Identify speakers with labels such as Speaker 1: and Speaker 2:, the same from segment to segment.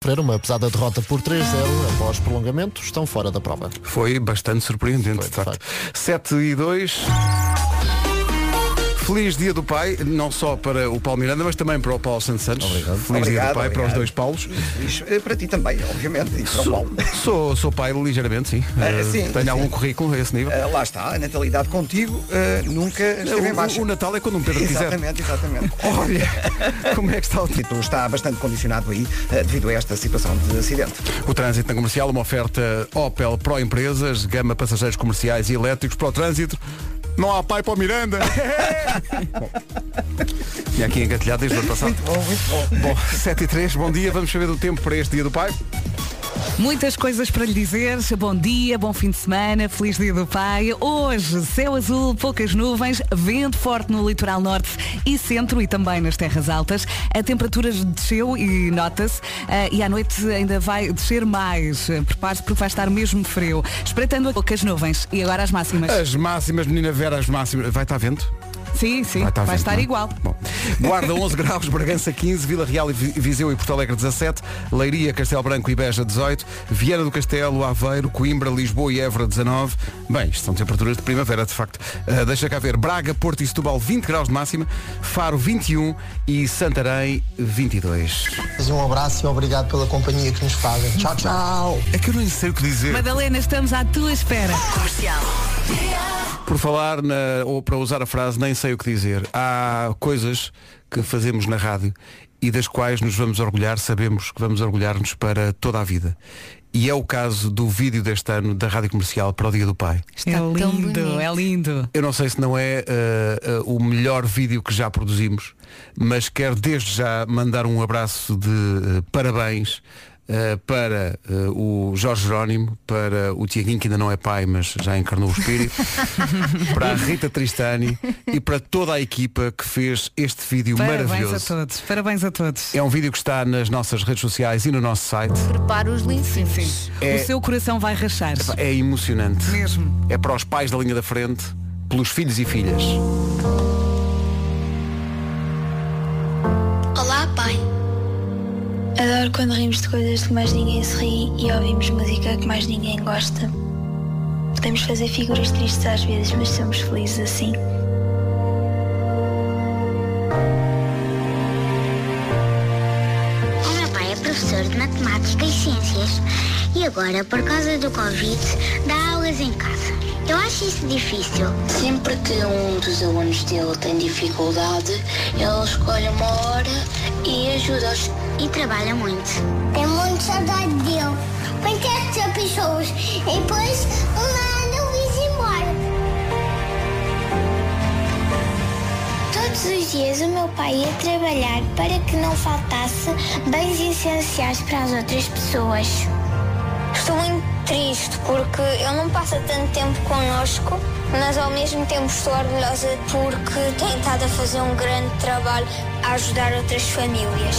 Speaker 1: sofrer uma pesada derrota por 3-0 após prolongamento, estão fora da prova.
Speaker 2: Foi bastante surpreendente,
Speaker 1: Foi,
Speaker 2: de
Speaker 1: de
Speaker 2: facto. 7 e 2. Feliz Dia do Pai, não só para o Paulo Miranda, mas também para o Paulo Santos Santos. Feliz Dia do
Speaker 3: Obrigado,
Speaker 2: Pai para os
Speaker 3: obrigado.
Speaker 2: dois Paulos.
Speaker 3: Isso é para ti também, obviamente, e para o Paulo.
Speaker 2: Sou, sou pai ligeiramente, sim.
Speaker 3: Ah,
Speaker 2: Eh,
Speaker 3: sim,
Speaker 2: Tenho
Speaker 3: sim.
Speaker 2: algum currículo a esse nível.
Speaker 3: Ah, lá está, a natalidade contigo ah, nunca esteve em
Speaker 2: o,
Speaker 3: baixa.
Speaker 2: o Natal é quando um Pedro quiser.
Speaker 3: exatamente, exatamente.
Speaker 2: Olha, como é que está o
Speaker 3: O título está bastante condicionado aí ah, devido a esta situação de acidente.
Speaker 2: O trânsito na comercial, uma oferta Opel Pro Empresas, gama passageiros comerciais e elétricos para o trânsito. Não há pai para o Miranda. Bom, Tinha aqui engatilhado desde o ano passado.
Speaker 3: Bom, muito bom.
Speaker 2: Bom, 7 e 3, bom dia, vamos saber do tempo para este dia do pai.
Speaker 4: Muitas coisas para lhe dizer. Bom dia, bom fim de semana, feliz dia do pai. Hoje, céu azul, poucas nuvens, vento forte no litoral norte e centro e também nas terras altas. A temperatura desceu e nota-se. ah, e à noite ainda vai descer mais. Ah, Prepare-se porque vai estar mesmo frio. Espreitando poucas nuvens. E agora as máximas.
Speaker 2: As máximas, menina Vera, as máximas. Vai estar vento?
Speaker 4: Sim, sim,
Speaker 2: Vai estar vento,
Speaker 4: vai, estar
Speaker 2: não é?
Speaker 4: igual.
Speaker 2: Bom. Guarda 11 graus, Bragança 15, Vila Real e Vi- Viseu e Porto Alegre 17, Leiria, Castelo Branco e Beja 18, Viana do Castelo, Aveiro, Coimbra, Lisboa e Évora 19. Bem, isto são temperaturas de primavera, de facto. Ah, deixa cá ver, Braga, Porto e Setúbal 20 graus de máxima, Faro 21 e Santarém 22.
Speaker 5: Um abraço e obrigado pela companhia que nos fazem. Tchau, tchau.
Speaker 2: É que eu não sei o que dizer.
Speaker 4: Madalena, estamos à tua espera.
Speaker 2: Por falar, na, ou para usar a frase, nem sei o que dizer. Há coisas que fazemos na rádio e das quais nos vamos orgulhar, sabemos que vamos orgulhar-nos para toda a vida. E é o caso do vídeo deste ano da Rádio Comercial para o Dia do Pai.
Speaker 4: é
Speaker 6: tão bonito.
Speaker 4: lindo, é lindo.
Speaker 2: Eu não sei se não é uh, uh, o melhor vídeo que já produzimos, mas quero desde já mandar um abraço de uh, parabéns uh, para uh, o Jorge Jerónimo, para o Tiaguinho, que ainda não é pai, mas já encarnou o espírito, para a Rita Tristani e para toda a equipa que fez este vídeo
Speaker 4: Parabéns a
Speaker 2: maravilhoso.
Speaker 4: todos, parabéns a todos.
Speaker 2: É um vídeo que está nas nossas redes sociais e no nosso site.
Speaker 6: Prepara os lencinhos.
Speaker 2: É-
Speaker 4: O seu coração vai rachar.
Speaker 2: É emocionante.
Speaker 4: Mesmo.
Speaker 2: É para os pais da linha da frente, pelos filhos e filhas.
Speaker 7: Olá, pai. Adoro quando rimos de coisas que mais ninguém se ri e ouvimos música que mais ninguém gosta. Podemos fazer figuras tristes às vezes, mas somos felizes assim.
Speaker 8: O meu pai é professor de matemática e ciências e agora, por causa do Covid, dá aulas em casa. Eu acho isso difícil.
Speaker 9: Sempre que um dos alunos dele tem dificuldade, ele escolhe uma hora e ajuda-os.
Speaker 8: E trabalha muito.
Speaker 7: Tem muito saudade dele. Pentear pessoas e depois um mandam isso embora. Todos os dias o meu pai ia trabalhar para que não faltasse bens essenciais para as outras pessoas. Estou muito triste porque ele não passa tanto tempo connosco, mas ao mesmo tempo estou orgulhosa porque tem estado a fazer um grande trabalho a ajudar outras famílias.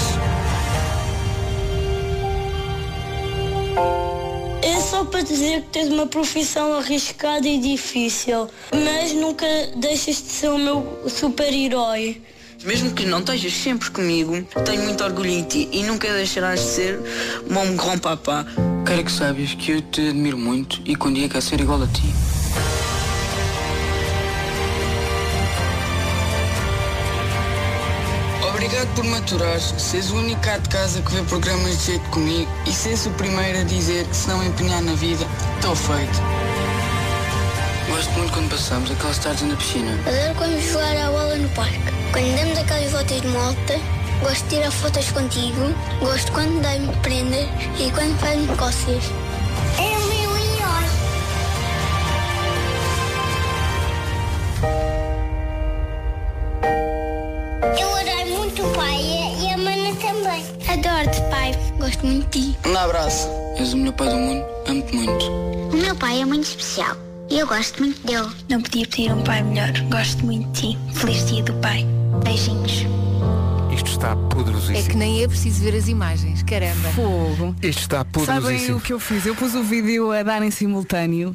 Speaker 8: É só para dizer que tens uma profissão arriscada e difícil, mas nunca deixas de ser o meu super-herói.
Speaker 9: Mesmo que não estejas sempre comigo, tenho muito orgulho em ti e nunca deixarás de ser um bom papá.
Speaker 10: Quero que saibas que eu te admiro muito e que um dia quero ser igual a ti.
Speaker 9: Obrigado por maturares, seres o único cá de casa que vê programas de jeito comigo e seres o primeiro a dizer que se não empenhar na vida, estou feito.
Speaker 10: Gosto muito quando passamos aquelas tardes na piscina.
Speaker 7: Adoro quando jogar a bola no parque. Quando damos aquelas voltas de moto, gosto de tirar fotos contigo, gosto quando dá-me prendas e quando faz-me cócegas. É o meu herói. Eu adoro muito o pai e a mana também. Adoro-te, pai. Gosto muito de ti.
Speaker 9: Um abraço.
Speaker 10: És o melhor pai do mundo, amo-te muito.
Speaker 8: O meu pai é muito especial e eu gosto muito dele.
Speaker 7: Não podia pedir um pai melhor. Gosto muito de ti. Feliz dia do pai. Beijinhos.
Speaker 2: Isto está
Speaker 6: É que
Speaker 2: poderosíssimo.
Speaker 6: nem é preciso ver as imagens, caramba.
Speaker 4: Fogo.
Speaker 2: Isto está
Speaker 4: Sabem
Speaker 2: poderosíssimo.
Speaker 4: o que eu fiz? Eu pus o vídeo a dar em simultâneo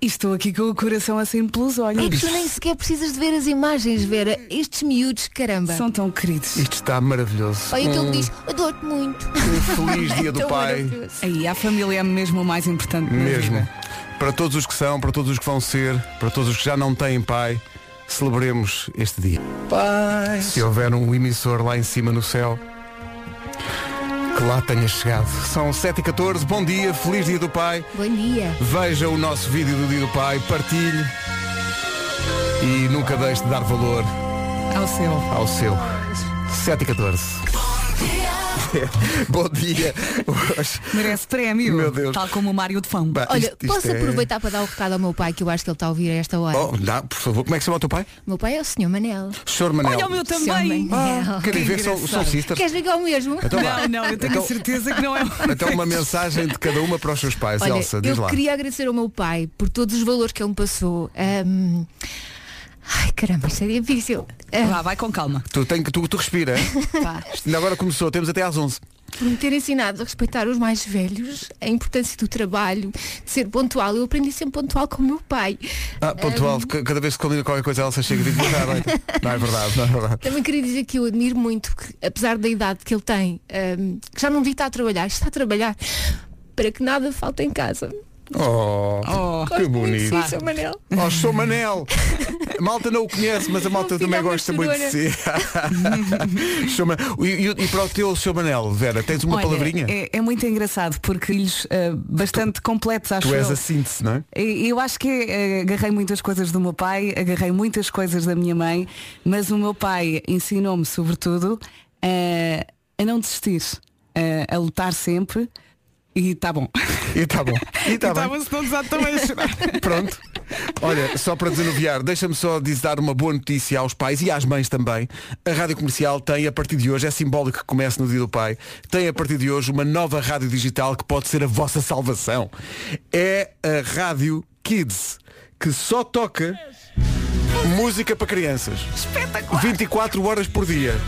Speaker 4: E estou aqui com o coração a sair pelos olhos.
Speaker 6: É que tu nem sequer precisas de ver as imagens, Vera. Estes miúdos, caramba.
Speaker 4: São tão queridos.
Speaker 2: Isto está maravilhoso.
Speaker 6: Olha aquele
Speaker 2: Um
Speaker 6: que diz, adoro-te muito.
Speaker 2: Um feliz dia do
Speaker 6: Tão
Speaker 2: pai.
Speaker 6: maravilhoso.
Speaker 4: Aí a família é mesmo o mais importante na
Speaker 2: Mesmo.
Speaker 4: vida.
Speaker 2: Para todos os que são, para todos os que vão ser, para todos os que já não têm pai, celebremos este dia.
Speaker 3: Pai.
Speaker 2: Se houver um emissor lá em cima no céu, que lá tenha chegado. São 7h14, bom dia, feliz dia do pai.
Speaker 6: Bom dia.
Speaker 2: Veja o nosso vídeo do dia do pai, partilhe e nunca deixe de dar valor
Speaker 4: Ao É seu.
Speaker 2: ao seu. 7h14. Bom dia. Hoje-
Speaker 4: Merece prémio.
Speaker 2: Meu Deus.
Speaker 4: Tal como o Mário de Fão.
Speaker 2: Bah,
Speaker 6: Olha,
Speaker 2: isto- isto
Speaker 6: posso
Speaker 2: é-
Speaker 6: aproveitar para dar o recado ao meu pai, que eu acho que ele está a ouvir a esta hora.
Speaker 2: Oh, dá, por favor, como é que se chama o teu pai?
Speaker 6: O meu pai é o Sr. Manel.
Speaker 2: Sr. Manel.
Speaker 4: Olha o meu
Speaker 6: Sr.
Speaker 4: também. Ah,
Speaker 6: Manel.
Speaker 2: Querem
Speaker 4: Que
Speaker 2: ver, são,
Speaker 4: engraçado.
Speaker 2: são sisters.
Speaker 6: Queres ver que é o mesmo?
Speaker 2: Então vá.
Speaker 4: Não, não, eu tenho
Speaker 2: Então-
Speaker 4: a certeza que não é o
Speaker 2: Então uma mensagem de cada uma para os seus pais.
Speaker 6: Olha,
Speaker 2: Elsa, diz
Speaker 6: eu
Speaker 2: lá.
Speaker 6: queria agradecer ao meu pai por todos os valores que ele me passou. Ahm, Ai, caramba, isto é difícil. Ah,
Speaker 4: Vá, vai com calma.
Speaker 2: Tu, tem, que- tu, tu respira. hein?
Speaker 6: pá.
Speaker 2: Isto ainda agora começou, temos até às 11.
Speaker 6: por me ter ensinado a respeitar os mais velhos, a importância do trabalho, de ser pontual. Eu aprendi a ser pontual com o meu pai.
Speaker 2: Ah, pontual, ca- cada vez que combina qualquer coisa, Elsa chega e diz, "Ah, bem." não é verdade, não é verdade.
Speaker 6: Também queria dizer que eu admiro muito que, apesar da idade que ele tem, ahm, que já não devia estar a trabalhar, está a trabalhar para que nada falte em casa.
Speaker 2: Oh,
Speaker 4: Oh,
Speaker 2: que bonito.
Speaker 6: Sim, Sr. Manel.
Speaker 2: Oh, sou Manel. A malta não o conhece, mas a malta
Speaker 6: Oh,
Speaker 2: também
Speaker 6: filha da
Speaker 2: gosta muito de si. Sou Ma- e, e- e para o teu, seu Manel, Vera, tens uma
Speaker 4: Olha,
Speaker 2: palavrinha?
Speaker 4: É, é muito engraçado porque eles ah, bastante completos, acho
Speaker 2: tu és
Speaker 4: eu.
Speaker 2: a síntese, não é?
Speaker 4: E- Eu acho que eh, agarrei muitas coisas do meu pai, agarrei muitas coisas da minha mãe, mas o meu pai ensinou-me, sobretudo, eh, a não desistir, eh, a lutar sempre. E está bom.
Speaker 2: E está bom. E está Tá bem.
Speaker 4: Estava-se todos a também a chorar.
Speaker 2: Pronto. Olha, só para desanuviar, deixa-me só diz- dar uma boa notícia aos pais e às mães também. A Rádio Comercial tem, a partir de hoje, é simbólico que comece no Dia do Pai, tem a partir de hoje uma nova rádio digital que pode ser a vossa salvação. É a Rádio Kids, que só toca música para crianças.
Speaker 4: Espetacular.
Speaker 2: 24 horas por dia.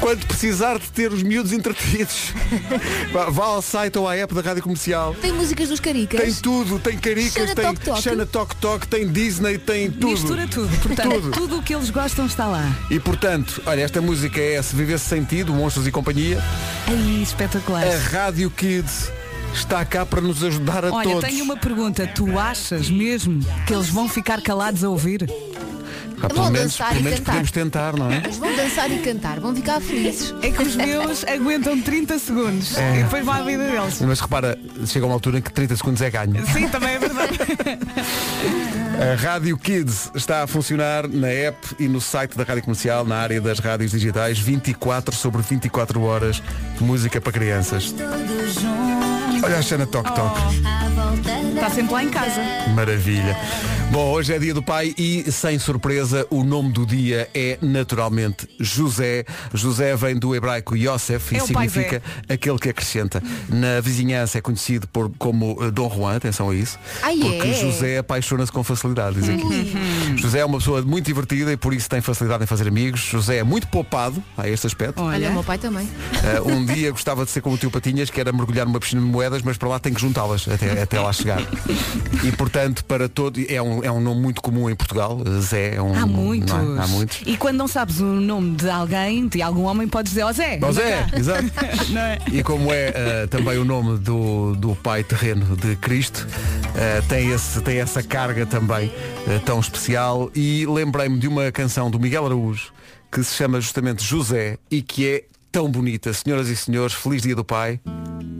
Speaker 2: Quando precisar de ter os miúdos entretidos, vá- vá ao site ou à app da Rádio Comercial.
Speaker 6: Tem músicas dos caricas.
Speaker 2: Tem tudo, tem caricas,
Speaker 6: Xana
Speaker 2: tem
Speaker 6: Toc Toc.
Speaker 2: Xana Toc Toc, tem Disney, tem tudo.
Speaker 4: Mistura tudo. Portanto,
Speaker 2: Tudo.
Speaker 4: tudo o que eles gostam está lá.
Speaker 2: E portanto, olha, esta música é Se Vivesse Sentido, Monstros e Companhia.
Speaker 4: Aí, É espetacular.
Speaker 2: A Rádio Kids está cá para nos ajudar a
Speaker 4: Olha,
Speaker 2: todos.
Speaker 4: tenho uma pergunta. Tu achas mesmo que eles vão ficar calados a ouvir?
Speaker 2: Ah, pelo
Speaker 6: Vou
Speaker 2: menos,
Speaker 6: dançar
Speaker 2: pelo
Speaker 6: e
Speaker 2: menos
Speaker 6: cantar.
Speaker 2: podemos tentar, não é?
Speaker 6: Eles vão dançar e cantar, vão ficar felizes.
Speaker 4: É que os meus aguentam 30 segundos
Speaker 2: É.
Speaker 4: e depois vai a vida deles.
Speaker 2: Mas repara, chega uma altura em que 30 segundos é ganho.
Speaker 4: Sim, também é verdade.
Speaker 2: A Rádio Kids está a funcionar na app e no site da Rádio Comercial, na área das rádios digitais, 24 sobre 24 horas, música para crianças. Olha a Xana Toc Toc.
Speaker 4: Está Tá sempre lá em casa.
Speaker 2: Maravilha. Bom, hoje é dia do pai e, sem surpresa, o nome do dia é naturalmente José. José vem do hebraico Yosef e
Speaker 4: É o pai
Speaker 2: significa aquele que acrescenta. Na vizinhança é conhecido por, como eh, Dom Juan, atenção a isso.
Speaker 6: Ai,
Speaker 2: porque
Speaker 6: é?
Speaker 2: José apaixona-se com facilidade, diz aqui.
Speaker 4: Uhum.
Speaker 2: José é uma pessoa muito divertida e por isso tem facilidade em fazer amigos. José é muito poupado a este aspecto.
Speaker 6: Olha, o
Speaker 4: Olha,
Speaker 6: meu pai também.
Speaker 2: Uh, um dia gostava de ser como o tio Patinhas, que era mergulhar numa piscina de moedas, mas para lá tem que juntá-las até, até lá chegar. E portanto, para todo. É um, é um nome muito comum em Portugal. uh, Zé é um.
Speaker 4: há muitos.
Speaker 2: não é? Há muitos.
Speaker 4: E quando não sabes o nome de alguém, de algum homem, podes dizer, ó Zé.
Speaker 2: Bom, Zé, exato.
Speaker 4: Não é?
Speaker 2: E como é uh, também o nome do, do pai terreno de Cristo, uh, tem, esse, tem essa carga também uh, tão especial. E lembrei-me de uma canção do Miguel Araújo que se chama justamente José e que é tão bonita. Senhoras e senhores, feliz dia do pai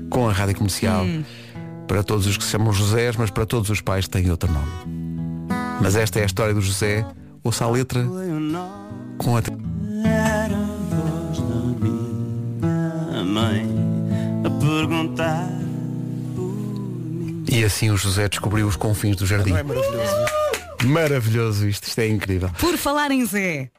Speaker 2: com a rádio comercial. Para todos os que se chamam José, mas para todos os pais têm outro nome. Mas esta é a história do José. Ouça a letra com a. E assim o José descobriu os confins do jardim. Maravilhoso isto, isto é incrível.
Speaker 4: Por falar em Zé,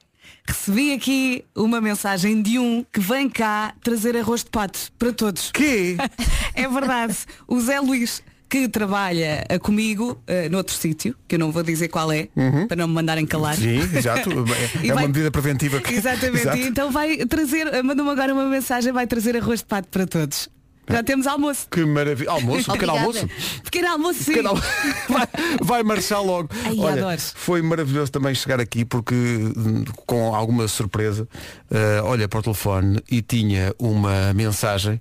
Speaker 4: recebi aqui uma mensagem de um que vem cá trazer arroz de pato para todos.
Speaker 2: Que?
Speaker 4: É verdade. O Zé Luís, que trabalha eh, comigo eh, noutro sítio, que eu não vou dizer qual é, para não me mandarem calar.
Speaker 2: Uhum. Sim, exato.
Speaker 4: E
Speaker 2: É uma
Speaker 4: vai-
Speaker 2: medida preventiva. Que...
Speaker 4: Exatamente.
Speaker 2: Exato.
Speaker 4: E Então vai trazer, mandou-me agora uma mensagem, vai trazer arroz de pato para todos.
Speaker 2: Tá.
Speaker 4: Já temos almoço.
Speaker 2: Que maravilha. Almoço, pequeno
Speaker 4: Obrigada.
Speaker 2: almoço.
Speaker 4: Pequeno almoço, sim.
Speaker 2: Pequeno almoço. Vai, vai marchar logo.
Speaker 4: Ai, adoro.
Speaker 2: foi maravilhoso também chegar aqui porque hum, com alguma surpresa eh, olha para o telefone e tinha uma mensagem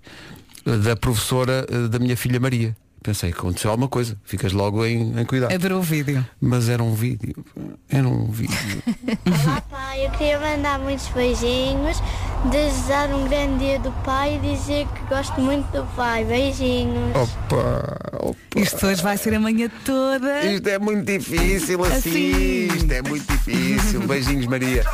Speaker 2: eh, da professora eh, da minha filha Maria. Pensei, aconteceu alguma coisa, ficas logo em, em cuidado.
Speaker 4: Adorou o vídeo.
Speaker 2: Mas era um vídeo. Era um vídeo.
Speaker 7: Olá pai, eu queria mandar muitos beijinhos, desejar um grande dia do pai e dizer que gosto muito do pai. Beijinhos.
Speaker 2: Oh, Opa, opa.
Speaker 4: Isto hoje vai ser amanhã toda.
Speaker 2: Isto é muito difícil assim.
Speaker 4: Assim.
Speaker 2: Isto é muito difícil. Beijinhos, Maria.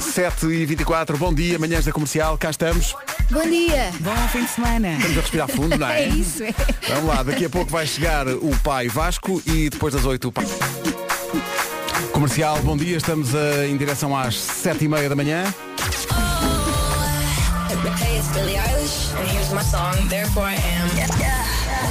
Speaker 2: 7h24, bom dia, manhãs da comercial, cá estamos.
Speaker 6: Bom dia.
Speaker 4: Bom fim de semana.
Speaker 2: Estamos a respirar fundo, não é?
Speaker 6: É isso, é.
Speaker 2: Vamos lá, daqui a pouco vai chegar o pai Vasco e depois das 8 o pai. Comercial, bom dia, estamos eh, em direção às 7h30 da manhã.
Speaker 11: Hey, it's Billie Eilish, and here's my song, Therefore I Am.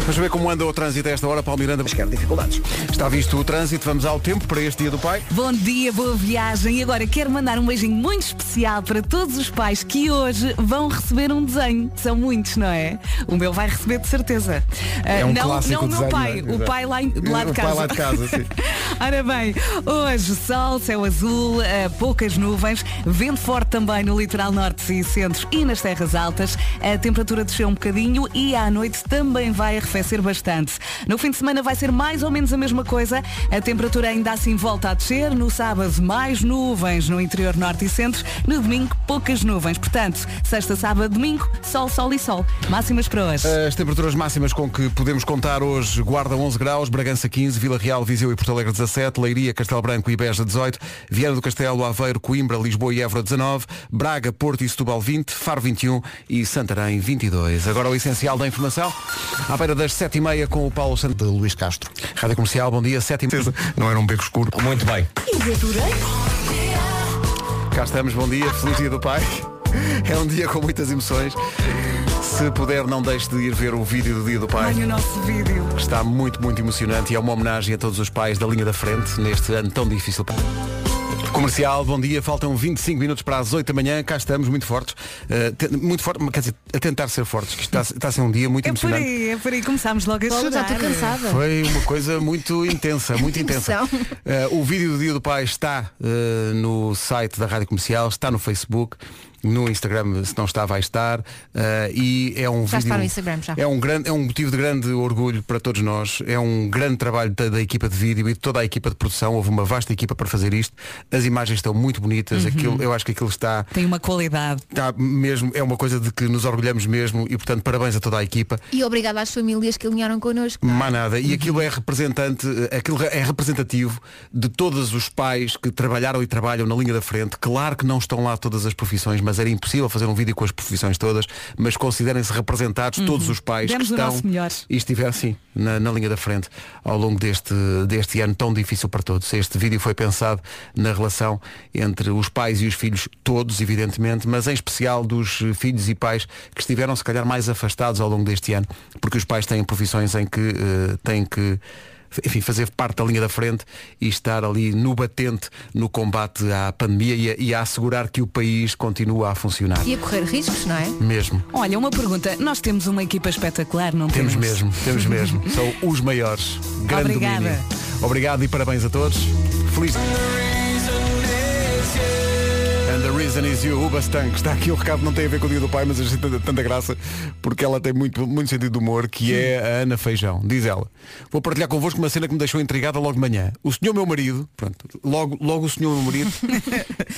Speaker 2: Vamos ver como anda o trânsito a esta hora, Paulo Miranda. Mas dificuldades. Está visto o trânsito, vamos ao tempo para este dia do pai.
Speaker 4: Bom dia, boa viagem. E agora quero mandar um beijinho muito especial para todos os pais que hoje vão receber um desenho. São muitos, não é? O meu vai receber de certeza.
Speaker 12: É
Speaker 4: Ah,
Speaker 12: um
Speaker 4: não,
Speaker 12: clássico
Speaker 4: não o meu
Speaker 12: desenho,
Speaker 4: pai,
Speaker 12: não é?
Speaker 4: o pai lá, em- lá de
Speaker 12: O pai
Speaker 4: casa.
Speaker 12: lá de casa, sim.
Speaker 4: Ora bem, hoje sol, céu azul, eh, poucas nuvens, vento forte também no litoral norte e centro e nas terras altas. A temperatura desceu um bocadinho e à noite também vai arrefecer bastante. No fim de semana vai ser mais ou menos a mesma coisa. A temperatura ainda assim volta a descer. No sábado, mais nuvens no interior norte e centro. No domingo, poucas nuvens. Portanto, sexta, sábado, domingo, sol, sol e sol. Máximas para hoje.
Speaker 2: As temperaturas máximas com que podemos contar hoje Guarda 11 graus, Bragança 15, Vila Real, Viseu e Porto Alegre 17, Leiria, Castelo Branco e Beja 18, Viana do Castelo, Aveiro, Coimbra, Lisboa e Évora 19, Braga, Porto e Setúbal 20, Faro 21 e Santarém 22. Agora o essencial da informação, à beira das 7h30 com o Paulo Santos Luís Castro. Rádio Comercial, bom dia, 7h30. Não era um beco escuro. Muito bem. Cá estamos, bom dia, feliz dia do pai. É um dia com muitas emoções. Se puder, não deixe de ir ver o vídeo do dia do pai.
Speaker 4: Olha o nosso vídeo.
Speaker 2: que Está muito, muito emocionante e é uma homenagem a todos os pais da linha da frente neste ano tão difícil. Comercial, bom dia. Faltam 25 minutos para as 8 da manhã. Cá estamos, muito fortes. Uh, te- muito forte, quer dizer, a tentar ser fortes, que está, está a ser um dia muito
Speaker 4: É por
Speaker 2: emocionante.
Speaker 4: aí, é por aí. Começámos logo a
Speaker 6: Paulo, já
Speaker 4: chorar.
Speaker 6: estou cansada.
Speaker 2: né? Foi uma coisa muito intensa, muito intensa.
Speaker 6: Emoção.
Speaker 2: Eh, o vídeo do Dia do Pai está eh, no site da Rádio Comercial, está no Facebook, no Instagram, se não está, vai estar. eh, e é um
Speaker 6: Já
Speaker 2: vídeo.
Speaker 6: está no Instagram, já.
Speaker 2: É um, grande, é um motivo de grande orgulho para todos nós. É um grande trabalho da, da equipa de vídeo e de toda a equipa de produção. Houve uma vasta equipa para fazer isto. As imagens estão muito bonitas.
Speaker 4: Uhum.
Speaker 2: Aquilo, eu acho que aquilo está.
Speaker 4: Tem uma qualidade.
Speaker 2: Está mesmo, é uma coisa de que nos orgulhamos mesmo e portanto parabéns a toda a equipa.
Speaker 6: E obrigada às famílias que alinharam connosco.
Speaker 2: Mais nada. E aquilo é representante, eh, aquilo é representativo de todos os pais que trabalharam e trabalham na linha da frente. Claro que não estão lá todas as profissões, mas era impossível fazer um vídeo com as profissões todas, mas considerem-se representados todos os pais
Speaker 4: Uhum. Demos
Speaker 2: que
Speaker 4: o
Speaker 2: estão
Speaker 4: nosso melhor.
Speaker 2: e estiver sim na, na linha da frente ao longo deste, deste ano tão difícil para todos. Este vídeo foi pensado na relação entre os pais e os filhos, todos, evidentemente, mas em especial dos eh, filhos e pais que estiveram se calhar mais afastados ao longo deste ano, porque os pais têm profissões em que eh, têm que enfim, fazer parte da linha da frente e estar ali no batente no combate à pandemia e a, e a assegurar que o país continua a funcionar.
Speaker 6: E a correr riscos, não é?
Speaker 2: Mesmo.
Speaker 4: Olha, uma pergunta. Nós temos uma equipa espetacular, não temos?
Speaker 2: Temos mesmo, temos mesmo. São os maiores. Grande
Speaker 4: Obrigada.
Speaker 2: domínio. Obrigado e parabéns a todos. Feliz. And the reason is you, Uba Stank. Está aqui o recado, não tem a ver com o dia do pai, mas a gente tem tanta graça, porque ela tem muito, muito sentido de humor, que é a Ana Feijão. Diz ela, vou partilhar convosco uma cena que me deixou intrigada logo de manhã. O senhor meu marido, pronto, logo, logo o senhor meu marido,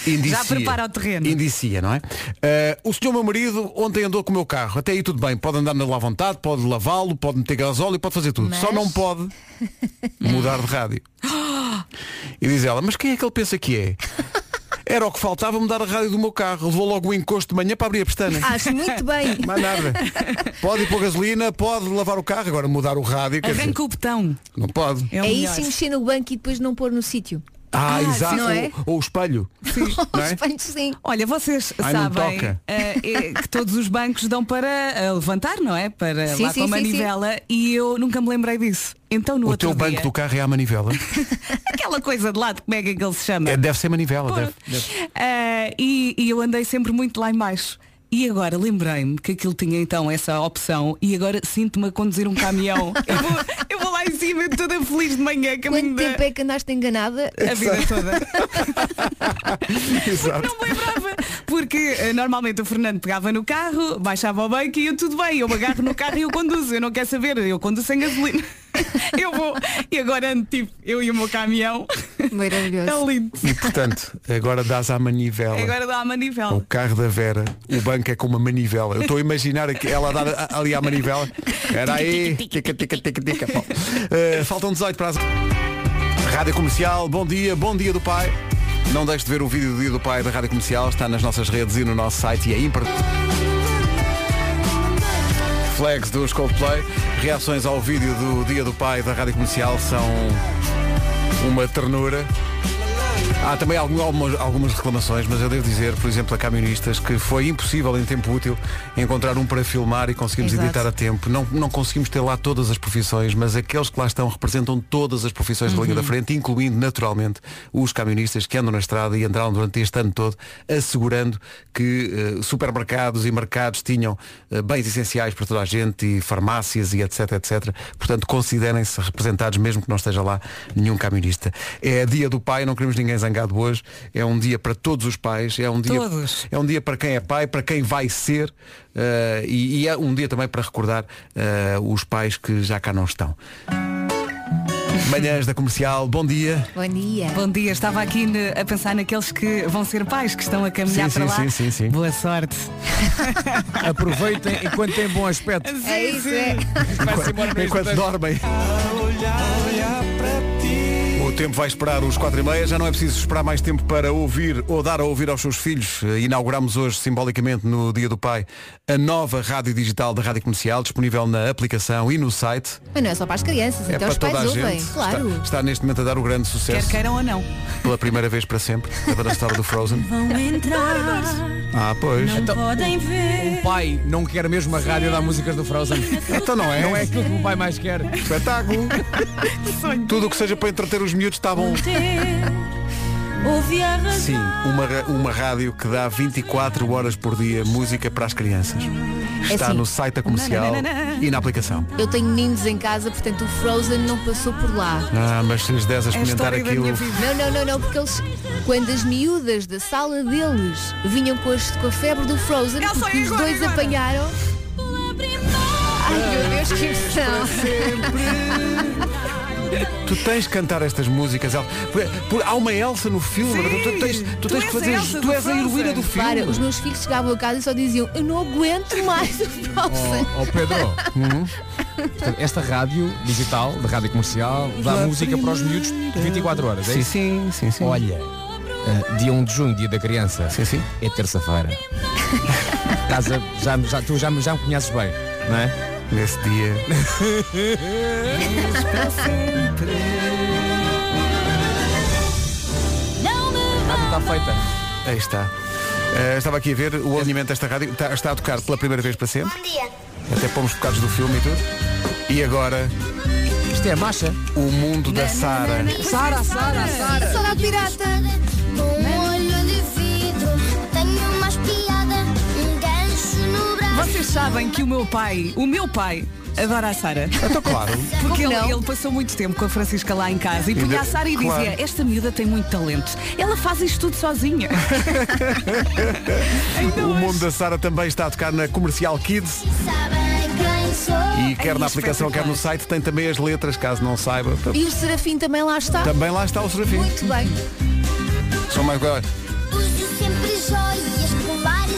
Speaker 2: indicia.
Speaker 4: Já prepara o terreno.
Speaker 2: Indicia, não é? Eh, o senhor meu marido ontem andou com o meu carro. Até aí tudo bem. Pode andar nele à vontade, pode lavá-lo, pode meter gasóleo, pode fazer tudo. Só
Speaker 6: Mas-
Speaker 2: não pode mudar de rádio. E diz ela, mas quem é que ele pensa que é? Era o que faltava mudar a rádio do meu carro. Levou logo o encosto de manhã para abrir a pestana.
Speaker 6: Acho muito bem.
Speaker 2: Mais nada. Pode ir pôr gasolina, pode lavar o carro, agora mudar o rádio. quer dizer,
Speaker 4: Arranca o botão.
Speaker 2: não pode.
Speaker 6: É, isso e mexer no banco e depois não pôr no sítio.
Speaker 2: Ah,
Speaker 4: Ah,
Speaker 2: exato.
Speaker 4: sim, não é?
Speaker 2: Ou, ou o espelho. Não é?
Speaker 4: Olha, vocês
Speaker 2: Ai, não
Speaker 4: sabem
Speaker 2: toca.
Speaker 4: eh, eh, que todos os bancos dão para eh, levantar, não é? Para
Speaker 6: Sim,
Speaker 4: lá
Speaker 6: sim,
Speaker 4: com a
Speaker 6: sim,
Speaker 4: manivela e eu nunca me lembrei disso. Então no
Speaker 2: O
Speaker 4: outro
Speaker 2: teu
Speaker 4: dia,
Speaker 2: banco do carro é à manivela.
Speaker 4: aquela coisa de lado, como é que aquele se chama?
Speaker 2: É, deve ser manivela.
Speaker 4: Pô,
Speaker 2: Deve, deve.
Speaker 4: eh, e, e eu andei sempre muito lá em baixo. E agora lembrei-me que aquilo tinha então essa opção e agora sinto-me a conduzir um caminhão. eu, vou, eu vou lá em cima toda feliz de manhã, caminho
Speaker 6: Quanto
Speaker 4: da,
Speaker 6: tempo é que andaste enganada?
Speaker 4: a vida toda.
Speaker 2: Exato.
Speaker 4: Porque eh, normalmente o Fernando pegava no carro, baixava ao banco e eu tudo bem, eu me agarro no carro e eu conduzo, eu não quero saber, eu conduzo sem gasolina. Eu vou. E agora ando tipo, eu e o meu caminhão.
Speaker 6: Maravilhoso.
Speaker 4: É lindo.
Speaker 2: E portanto, agora dás à manivela.
Speaker 4: Agora dá a
Speaker 2: O
Speaker 4: manivela.
Speaker 2: carro da Vera, o banco é com uma manivela. Eu estou a imaginar aqui, ela dar a- ali à manivela. Era aí. Tica, tica, tica, tica. Bom, eh, faltam 18 para as. Rádio Comercial, bom dia, bom dia do pai. Não deixe de ver o vídeo do dia do pai da Rádio Comercial, está nas nossas redes e no nosso site e é ímpar. Flags do Coldplay. Reações ao vídeo do dia do pai da Rádio Comercial são uma ternura. Há também algum- algumas, algumas reclamações, mas eu devo dizer, por exemplo, a camionistas, que foi impossível em tempo útil encontrar um para filmar e conseguimos
Speaker 12: Exato.
Speaker 2: editar a tempo. Não, não é conseguimos ter lá todas as profissões, mas aqueles que lá estão representam todas as profissões da linha
Speaker 12: Uhum.
Speaker 2: da frente, incluindo naturalmente os camionistas que andam na estrada e andaram durante este ano todo assegurando que eh, supermercados e mercados tinham eh, bens essenciais para toda a gente e farmácias e etc, etc. Portanto, considerem-se representados mesmo que não esteja lá nenhum camionista. É dia do pai, não queremos ninguém zangado hoje. É um dia para todos os pais, é um dia
Speaker 4: Todos.
Speaker 2: é um dia para quem é pai, para quem vai ser eh, e, e é um dia também para recordar eh, os pais que já cá não estão. Manhãs da Comercial, bom dia.
Speaker 6: Bom dia.
Speaker 4: Bom dia, estava aqui ne- a pensar naqueles que vão ser pais, que estão a caminhar para lá.
Speaker 2: sim, sim.
Speaker 4: Boa sorte.
Speaker 12: Aproveitem enquanto têm bom aspecto.
Speaker 4: É isso, é.
Speaker 2: Enquanto, enquanto dormem. O tempo vai esperar os quatro e meia, já não é preciso esperar mais tempo para ouvir ou dar a ouvir aos seus filhos. Eh, Inauguramos hoje, simbolicamente, no Dia do Pai, a nova rádio digital da Rádio Comercial, disponível na aplicação e no site.
Speaker 6: Mas não é só para as crianças,
Speaker 2: é
Speaker 6: até
Speaker 2: para
Speaker 6: os
Speaker 2: toda a
Speaker 6: pais
Speaker 2: gente.
Speaker 6: ouvem. Claro.
Speaker 2: Está, está neste momento a dar o grande
Speaker 4: Quer
Speaker 2: sucesso,
Speaker 4: queiram ou não.
Speaker 2: pela primeira vez para sempre, da história do Frozen.
Speaker 11: Vão entrar,
Speaker 2: Ah, pois.
Speaker 4: Então-
Speaker 11: podem ver.
Speaker 12: O pai não quer mesmo a rádio dar músicas do Frozen.
Speaker 2: Então não é.
Speaker 12: Não é aquilo que o pai mais quer.
Speaker 2: Espetáculo. Tudo o que seja para entreter os miúdos está bom.
Speaker 11: Ouvi a
Speaker 2: Sim, uma, ra- uma rádio que dá 24 horas por dia música para as crianças.
Speaker 6: É
Speaker 2: Está
Speaker 6: assim.
Speaker 2: no site da comercial
Speaker 6: Nananana.
Speaker 2: e na aplicação.
Speaker 6: Eu tenho meninos em casa, portanto o Frozen não passou por lá.
Speaker 2: Ah, mas se lhes des a experimentar aquilo.
Speaker 6: Não, não, não, não, porque eles, quando as miúdas da sala deles vinham com, as- com a febre do Frozen,
Speaker 11: Ela
Speaker 6: porque
Speaker 11: foi
Speaker 6: os
Speaker 11: agora,
Speaker 6: dois
Speaker 11: agora.
Speaker 6: apanharam. Ai meu Deus, que
Speaker 2: Ah.
Speaker 6: emoção!
Speaker 2: Tu tens que cantar estas músicas. Elsa. Por- por- há uma Elsa no filme. tu, tu tens, tu tens que fazer. tu és a heroína do filme.
Speaker 6: Para, os meus filhos chegavam a casa e só diziam Eu não aguento mais o Frozen
Speaker 12: Ó Oh, Pedro,
Speaker 2: Uhum.
Speaker 12: portanto, esta rádio digital, da rádio comercial, dá
Speaker 2: Pela
Speaker 12: música para os miúdos 24 horas, é
Speaker 2: Sim,
Speaker 12: isso?
Speaker 2: sim, sim, sim.
Speaker 12: Olha, ah, dia 1 de junho, dia da criança, sim, sim. é terça-feira. Estás a- já, já, tu já, me- já me conheces bem, não é?
Speaker 2: Nesse dia.
Speaker 12: Está feita.
Speaker 2: Aí está. Eh, estava aqui a ver o alinhamento desta rádio. Está, está a tocar pela primeira vez para sempre.
Speaker 7: dia.
Speaker 2: Até pomos bocados do filme e tudo. E agora.
Speaker 12: Isto é a marcha?
Speaker 2: O mundo da Sara.
Speaker 11: Sara, Sara, Sara.
Speaker 6: Sara pirata.
Speaker 7: Com um olho de vidro, tenho uma espiada, um gancho no braço.
Speaker 4: Vocês sabem que o meu pai, o meu pai, adora a Sara.
Speaker 2: Então claro.
Speaker 4: Porque
Speaker 7: Como
Speaker 4: ele,
Speaker 7: não?
Speaker 4: ele passou muito tempo com a Francisca lá em casa e
Speaker 2: E de-
Speaker 4: punha a Sara e
Speaker 2: claro.
Speaker 4: dizia, esta miúda tem muito talento. Ela faz isto tudo sozinha.
Speaker 2: o mundo da Sara também está a tocar na Comercial Kids.
Speaker 7: Sabem quem sou.
Speaker 2: E quer na aplicação, quer no site, tem também as letras, caso não saiba.
Speaker 6: E o Serafim também lá está
Speaker 2: Também lá está o Serafim.
Speaker 6: Muito bem
Speaker 2: São mais coisas.
Speaker 7: Uso sempre joias, colares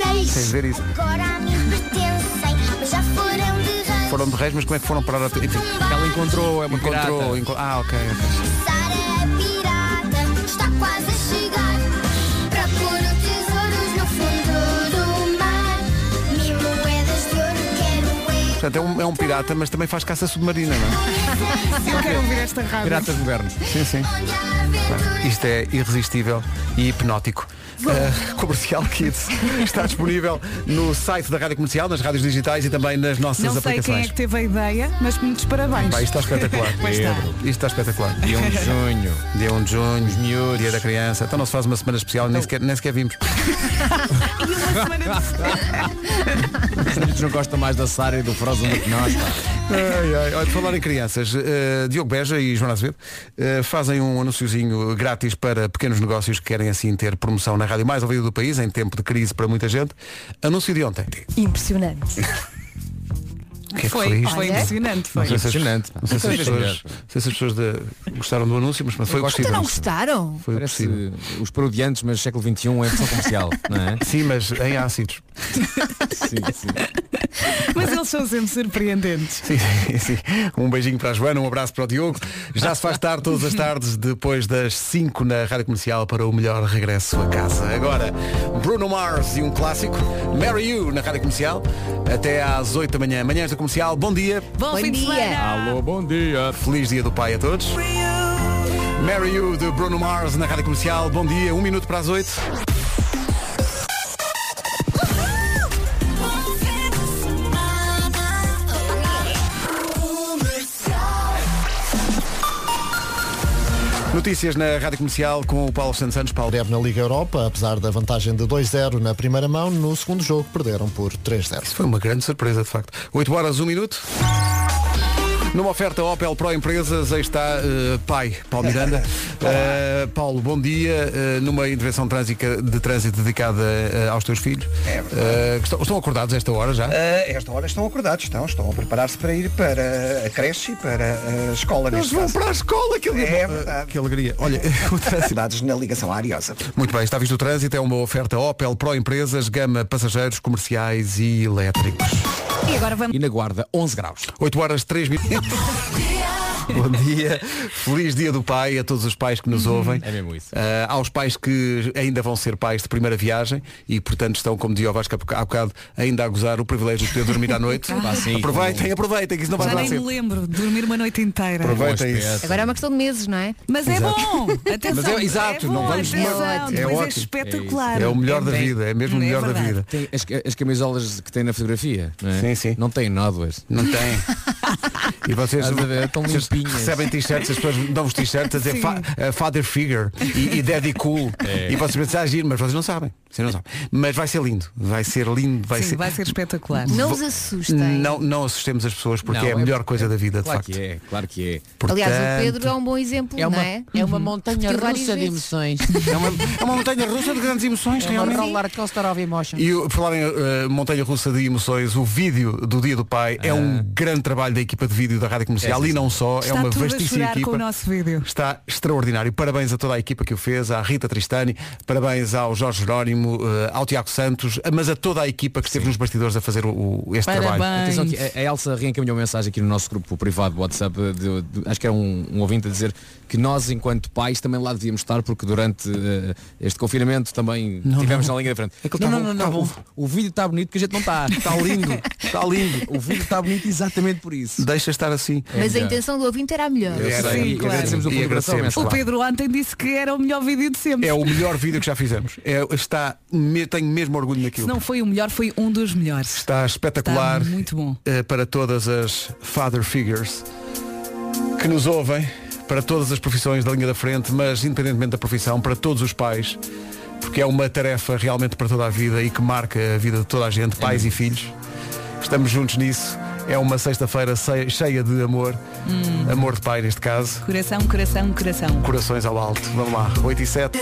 Speaker 7: e anéis.
Speaker 2: Sem ver isso.
Speaker 7: Agora a mim pertencem, mas já foram de rei.
Speaker 2: Foram de reis, mas como é que foram parar a... Enfim.
Speaker 12: Ela encontrou, é uma
Speaker 2: Encontrou,
Speaker 12: pirata.
Speaker 2: enco- Ah, ok. ok.
Speaker 7: Sara é pirata, está quase a chegar. Procuro tesouros no fundo do mar. Mil moedas de ouro quero eu.
Speaker 2: Portanto, é um, é um pirata, mas também faz caça submarina, não é?
Speaker 7: Eu
Speaker 4: esta rádio.
Speaker 12: Piratas modernos.
Speaker 2: Sim, sim.
Speaker 7: Onde a
Speaker 2: Isto é irresistível e hipnótico. Uh, comercial Kids está disponível no site da Rádio Comercial, nas rádios digitais e também nas nossas
Speaker 4: Não sei quem é
Speaker 2: aplicações.
Speaker 4: que teve a ideia, mas muitos parabéns.
Speaker 2: Pá, isto está espetacular.
Speaker 4: Pois está.
Speaker 2: Isto está espetacular.
Speaker 4: Dia 1 de
Speaker 2: junho. Dia 1 de junho. Os miúdos. Dia da criança. Então não se faz uma semana especial, nem sequer, nem sequer vimos.
Speaker 12: Os miúdos não gostam mais da Sara e do Frozen do que nós. pá.
Speaker 2: Ai, ai, olha, por falar em crianças, eh, Diogo Beja e Joana Azevedo eh, fazem um anunciozinho grátis para pequenos negócios que querem assim ter promoção na rádio mais ouvida do país, em tempo de crise para muita gente. Anúncio de ontem.
Speaker 13: Impressionante.
Speaker 2: O que é que
Speaker 4: Foi-
Speaker 2: isto?
Speaker 4: foi impressionante, foi.
Speaker 2: Não sei se as-
Speaker 12: Impressionante.
Speaker 2: Não sei se as pessoas, não sei se as pessoas de- gostaram do anúncio, mas mas foi o que
Speaker 6: Então não gostaram?
Speaker 2: Foi
Speaker 12: Parece os parodiantes, mas século XXI é versão comercial, não é?
Speaker 2: Sim, mas em ácidos.
Speaker 4: Mas eles são sempre surpreendentes.
Speaker 2: Sim, sim, sim. Um beijinho para a Joana, um abraço para o Diogo. Já se faz tarde todas as tardes, depois das 5 na Rádio Comercial, para o melhor regresso a casa. Agora, Bruno Mars e um clássico, Marry You, na Rádio Comercial, até às 8 da manhã. Manhãs da Comercial, bom dia.
Speaker 4: Bom, fim de semana.
Speaker 2: Alô, bom dia. Feliz dia do pai a todos. Marry You, de Bruno Mars, na Rádio Comercial. Bom dia, um minuto para as 8. Notícias na Rádio Comercial com o Paulo Santos Santos. Paulo.
Speaker 1: Breve na Liga Europa, apesar da vantagem de 2-0 na primeira mão, no segundo jogo perderam por 3-0. Isso
Speaker 2: foi uma grande surpresa, de facto. 8 horas, 1 minuto. Numa oferta Opel Pro Empresas, aí está eh, pai, Paulo Miranda. Eh, Paulo, bom dia. Eh, numa intervenção de trânsito, de trânsito dedicada eh, aos teus filhos. Eh, que estão, estão acordados a esta hora já?
Speaker 3: Ah, esta hora estão acordados, estão, estão a preparar-se para ir para a creche e para a escola.
Speaker 2: Eles vão para a escola, que alegria.
Speaker 3: É verdade.
Speaker 2: Eh, Que alegria. Olha, o trânsito.
Speaker 3: Dados na ligação à Ariosa.
Speaker 2: Muito bem, está visto o trânsito, é uma oferta Opel Pro Empresas, gama passageiros, comerciais e elétricos.
Speaker 4: E agora vamos.
Speaker 2: E na guarda, 11 graus. 8 horas 3 minutos. Bom dia, feliz dia do pai a todos os pais que nos ouvem. É mesmo isso. aos pais que ainda vão ser pais de primeira viagem e, portanto, estão, como dizia o Vasco há boca- há bocado, ainda a gozar o privilégio de poder dormir à noite.
Speaker 4: Pá, sim.
Speaker 2: aproveitem, aproveitem, que isso não vai
Speaker 4: Já
Speaker 2: dar
Speaker 4: nem me
Speaker 2: sempre.
Speaker 4: lembro, dormir uma noite inteira.
Speaker 2: Aproveitem isso.
Speaker 6: Agora é uma questão de meses, não é?
Speaker 4: Mas é
Speaker 2: Exato.
Speaker 4: bom! Atenção,
Speaker 2: Mas é, exato,
Speaker 4: é
Speaker 2: não
Speaker 4: bom,
Speaker 2: vamos
Speaker 4: atenção,
Speaker 2: é
Speaker 4: depois
Speaker 2: ótimo.
Speaker 4: é espetacular. Hum,
Speaker 2: É o melhor da vida, é mesmo o melhor da vida.
Speaker 12: Tem as, as camisolas que tem na fotografia, não é?
Speaker 2: Sim, sim.
Speaker 12: Não tem nódoas.
Speaker 2: Não tem. E vocês,
Speaker 12: Estás a ver? Tão
Speaker 2: vocês
Speaker 12: limpinhas.
Speaker 2: recebem t-shirts, as pessoas dão-vos t-shirts a dizer
Speaker 12: Sim.
Speaker 2: fa- eh, Father Figure e, e Daddy Cool.
Speaker 12: É.
Speaker 2: E vocês pensam, ah, giro, mas vocês não sabem. Vocês não sabem. Mas vai ser lindo. Vai ser lindo. Vai
Speaker 4: Sim,
Speaker 2: ser...
Speaker 4: vai ser espetacular.
Speaker 6: Não
Speaker 2: Vo-
Speaker 6: os assustem.
Speaker 2: Não, não assustemos as pessoas porque
Speaker 12: Não,
Speaker 2: é a
Speaker 12: é-
Speaker 2: melhor coisa da vida, de
Speaker 12: Claro
Speaker 2: facto.
Speaker 12: que é, claro que é.
Speaker 6: Aliás, o Pedro é um bom exemplo,
Speaker 12: É uma-
Speaker 6: não é?
Speaker 14: é uma montanha
Speaker 6: Repetiu várias
Speaker 14: russa de
Speaker 6: vezes.
Speaker 14: emoções.
Speaker 2: É uma, é uma montanha russa de grandes emoções,
Speaker 14: é
Speaker 2: realmente.
Speaker 14: Uma roller coaster of emotion.
Speaker 2: E o- falar em eh, montanha russa de emoções, o vídeo do Dia do Pai é
Speaker 4: Ah.
Speaker 2: um grande trabalho da equipa de vídeo da Rádio Comercial
Speaker 12: É, sim,
Speaker 2: e não
Speaker 12: sim.
Speaker 2: só, é
Speaker 4: Está
Speaker 2: uma
Speaker 4: tudo a
Speaker 2: vastíssima
Speaker 4: chorar
Speaker 2: equipa.
Speaker 4: com o nosso vídeo.
Speaker 2: Está extraordinário. Parabéns a toda a equipa que o fez, à Rita Tristani, parabéns ao Jorge Jerónimo, eh, ao Tiago Santos, eh, mas a toda a equipa que esteve nos bastidores a fazer o, o- este trabalho.
Speaker 12: Atenção que a- a Elsa reencaminhou uma mensagem aqui no nosso grupo privado do WhatsApp, eh, de- de- acho que era um, um ouvinte a dizer que nós, enquanto pais, também lá devíamos estar, porque durante eh, este confinamento também
Speaker 2: Não,
Speaker 12: tivemos
Speaker 2: não.
Speaker 12: na linha da frente.
Speaker 2: Aquilo tá
Speaker 12: não, não,
Speaker 2: bom,
Speaker 12: não,
Speaker 2: tá
Speaker 12: não,
Speaker 2: bom.
Speaker 12: O, o vídeo está bonito que a gente não está. Está lindo, está lindo. O vídeo está bonito exatamente por isso.
Speaker 2: Deixa estar assim.
Speaker 6: Mas a intenção do ouvinte era a melhor.
Speaker 15: É.
Speaker 2: Eu sei,
Speaker 12: Sim,
Speaker 2: e agradecemos
Speaker 12: claro.
Speaker 2: o
Speaker 12: E
Speaker 2: colaboração,
Speaker 12: agradecemos,
Speaker 2: mas
Speaker 4: O
Speaker 2: claro.
Speaker 4: Pedro ontem disse que era o melhor vídeo de sempre.
Speaker 2: É o melhor vídeo que já fizemos. É, está, me- tenho mesmo orgulho
Speaker 4: Se
Speaker 2: naquilo.
Speaker 4: não foi o melhor, foi um dos melhores.
Speaker 2: Está espetacular
Speaker 4: Está muito bom.
Speaker 2: eh, para todas as father figures que nos ouvem, para todas as profissões da linha da frente, mas independentemente da profissão, para todos os pais, porque é uma tarefa realmente para toda a vida e que marca a vida de toda a gente, pais e filhos. Estamos juntos nisso. É uma sexta-feira sei- cheia de amor,
Speaker 12: Hum.
Speaker 2: amor de pai neste caso.
Speaker 4: Coração, coração, coração.
Speaker 2: Corações ao alto. Vamos lá, 8 e 7.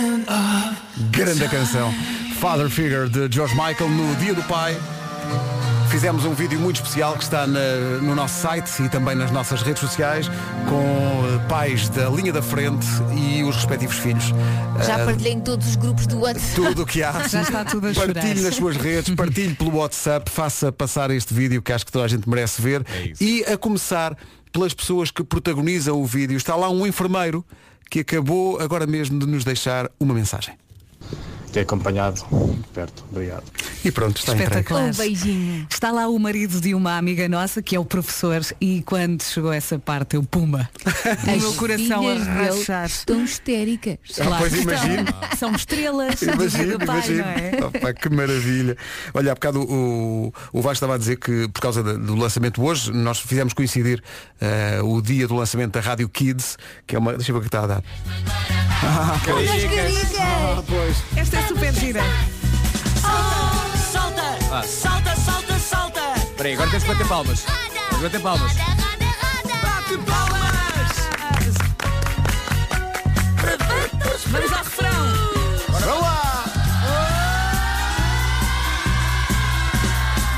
Speaker 2: Grande canção. Father Figure de George Michael no Dia do Pai. Fizemos um vídeo muito especial que está na- no nosso site e também nas nossas redes sociais com eh, pais da linha da frente e os respectivos filhos.
Speaker 6: Já
Speaker 2: Ah,
Speaker 6: partilhei em todos os grupos do WhatsApp.
Speaker 2: tudo o que há.
Speaker 6: Já está tudo a chorar.
Speaker 2: Partilhe nas suas redes, partilhe pelo WhatsApp, faça passar este vídeo que acho que toda a gente merece ver. e a começar pelas pessoas que protagonizam o vídeo. Está lá um enfermeiro que acabou agora mesmo de nos deixar uma mensagem.
Speaker 16: Ter acompanhado perto, obrigado.
Speaker 2: E pronto, está
Speaker 4: Espetacular.
Speaker 2: entregue.
Speaker 4: um beijinho. Está lá o marido de uma amiga nossa, que é o professor, e quando chegou essa parte, eu pumba. o meu coração a
Speaker 6: filhas dele
Speaker 4: rachar.
Speaker 6: Estão histéricas.
Speaker 2: Ah, pois imagino.
Speaker 4: Então, São estrelas do dia
Speaker 2: Imagino,
Speaker 4: do pai,
Speaker 2: imagino.
Speaker 4: não é?
Speaker 2: Opa, que maravilha. Olha, há bocado o, o Vasco estava a dizer que por causa da- do lançamento hoje, nós fizemos coincidir eh, o dia do lançamento da Rádio Kids, que é uma. Deixa eu ver o que está a dar. Ah, pois.
Speaker 4: Esta é super gira.
Speaker 13: Salta,
Speaker 12: Ah.
Speaker 13: salta, salta, salta.
Speaker 12: Espera aí, agora tens de bater palmas. Tens de bater palmas.
Speaker 13: Bate palmas.
Speaker 4: Vamos ao refrão.
Speaker 13: Bora lá.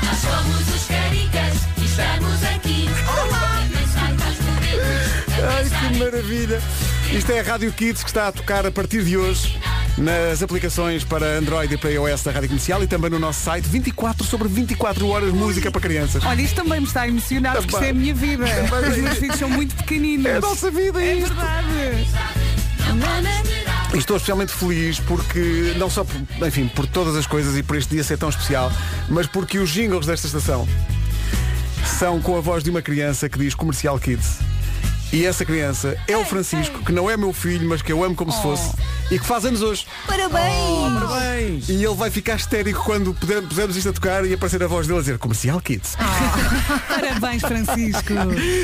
Speaker 13: Nós somos os caricas e estamos aqui. Olá.
Speaker 2: Ai, que maravilha! Isto é a Rádio Kids que está a tocar a partir de hoje nas aplicações para Android e para iOS da Rádio Comercial e também no nosso site 24 sobre 24 horas música para crianças.
Speaker 4: Olha, isto também me está emocionado, porque isto é a minha vida.
Speaker 2: Também.
Speaker 4: Os meus filhos são muito pequeninos.
Speaker 2: É a nossa vida,
Speaker 4: É verdade.
Speaker 2: E estou especialmente feliz porque, não só por, enfim, por todas as coisas e por este dia ser tão especial, mas porque os jingles desta estação são com a voz de uma criança que diz Comercial Kids. E essa criança é o Francisco, que não é meu filho, mas que eu amo
Speaker 12: Oh.
Speaker 2: como se fosse, e que faz anos hoje.
Speaker 13: Parabéns.
Speaker 2: E ele vai ficar histérico quando puder- pusermos isto a tocar e aparecer a voz dele a dizer Comercial Kids.
Speaker 12: Ah,
Speaker 4: Parabéns, Francisco.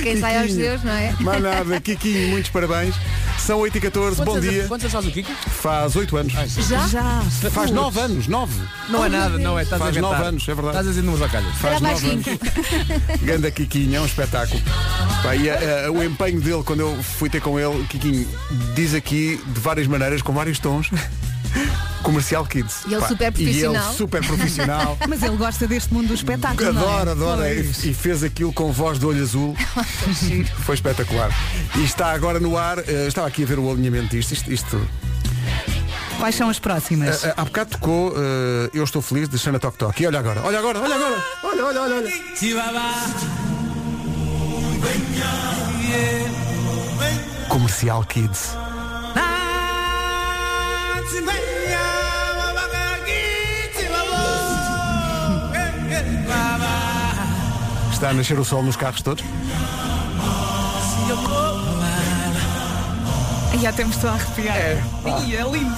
Speaker 6: Quem sai aos
Speaker 2: Kikinho.
Speaker 6: deus, não é?
Speaker 2: Mais nada, Kiki, muitos parabéns. São 8h14, bom
Speaker 12: Quantos-
Speaker 2: dia.
Speaker 12: Quantos anos faz o Kiko?
Speaker 2: Faz 8 anos.
Speaker 6: Já? Já.
Speaker 2: Faz 9 anos, 9.
Speaker 12: Não é nada, não é. Estás
Speaker 2: Faz
Speaker 12: a inventar.
Speaker 2: 9 anos, é verdade.
Speaker 12: Estás a dizer números ao calho.
Speaker 2: Faz
Speaker 6: Era
Speaker 2: 9 anos.
Speaker 6: baixinho.
Speaker 2: Ganda Kikinho, é um espetáculo. Pá, e, eh, o empenho dele, quando eu fui ter com ele, Kikinho diz aqui de várias maneiras, com vários tons. Comercial Kids.
Speaker 4: E ele
Speaker 2: Pá,
Speaker 4: super
Speaker 2: E
Speaker 4: profissional.
Speaker 2: ele super profissional.
Speaker 4: Mas ele gosta deste mundo do espetáculo. não é?
Speaker 2: Adora, adora. E,
Speaker 4: Pois.
Speaker 2: e fez aquilo com voz de olho azul. Foi espetacular. E está agora no ar. eh, estava aqui a ver o alinhamento disto. Isto, isto-
Speaker 4: Quais são as próximas?
Speaker 2: Ah, ah, há bocado tocou eh, Eu Estou Feliz de Xana Tok Tok. E olha agora, olha agora, olha agora. Olha, olha, olha, olha. Comercial Kids. Está a nascer o sol nos carros todos.
Speaker 4: Ai, Já temos estou a arrepiar. Ai, é lindo.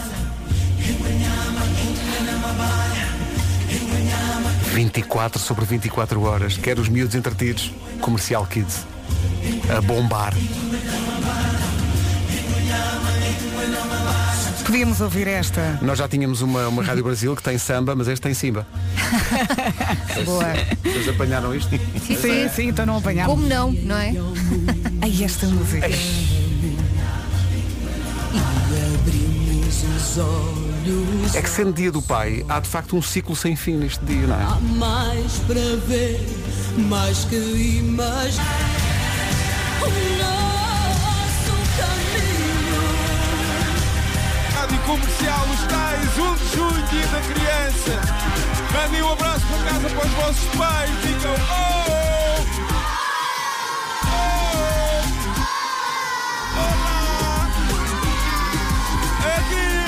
Speaker 2: 24 sobre 24 horas. Quer os miúdos entretidos. Comercial Kids. A bombar.
Speaker 4: Podíamos ouvir esta.
Speaker 2: Nós já tínhamos uma, uma Rádio Brasil que tem samba, mas este tem simba.
Speaker 4: Boa.
Speaker 2: Vocês apanharam isto? é.
Speaker 4: Sim, sim, então não apanhámos.
Speaker 6: Como não, não é?
Speaker 4: Ai, esta música.
Speaker 2: É que sendo dia do pai, há de facto um ciclo sem fim neste dia, não é?
Speaker 13: mais para ver, mais que imaginar. O nosso caminho.
Speaker 16: Rádio Comercial, os tais 1 de junho, dia da criança. Mandem um abraço para casa para os vossos pais. Digam oh! Oh! Olá! Adeus!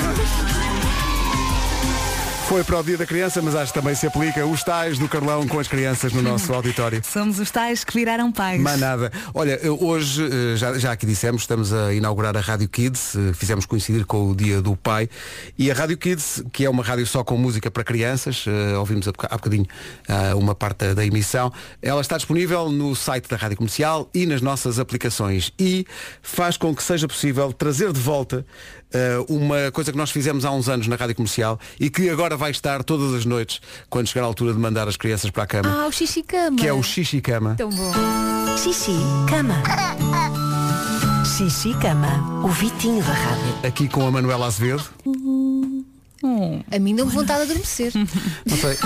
Speaker 2: Foi para o dia da criança, mas acho que também se aplica os tais do Carlão com as crianças no nosso auditório.
Speaker 4: Somos os tais que viraram pais.
Speaker 2: Manada. Olha, eu hoje, eh, já, já aqui dissemos, estamos a inaugurar a Rádio Kids, eh, fizemos coincidir com o Dia do Pai, e a Rádio Kids, que é uma rádio só com música para crianças, eh, ouvimos há boca- há bocadinho ah, uma parte da- da emissão, ela está disponível no site da Rádio Comercial e nas nossas aplicações, e faz com que seja possível trazer de volta eh, uma coisa que nós fizemos há uns anos na Rádio Comercial e que agora vai estar todas as noites, quando chegar a altura de mandar as crianças para a cama,
Speaker 6: Ah, Então- o xixi cama.
Speaker 2: que é o Xixi Cama.
Speaker 6: Tão bom.
Speaker 17: Xixi, cama. Xixi, cama. O Vitinho da Rádio.
Speaker 2: Aqui com a Manuela Azevedo.
Speaker 6: A mim deu vontade de adormecer.
Speaker 2: Não sei.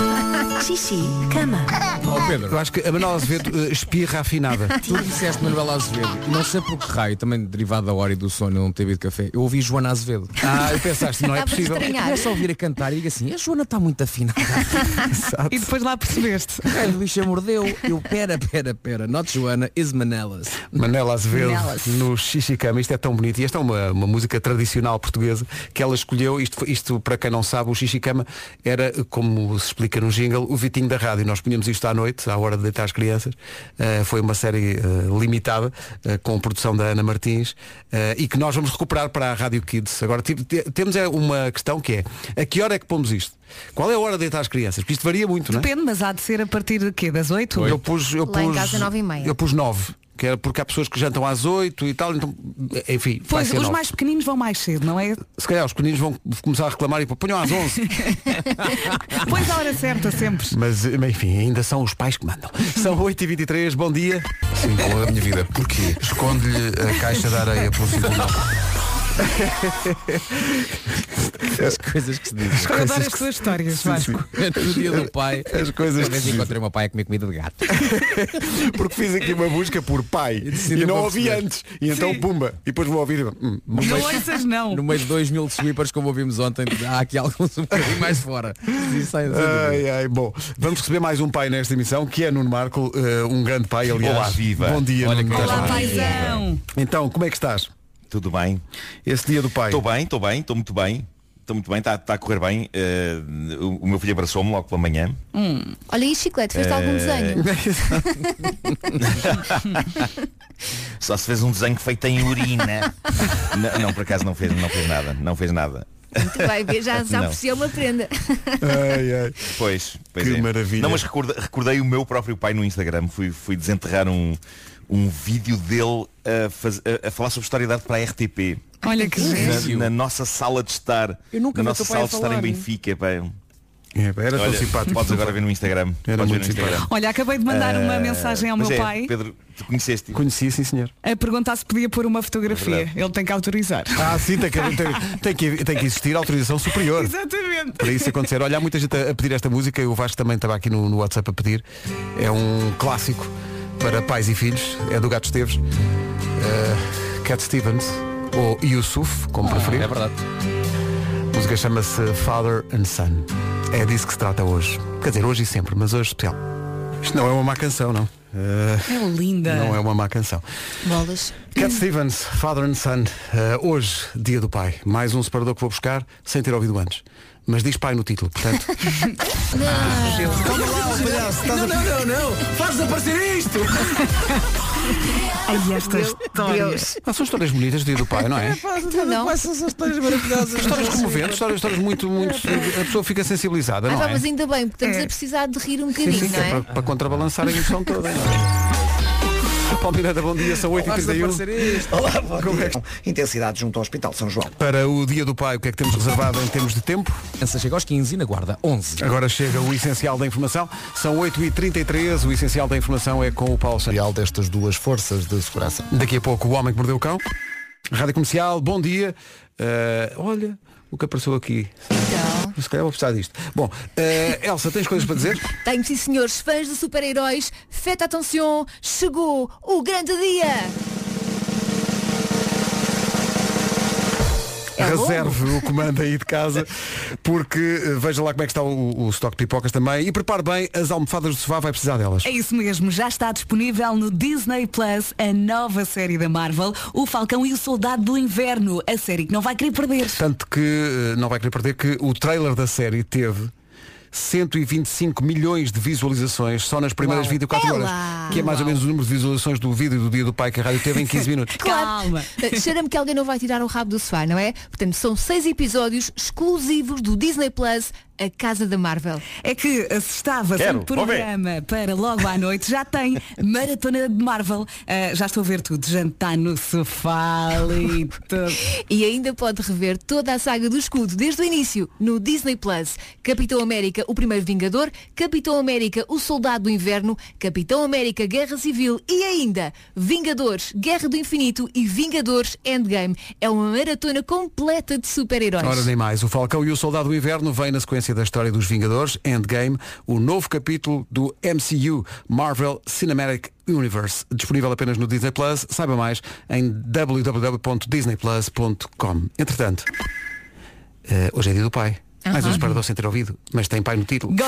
Speaker 17: Xixi, cama.
Speaker 12: Oh, Pedro.
Speaker 2: Eu acho que a Manuela Azevedo eh, espirra afinada.
Speaker 12: Tu disseste Manuela Azevedo, e não sei por que raio, também derivado da hora e do sono, não ter bebido café, eu ouvi Joana Azevedo.
Speaker 2: Ah, e pensaste,
Speaker 4: Tá
Speaker 2: não é Dá para possível. estranhar.
Speaker 12: Começo a ouvir a cantar e digo assim, a Joana está muito afinada.
Speaker 4: E depois lá percebeste.
Speaker 12: o bicho mordeu. Eu, pera, pera, pera, not Joana, is Manelas.
Speaker 2: Manela Azevedo
Speaker 12: Manelas.
Speaker 2: no Xixicama, isto é tão bonito e esta é uma, uma música tradicional portuguesa que ela escolheu, isto, foi- isto para quem não sabe, o Xixi Cama era, como se explica no jingle, o Vitinho da rádio. Nós punhamos isto à noite, à hora de deitar as crianças. Eh, foi uma série eh, limitada, eh, com produção da Ana Martins, eh, e que nós vamos recuperar para a Rádio Kids. Agora, tive- te- temos é uma questão que é, a que hora é que pomos isto? Qual é a hora de deitar as crianças? Porque isto varia muito, não é?
Speaker 4: Depende, mas há de ser a partir de quê? Das 8?
Speaker 2: Eu pus, eu
Speaker 6: Lá em
Speaker 2: pus-
Speaker 6: casa, nove e meia.
Speaker 2: Eu pus 9, que era porque há pessoas que jantam às 8 e tal, então, enfim, vai
Speaker 4: Pois,
Speaker 2: ser
Speaker 4: os
Speaker 2: nove.
Speaker 4: mais pequeninos vão mais cedo, não é?
Speaker 2: Se calhar os pequeninos vão começar a reclamar e pô, ponham às 11.
Speaker 4: Pois a hora certa, sempre.
Speaker 2: Mas, eh, enfim, ainda são os pais que mandam. São 8h23, bom dia.
Speaker 18: Sim, com a minha vida. Porquê? Esconde-lhe a caixa de areia pelo cinturão.
Speaker 12: As coisas que se dizem.
Speaker 4: Eu adoro as tuas histórias, Vasco.
Speaker 12: No dia do pai,
Speaker 2: as coisas
Speaker 12: uma vez encontrei uma pai a comer comida de gato.
Speaker 2: Porque fiz aqui uma busca por pai e,
Speaker 12: deu
Speaker 2: não
Speaker 12: para
Speaker 2: ouvi
Speaker 12: perceber.
Speaker 2: antes. E então,
Speaker 12: Sim.
Speaker 2: pumba. E depois vou ouvir. Hum, mas-
Speaker 12: Não
Speaker 4: ouças, não.
Speaker 12: No meio de 2 mil sweepers, como ouvimos ontem, há aqui alguns um bocadinho mais fora. Isso aí, sem dúvida.
Speaker 2: Ai, ai, bom, vamos receber mais um pai nesta emissão, que é Nuno Marco, eh, um grande pai, aliás.
Speaker 15: Olá, viva.
Speaker 2: Bom dia,
Speaker 15: Olha
Speaker 2: Nuno
Speaker 15: que
Speaker 2: Marco.
Speaker 15: Olá, paizão.
Speaker 2: Então, como é que estás?
Speaker 15: Tudo bem?
Speaker 2: Esse dia do pai.
Speaker 15: Estou bem, estou bem, estou muito bem. Estou muito bem, está a correr bem. Eh, o, o meu filho abraçou-me logo pela manhã.
Speaker 6: Olha aí, chiclete, fez algum
Speaker 15: Eh,
Speaker 6: desenho.
Speaker 15: Só se fez um desenho feito em urina. não, não, por acaso não fez, não fez nada. Não fez nada.
Speaker 6: Tu vai ver, já, já
Speaker 15: Não.
Speaker 6: ofereceu é uma prenda.
Speaker 15: Pois, pois
Speaker 2: Que
Speaker 15: é.
Speaker 2: maravilha.
Speaker 15: Não, mas recorda- recordei, o meu próprio pai no Instagram. Fui, fui desenterrar um, um vídeo dele a, faz- a- a falar sobre história de arte para a RTP.
Speaker 4: Olha que
Speaker 15: Na, na nossa sala de estar.
Speaker 4: Eu nunca vi
Speaker 15: na
Speaker 4: o
Speaker 15: nossa
Speaker 4: teu pai
Speaker 15: sala
Speaker 4: a
Speaker 15: de estar em
Speaker 4: falar.
Speaker 15: Benfica. pá.
Speaker 2: É, era tão
Speaker 15: Olha,
Speaker 2: simpático.
Speaker 15: Podes agora ver no Instagram. Podes ver
Speaker 2: Era muito
Speaker 15: no Instagram.
Speaker 2: simpático.
Speaker 4: Olha, acabei de mandar uma
Speaker 2: Eh,
Speaker 15: Ah,
Speaker 4: mensagem ao
Speaker 15: mas
Speaker 4: meu
Speaker 15: é,
Speaker 4: pai.
Speaker 15: Pedro, tu conheceste?
Speaker 2: Conheci, sim, senhor.
Speaker 4: A perguntar se podia pôr uma fotografia.
Speaker 2: Verdade.
Speaker 4: Ele tem que autorizar.
Speaker 2: Ah, sim, tem que, tem, tem que, tem que existir autorização superior.
Speaker 4: Exatamente.
Speaker 2: Para isso acontecer. Olha, há muita gente a, a pedir esta música, e o Vasco também estava aqui no, no WhatsApp a pedir. É um clássico para pais e filhos, é do Gato Esteves. Eh, Cat Stevens, ou Yusuf, como preferir. É
Speaker 12: verdade.
Speaker 2: A música chama-se Father and Son. É disso que se trata hoje. Quer dizer, hoje e sempre, mas hoje especial. Isto não é uma má canção, não. Eh,
Speaker 4: É linda.
Speaker 2: não é uma má canção.
Speaker 6: Bolas.
Speaker 2: Cat Stevens, Father and Son, Eh, hoje, dia do pai. Mais um separador que vou buscar sem ter ouvido antes. Mas diz pai no título, portanto.
Speaker 13: Não, não, não, não. Faz desaparecer isto.
Speaker 4: Ai, esta história.
Speaker 2: Ah, são histórias bonitas do dia do pai, não é?
Speaker 6: Então Não.
Speaker 13: histórias
Speaker 2: histórias comoventes, histórias, histórias muito, muito. A pessoa fica sensibilizada,
Speaker 6: Ah,
Speaker 2: não
Speaker 6: vá,
Speaker 2: é?
Speaker 6: mas ainda bem, porque estamos a precisar de rir um bocadinho,
Speaker 2: Sim, sim,
Speaker 6: não
Speaker 2: que é
Speaker 6: é?
Speaker 2: para, para contrabalançar a emoção toda. não é? Paulo Miranda, bom dia, são 8h31.
Speaker 3: Olá, bom dia. Intensidade junto ao Hospital São João.
Speaker 2: Para o Dia do Pai, o que é que temos reservado em termos de tempo?
Speaker 12: Essa chega aos 15 e na guarda 11.
Speaker 2: Agora chega o essencial da informação. São 8h33, o essencial da informação é com o Paulo Santos.
Speaker 1: Real destas duas forças de segurança.
Speaker 2: Daqui a pouco o Homem que Mordeu o Cão. Rádio Comercial, bom dia. Eh, olha o que apareceu aqui. Então. Se calhar vou precisar disto. Bom, eh, Elsa, tens coisas para dizer?
Speaker 6: Tenho sim senhores, fãs de super-heróis, fete atenção, chegou o grande dia!
Speaker 2: Reserve o comando aí de casa, porque eh, veja lá como é que está o, o estoque de pipocas também. E prepare bem, as almofadas do sofá vai precisar delas.
Speaker 4: É isso mesmo, já está disponível no Disney Plus a nova série da Marvel, O Falcão e o Soldado do Inverno, a série que não vai querer perder.
Speaker 2: Tanto que eh, não vai querer perder que o trailer da série teve 125 milhões de visualizações só nas primeiras
Speaker 4: Uau.
Speaker 2: 24 horas,
Speaker 6: Ela!
Speaker 2: que é mais ou menos o número de visualizações do vídeo do dia do pai que a rádio teve em 15 minutos.
Speaker 6: Calma! Eh, Cheira-me que alguém não vai tirar o rabo do sofá, não é? Portanto, são seis episódios exclusivos do Disney Plus, a Casa da Marvel.
Speaker 4: É que assestava sem
Speaker 6: Quero, vou ver.
Speaker 4: programa para logo à noite, já tem Maratona de Marvel. Ah, já estou a ver tudo, jantar no sofá ali.
Speaker 6: E ainda pode rever toda a saga do escudo desde o início no Disney Plus. Capitão América, o primeiro Vingador, Capitão América, o Soldado do Inverno, Capitão América, Guerra Civil e ainda Vingadores, Guerra do Infinito e Vingadores Endgame. É uma maratona completa de
Speaker 2: Ora
Speaker 6: super-heróis.
Speaker 2: nem mais, o Falcão e o Soldado do Inverno vem na sequência da história dos Vingadores, Endgame, o novo capítulo do MCU, Marvel Cinematic Universe, disponível apenas no Disney Plus, saiba mais em www.disneyplus.com. Entretanto, eh, hoje é dia do pai. Mais um
Speaker 6: Aham.
Speaker 2: separador sem ter ouvido, mas tem pai no título.
Speaker 4: Go!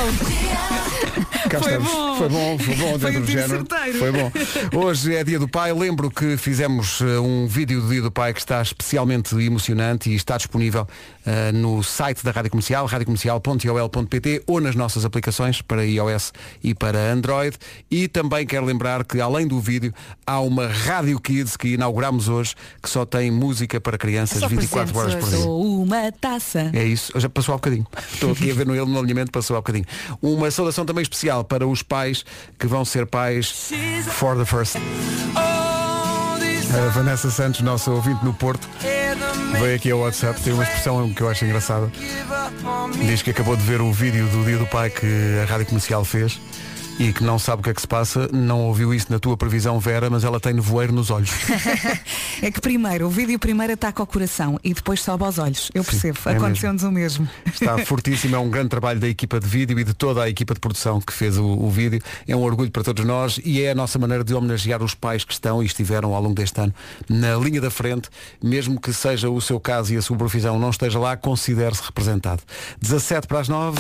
Speaker 2: Cá
Speaker 4: Foi
Speaker 2: estamos.
Speaker 4: bom.
Speaker 2: Foi bom, foi bom
Speaker 4: Foi
Speaker 2: dentro
Speaker 4: um
Speaker 2: do
Speaker 4: tiro
Speaker 2: género.
Speaker 4: certeiro.
Speaker 2: Foi bom. Hoje é dia do pai. Lembro que fizemos eh, um vídeo do dia do pai que está especialmente emocionante e está disponível eh, no site da Rádio Comercial, radiocomercial.iol.pt ou nas nossas aplicações para iOS e para Android. E também quero lembrar que além do vídeo há uma Rádio Kids que inauguramos hoje que só tem música para crianças 24 horas por dia.
Speaker 4: Sou uma taça.
Speaker 2: É isso, já passou há bocadinho. Estou aqui a ver no ele no alinhamento, passou há bocadinho. Uma saudação também especial para os pais que vão ser pais for the first. A Vanessa Santos, nossa ouvinte no Porto, veio aqui ao WhatsApp, tem uma expressão que eu acho engraçada. Diz que acabou de ver o vídeo do Dia do Pai que a Rádio Comercial fez e que não sabe o que é que se passa, não ouviu isso na tua previsão, Vera, mas ela tem nevoeiro nos olhos.
Speaker 4: É que primeiro, o vídeo primeiro ataca o coração e depois sobe aos olhos. Eu percebo.
Speaker 2: é
Speaker 4: Aconteceu-nos o mesmo.
Speaker 2: Está fortíssimo, é um grande trabalho da equipa de vídeo e de toda a equipa de produção que fez o, o vídeo. É um orgulho para todos nós e é a nossa maneira de homenagear os pais que estão e estiveram ao longo deste ano na linha da frente, mesmo que seja o seu caso e a sua profissão não esteja lá, considere-se representado. 17 para as 9.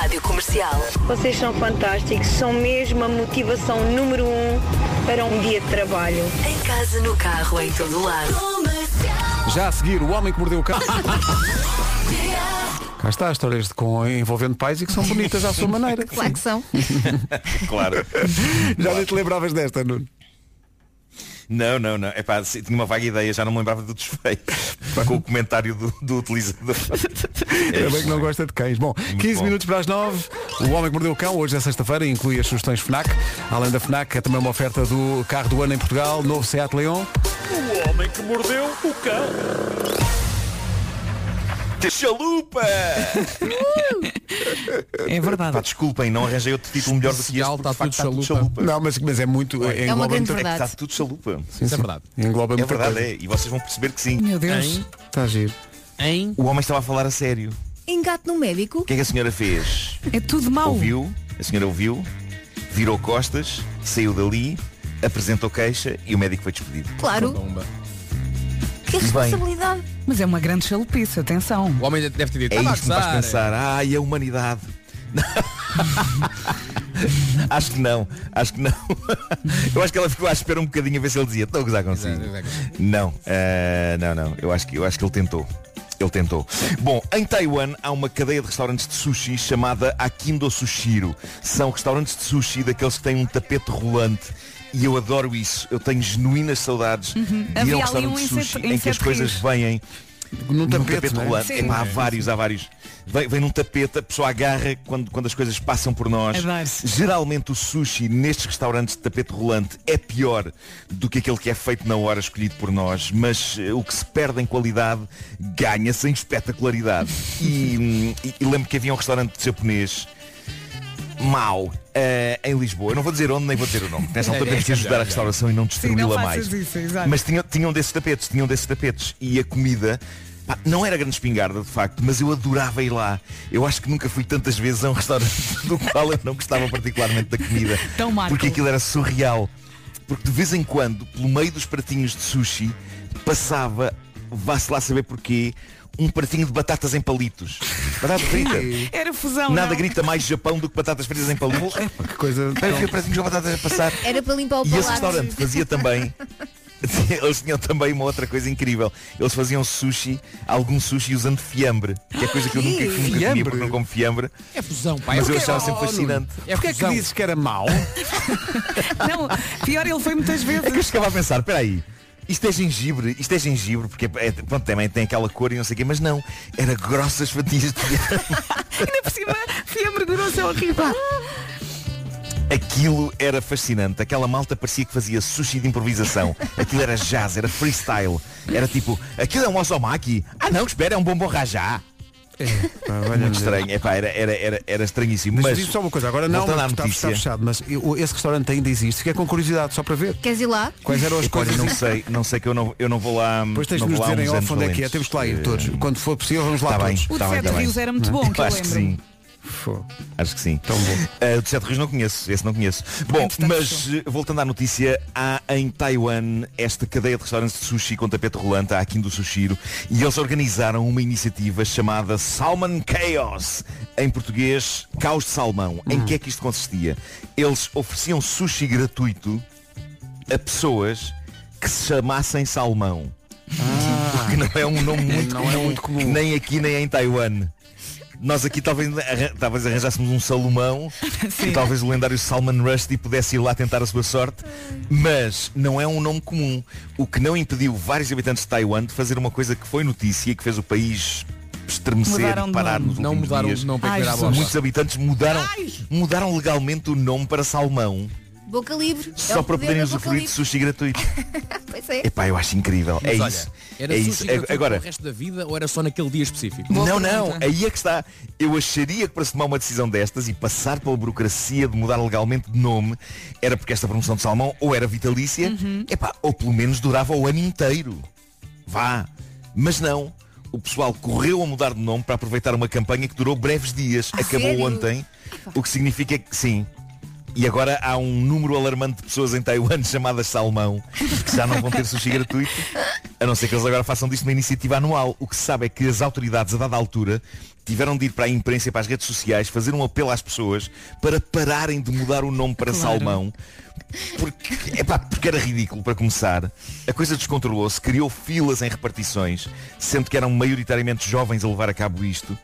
Speaker 17: Rádio Comercial.
Speaker 19: Vocês são fantásticos, são mesmo a motivação número um para um dia de trabalho.
Speaker 17: Em casa, no carro, em todo lado.
Speaker 2: Já a seguir, o homem que mordeu o carro. Cá está, histórias de, com, envolvendo pais e que são bonitas à sua maneira.
Speaker 6: Claro que são.
Speaker 15: claro.
Speaker 2: Já nem te lembravas desta, Nuno?
Speaker 15: Não, não, não. Epá, se- tinha uma vaga ideia, já não me lembrava do desfecho. Com o comentário do, do utilizador.
Speaker 2: É bem que não gosta de cães. Bom, 15
Speaker 15: bom.
Speaker 2: minutos para as 9. O Homem que Mordeu o Cão, hoje é sexta-feira, inclui as sugestões FNAC. Além da FNAC, é também uma oferta do carro do ano em Portugal, novo Seat Leon.
Speaker 16: O homem que mordeu o cão.
Speaker 15: Chalupa!
Speaker 4: É verdade.
Speaker 15: desculpem, não arranjei outro título melhor do que este. porque,
Speaker 2: tá
Speaker 15: de facto, Está tudo chalupa.
Speaker 2: Não, mas, mas é muito. É, engloba muita-
Speaker 15: É que Está tudo chalupa.
Speaker 2: Isso é verdade. Engloba
Speaker 15: É
Speaker 2: muita
Speaker 15: verdade,
Speaker 2: coisa.
Speaker 15: é. E vocês vão perceber que sim.
Speaker 6: Meu Deus. Em-
Speaker 2: Está a giro.
Speaker 15: Hein? O homem estava a falar a sério.
Speaker 6: Engato no médico.
Speaker 15: O que é que a senhora fez?
Speaker 4: É tudo mau.
Speaker 15: Ouviu, a senhora ouviu, virou costas, saiu dali, apresentou queixa e o médico foi despedido.
Speaker 6: Claro. Que responsabilidade.
Speaker 4: Mas é uma grande chalupice, atenção.
Speaker 12: O homem deve
Speaker 2: Tá
Speaker 12: ter dito.
Speaker 15: É isto que me faz pensar. Ai, a humanidade. acho que não, acho que não. eu acho que ela ficou à espera um bocadinho a ver se ele dizia, estou a gozar consigo. Não, eh, não, não. Eu acho, que, eu acho que ele tentou. Ele tentou. Bom, em Taiwan há uma cadeia de restaurantes de sushi chamada Akindo Sushiro. São restaurantes de sushi daqueles que têm um tapete rolante. E eu adoro isso. Eu tenho genuínas saudades
Speaker 4: Uhum.
Speaker 15: de ir a
Speaker 4: Havia
Speaker 15: um
Speaker 4: ali
Speaker 15: restaurante
Speaker 4: um
Speaker 15: de
Speaker 4: em
Speaker 15: sushi
Speaker 4: Sete- em
Speaker 15: em que as
Speaker 4: Sete
Speaker 15: coisas
Speaker 4: Rios.
Speaker 15: vêm
Speaker 2: num
Speaker 4: tapete,
Speaker 15: tapete
Speaker 4: não é?
Speaker 15: rolante.
Speaker 4: Sim.
Speaker 15: Epá, há vários, há vários. Vem, vem num tapete, a pessoa agarra quando, quando as coisas passam por nós. Geralmente o sushi nestes restaurantes de tapete rolante é pior do que aquele que é feito na hora escolhido por nós, mas eh, o que se perde em qualidade ganha-se em espetacularidade. E, hum, e- e lembro que havia um restaurante japonês mau eh, em Lisboa. Eu não vou dizer onde, nem vou dizer o nome. Nessa altura
Speaker 16: É,
Speaker 15: temos que
Speaker 16: é
Speaker 15: ajudar
Speaker 16: melhor,
Speaker 15: a restauração e não destruí-la mais. Mas tinham, tinham desses tapetes, tinham desses tapetes. E a comida, pá, não era grande espingarda, de facto, mas eu adorava ir lá. Eu acho que nunca fui tantas vezes a um restaurante do qual eu não gostava particularmente da comida.
Speaker 4: Tão Marco.
Speaker 15: Porque aquilo era surreal. Porque de vez em quando, pelo meio dos pratinhos de sushi, passava, vá-se lá saber porquê, um pratinho de batatas em palitos. Batata frita.
Speaker 4: Era fusão.
Speaker 15: Nada
Speaker 4: não?
Speaker 15: grita mais Japão do que batatas fritas em palitos.
Speaker 2: Que coisa.
Speaker 15: Bem, fui pratinhos de batatas a
Speaker 4: É
Speaker 15: passar.
Speaker 6: Era para limpar o
Speaker 15: E
Speaker 6: palato.
Speaker 15: esse restaurante fazia também. Eles tinham também uma outra coisa incrível. Eles faziam sushi, algum sushi usando fiambre, que é coisa que eu nunca, nunca comia porque não como fiambre.
Speaker 12: É fusão,
Speaker 15: pai. Mas eu achava sempre fascinante.
Speaker 12: É
Speaker 2: Porquê é que
Speaker 12: fusão.
Speaker 2: dizes que era mau?
Speaker 4: Não, pior ele foi muitas vezes.
Speaker 15: É que eu chegava a pensar, espera aí, isto é gengibre, isto é gengibre, porque é, pronto, também tem aquela cor e não sei o quê, mas não, era grossas fatias de fiambre.
Speaker 4: Ainda por cima, fiambre grosso é horrível.
Speaker 15: Aquilo era fascinante. Aquela malta parecia que fazia sushi de improvisação. Aquilo era jazz, era freestyle. Era tipo, aquilo é um osomaki. Ah não, espera, é um bombom rajá. Muito estranho. Epá, era, era, era, era estranhíssimo.
Speaker 2: Mas,
Speaker 15: Mas,
Speaker 2: diz só uma coisa, agora não,
Speaker 15: voltando à
Speaker 2: mas está, está
Speaker 15: notícia.
Speaker 2: fechado, mas eu- esse restaurante ainda existe, fiquei com curiosidade, só para ver.
Speaker 6: Queres ir lá?
Speaker 2: Quais eram as
Speaker 15: Epá, olha,
Speaker 2: coisas-
Speaker 15: Não sei, não sei que eu não, eu não vou lá.
Speaker 2: Depois tens
Speaker 15: não
Speaker 2: de nos
Speaker 15: vou lá há
Speaker 2: dizerem
Speaker 15: uns
Speaker 2: off
Speaker 15: anos
Speaker 2: onde é que é,
Speaker 15: valentes.
Speaker 2: temos que lá ir
Speaker 15: Eh,
Speaker 2: todos. Quando for possível vamos lá
Speaker 15: Tá bem,
Speaker 2: todos.
Speaker 15: tá bem, tá bem. Eu acho que sim. Acho que sim.
Speaker 2: Tão bom.
Speaker 15: Ah, o de Sete Rios não conheço, esse não conheço. Bom, mas eh, voltando à notícia, há em Taiwan esta cadeia de restaurantes de sushi com tapete rolante, a Akin do Sushiro, e eles organizaram uma iniciativa chamada Salmon Chaos, em português, caos de salmão. Em que é que isto consistia? Eles ofereciam sushi gratuito a pessoas que se chamassem salmão. Porque não é um nome muito, comum, nem aqui nem em Taiwan. Nós aqui talvez, arran- talvez arranjássemos um Salomão e talvez o lendário Salman Rushdie pudesse ir lá tentar a sua sorte, mas não é um nome comum, o que não impediu vários habitantes de Taiwan de fazer uma coisa que foi notícia e que fez o país estremecer
Speaker 12: Mudaram
Speaker 15: e
Speaker 12: de
Speaker 15: parar
Speaker 12: nome.
Speaker 15: nos
Speaker 12: Não
Speaker 15: últimos
Speaker 12: mudaram
Speaker 15: dias.
Speaker 12: de nome para Ai, equilibrar a
Speaker 15: Muitos
Speaker 12: bosta.
Speaker 15: habitantes mudaram, mudaram legalmente o nome para Salmão
Speaker 6: Boca livre. é
Speaker 12: um
Speaker 15: só
Speaker 6: o
Speaker 15: para
Speaker 6: poder
Speaker 15: poderem
Speaker 6: da boca
Speaker 15: usufruir de
Speaker 6: livre.
Speaker 15: sushi gratuito.
Speaker 6: Pois é.
Speaker 15: Epá, eu acho incrível.
Speaker 12: Mas
Speaker 15: é
Speaker 12: olha,
Speaker 15: isso.
Speaker 12: Era
Speaker 15: é
Speaker 12: sushi
Speaker 15: isso.
Speaker 12: gratuito
Speaker 15: Agora,
Speaker 12: para o resto da vida ou era só naquele dia específico?
Speaker 15: não, não, aí é que está. Eu acharia que para se tomar uma decisão destas e passar pela burocracia de mudar legalmente de nome, era porque esta promoção de salmão ou era vitalícia, epá, ou pelo menos durava o ano inteiro. Vá. Mas não. O pessoal correu a mudar de nome para aproveitar uma campanha que durou breves dias. Acabou
Speaker 6: sério?
Speaker 15: ontem. O que significa que sim. E agora há um número alarmante de pessoas em Taiwan chamadas Salmão que já não vão ter sushi gratuito, a não ser que eles agora façam disto uma iniciativa anual. O que se sabe é que as autoridades, a dada altura, tiveram de ir para a imprensa e para as redes sociais fazer um apelo às pessoas para pararem de mudar o nome para
Speaker 20: Claro.
Speaker 15: Salmão. Porque, epá, porque era ridículo para começar. A coisa descontrolou-se, criou filas em repartições, sendo que eram maioritariamente jovens a levar a cabo isto.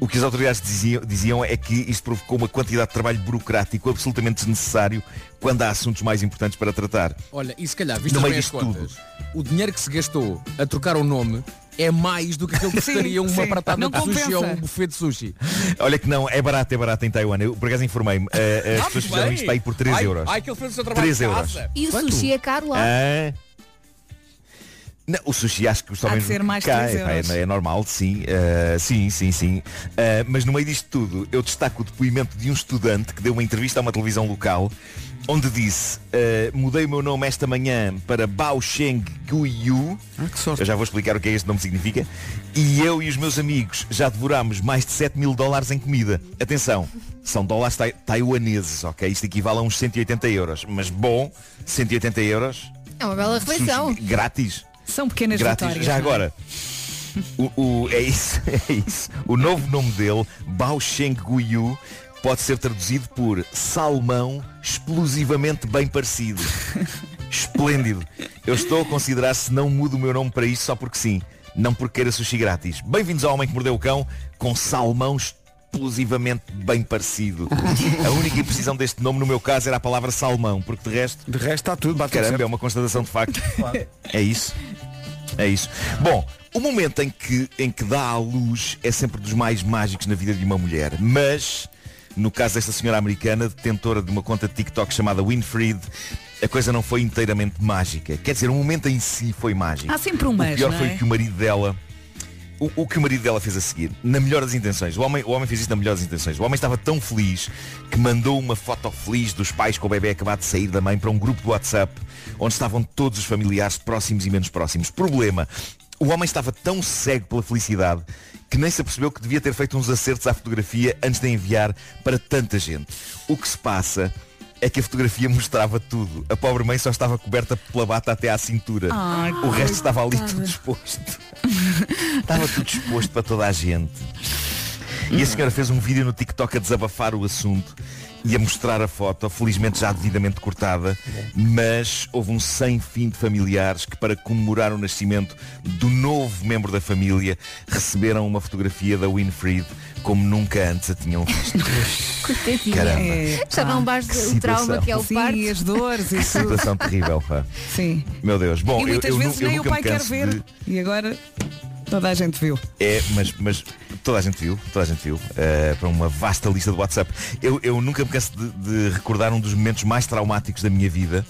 Speaker 15: O que as autoridades diziam, diziam é que isto provocou uma quantidade de trabalho burocrático absolutamente desnecessário quando há assuntos mais importantes para tratar.
Speaker 12: Olha, e se calhar, visto
Speaker 15: No meio
Speaker 12: bem as
Speaker 15: disto
Speaker 12: contas, o dinheiro que se gastou a trocar o nome é mais do que aquilo que
Speaker 15: Sim,
Speaker 12: estaria uma
Speaker 15: sim.
Speaker 12: pratada
Speaker 15: Não
Speaker 12: de sushi
Speaker 15: compensa.
Speaker 12: ou um buffet de sushi.
Speaker 15: Olha que não, é barato, é barato em Taiwan. Eu por acaso informei-me. eh, eh, as
Speaker 12: Ah,
Speaker 15: pessoas
Speaker 12: bem.
Speaker 15: fizeram isto para aí por 3
Speaker 12: Ai,
Speaker 15: euros.
Speaker 12: ai, que ele fez o seu trabalho
Speaker 15: 3
Speaker 12: de
Speaker 15: euros.
Speaker 12: casa.
Speaker 6: E o
Speaker 15: Quanto?
Speaker 6: sushi é caro lá.
Speaker 15: Ah. Não, o sushi acho que custa
Speaker 6: Há de
Speaker 15: mesmo
Speaker 6: ser
Speaker 15: que
Speaker 6: mais
Speaker 15: cá,
Speaker 6: 3
Speaker 15: epá,
Speaker 6: euros.
Speaker 15: é, é normal, sim, ah, sim, sim, sim. Ah, mas no meio disto tudo, eu destaco o depoimento de um estudante que deu uma entrevista a uma televisão local, onde disse, ah, mudei o meu nome esta manhã para Bao Sheng Guiyu. eu já vou explicar o que é este nome significa. E eu e os meus amigos já devorámos mais de 7 mil dólares em comida. Atenção, são dólares tai- taiwaneses, ok? Isto equivale a uns 180 euros. Mas bom, 180 euros
Speaker 6: É uma bela refeição.
Speaker 15: Sushi Grátis.
Speaker 4: São pequenas
Speaker 15: grátis.
Speaker 4: vitórias.
Speaker 15: Já
Speaker 4: não é?
Speaker 15: agora. O, o- é isso, é isso. O novo nome dele, Bao Sheng Guiyu, pode ser traduzido por salmão explosivamente bem parecido. Esplêndido. Eu estou a considerar se não mudo o meu nome para isso só porque sim. Não porque queira sushi grátis. Bem-vindos ao Homem que Mordeu o Cão com salmão explosivamente bem parecido. A única imprecisão deste nome no meu caso era a palavra salmão, porque de resto...
Speaker 2: De resto está tudo, bate
Speaker 15: Caramba,
Speaker 2: certo.
Speaker 15: é uma constatação de facto. É isso. É isso. Bom, o momento em que, em que dá à luz é sempre dos mais mágicos na vida de uma mulher. Mas, no caso desta senhora americana, detentora de uma conta de TikTok chamada Winfried, a coisa não foi inteiramente mágica. Quer dizer, o momento em si foi mágico.
Speaker 4: Há sempre um mas,
Speaker 15: O pior
Speaker 4: não
Speaker 15: foi
Speaker 4: é?
Speaker 15: que o marido dela... O, o que o marido dela fez a seguir, na melhor das intenções, o homem, o homem fez isso na melhor das intenções. O homem estava tão feliz que mandou uma foto feliz dos pais com o bebê acabado de sair da mãe para um grupo do WhatsApp onde estavam todos os familiares próximos e menos próximos. Problema, o homem estava tão cego pela felicidade que nem se apercebeu que devia ter feito uns acertos à fotografia antes de a enviar para tanta gente. O que se passa é que a fotografia mostrava tudo. A pobre mãe só estava coberta pela bata até à cintura.
Speaker 4: Ai,
Speaker 15: o resto estava ali
Speaker 4: coitada.
Speaker 15: tudo exposto. Estava tudo exposto para toda a gente. E a senhora fez um vídeo no TikTok a desabafar o assunto e a mostrar a foto, felizmente já devidamente cortada, mas houve um sem fim de familiares que para comemorar o nascimento do novo membro da família receberam uma fotografia da Winfried como nunca antes a tinham visto.
Speaker 6: Coitadinha.
Speaker 15: Caramba.
Speaker 6: Já não basta
Speaker 15: Que
Speaker 6: o trauma
Speaker 15: situação.
Speaker 6: que é o
Speaker 4: Sim,
Speaker 6: parto.
Speaker 4: É. e as dores e
Speaker 15: Que
Speaker 4: tudo.
Speaker 15: situação terrível, pá.
Speaker 4: Sim.
Speaker 15: Meu Deus. Bom,
Speaker 4: e
Speaker 15: eu-
Speaker 4: muitas
Speaker 15: eu, nu-
Speaker 4: vezes
Speaker 15: eu
Speaker 4: nem o
Speaker 15: nunca me
Speaker 4: pai quer
Speaker 15: canso
Speaker 4: ver.
Speaker 15: de-
Speaker 4: E agora toda a gente viu.
Speaker 15: É, mas, mas toda a gente viu, toda a gente viu, eh, para uma vasta lista do WhatsApp. Eu, eu nunca me canso de, de recordar um dos momentos mais traumáticos da minha vida.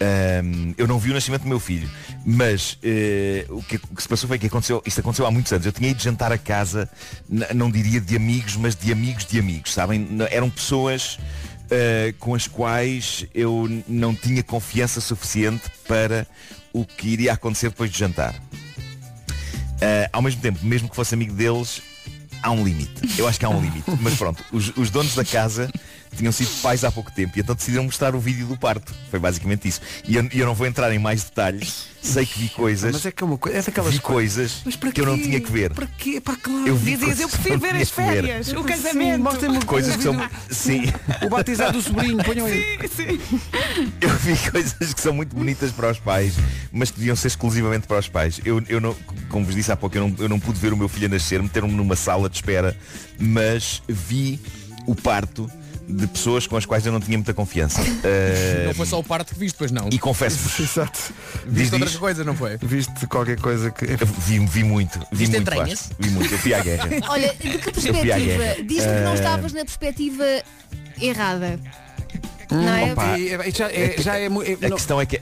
Speaker 15: Ahm, eu não vi o nascimento do meu filho, mas eh, o, que, o que se passou foi que aconteceu, isto aconteceu há muitos anos. Eu tinha ido jantar a casa, n- não diria de amigos, mas de amigos de amigos, sabem? N- Eram pessoas eh, com as quais eu n- não tinha confiança suficiente para o que Eh, iria acontecer depois de jantar. Ah, ao mesmo tempo, mesmo que fosse amigo deles, há um limite. Eu acho que há um limite. Mas pronto, os, os donos da casa tinham sido pais há pouco tempo e então decidiram mostrar o vídeo do parto. Foi basicamente isso. E eu, e eu não vou entrar em mais detalhes. Sei que vi coisas.
Speaker 2: Mas é que é uma coisa. É daquelas
Speaker 15: vi coisas
Speaker 2: Mas para
Speaker 15: que eu não
Speaker 2: quê?
Speaker 15: tinha É que ver.
Speaker 2: Para quê? Para claro.
Speaker 15: Eu vi
Speaker 4: Dizias, eu
Speaker 15: coisas
Speaker 4: prefiro
Speaker 15: que
Speaker 4: ver
Speaker 15: não
Speaker 4: as
Speaker 15: tinha que ver.
Speaker 4: férias, o casamento.
Speaker 2: Sim, mostrem-me
Speaker 15: Coisas que são. Sim.
Speaker 2: O batizado do sobrinho, ponham aí.
Speaker 15: Eu vi coisas que são muito bonitas para os pais, mas que deviam ser exclusivamente para os pais. Eu, eu não, como vos disse há pouco, eu não, eu não pude ver o meu filho a nascer, meteram-me numa sala de espera, mas vi o parto de pessoas com as quais eu não tinha muita confiança. Ah,
Speaker 12: Não foi só o parte que viste, pois não.
Speaker 15: E confesso-vos.
Speaker 2: Exato.
Speaker 15: Diz,
Speaker 12: Viste outras
Speaker 15: diz.
Speaker 12: coisas, não foi?
Speaker 2: Viste qualquer coisa que.
Speaker 15: Vi, vi muito. Vi
Speaker 12: Viste
Speaker 15: muito,
Speaker 12: entranhas?
Speaker 15: Vasco, Vi muito. Eu fui à guerra.
Speaker 6: Olha, de que
Speaker 15: Eu fui à guerra.
Speaker 6: perspectiva? Diz-me que não
Speaker 15: Ah,
Speaker 6: estavas na perspectiva errada. não é?
Speaker 15: opa,
Speaker 2: E, e já é, já é, mu- é-
Speaker 15: A
Speaker 2: não-
Speaker 15: questão é que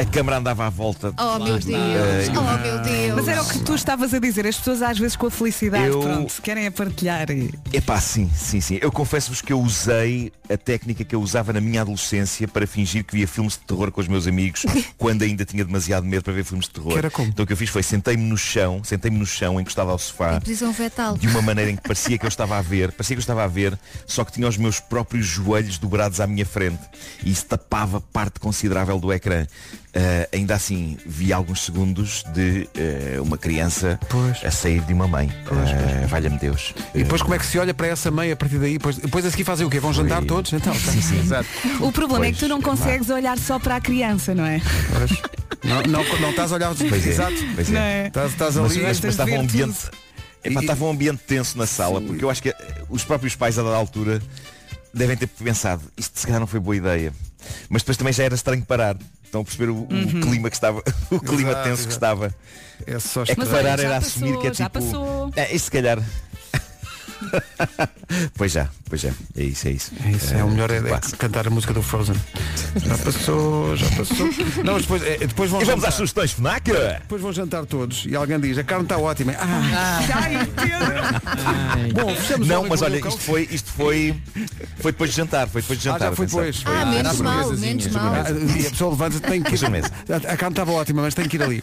Speaker 15: a câmara andava à volta.
Speaker 6: Oh, meu Deus.
Speaker 15: Ah, eu-
Speaker 6: Oh, meu Deus.
Speaker 4: Mas era o que tu estavas a dizer, as pessoas às vezes com a felicidade,
Speaker 15: Eu-
Speaker 4: pronto, se querem a partilhar. E...
Speaker 15: Epá, sim, sim, sim. Eu confesso-vos que eu usei a técnica que eu usava na minha adolescência para fingir que via filmes de terror com os meus amigos quando ainda tinha demasiado medo para ver filmes de terror.
Speaker 2: Que era como?
Speaker 15: Então o que eu fiz foi sentei-me no chão, sentei-me no chão, encostado ao sofá,
Speaker 6: Posição fetal.
Speaker 15: de uma maneira em que parecia que eu estava a ver, parecia que eu estava a ver, só que tinha os meus próprios joelhos dobrados à minha frente e isso tapava parte considerável do ecrã. Ah, ainda assim, vi alguns segundos de ah, uma criança a sair de uma mãe. Ah, Valha-me Deus. Eh,
Speaker 2: E depois como é que se olha para essa meia a partir daí? Depois, depois a seguir fazem o quê? Vão jantar todos? Então, tá. Exato.
Speaker 4: O problema é que tu
Speaker 15: Pois,
Speaker 4: não
Speaker 15: é má.
Speaker 4: consegues olhar só para a criança, não é?
Speaker 2: Pois. Não, não, não estás a olhar os
Speaker 15: Pois é,
Speaker 2: Exato.
Speaker 15: pois
Speaker 4: Não
Speaker 15: é.
Speaker 4: é?
Speaker 2: Estás, estás
Speaker 15: Mas,
Speaker 2: ali.
Speaker 15: mas, mas estava um
Speaker 2: Ver tudo.
Speaker 15: ambiente. Epá, estava um ambiente tenso na sala, porque eu acho que eh, os próprios pais a dada altura devem ter pensado, isto se calhar não foi boa ideia. Mas depois também já era estranho parar. Estão a perceber o, o
Speaker 4: Uhum.
Speaker 15: clima que estava, o clima
Speaker 2: Exato,
Speaker 15: tenso
Speaker 2: exato.
Speaker 15: que estava.
Speaker 2: É só
Speaker 15: É que
Speaker 2: estranho.
Speaker 15: parar
Speaker 4: olha, já
Speaker 15: era
Speaker 4: passou,
Speaker 15: assumir que é
Speaker 4: já
Speaker 15: tipo.
Speaker 4: passou.
Speaker 15: É, isso se calhar. pois já, pois já. É isso, é isso. Eh,
Speaker 2: É isso, é o melhor é, é
Speaker 15: Pá.
Speaker 2: cantar a música do Frozen. Já passou, já passou. Não, mas depois, é, depois vão
Speaker 15: E vamos
Speaker 2: jantar.
Speaker 15: às sugestões FNAC?
Speaker 2: Depois vão jantar todos e alguém diz, a carne está ótima. Ah, bom, fechamos o
Speaker 15: Não,
Speaker 2: Homem
Speaker 15: mas
Speaker 2: que
Speaker 15: olha,
Speaker 2: Mordeu o
Speaker 15: isto foi, isto foi. Foi depois de jantar, foi depois de
Speaker 2: Cão. Ah,
Speaker 15: jantar.
Speaker 2: já foi
Speaker 15: atenção.
Speaker 2: depois.
Speaker 6: Ah,
Speaker 2: Foi.
Speaker 6: menos mal, menos mal.
Speaker 2: Ah, e a pessoa levanta tem que ir.
Speaker 15: Sobremesa.
Speaker 2: A a carne estava ótima, mas tem que ir ali.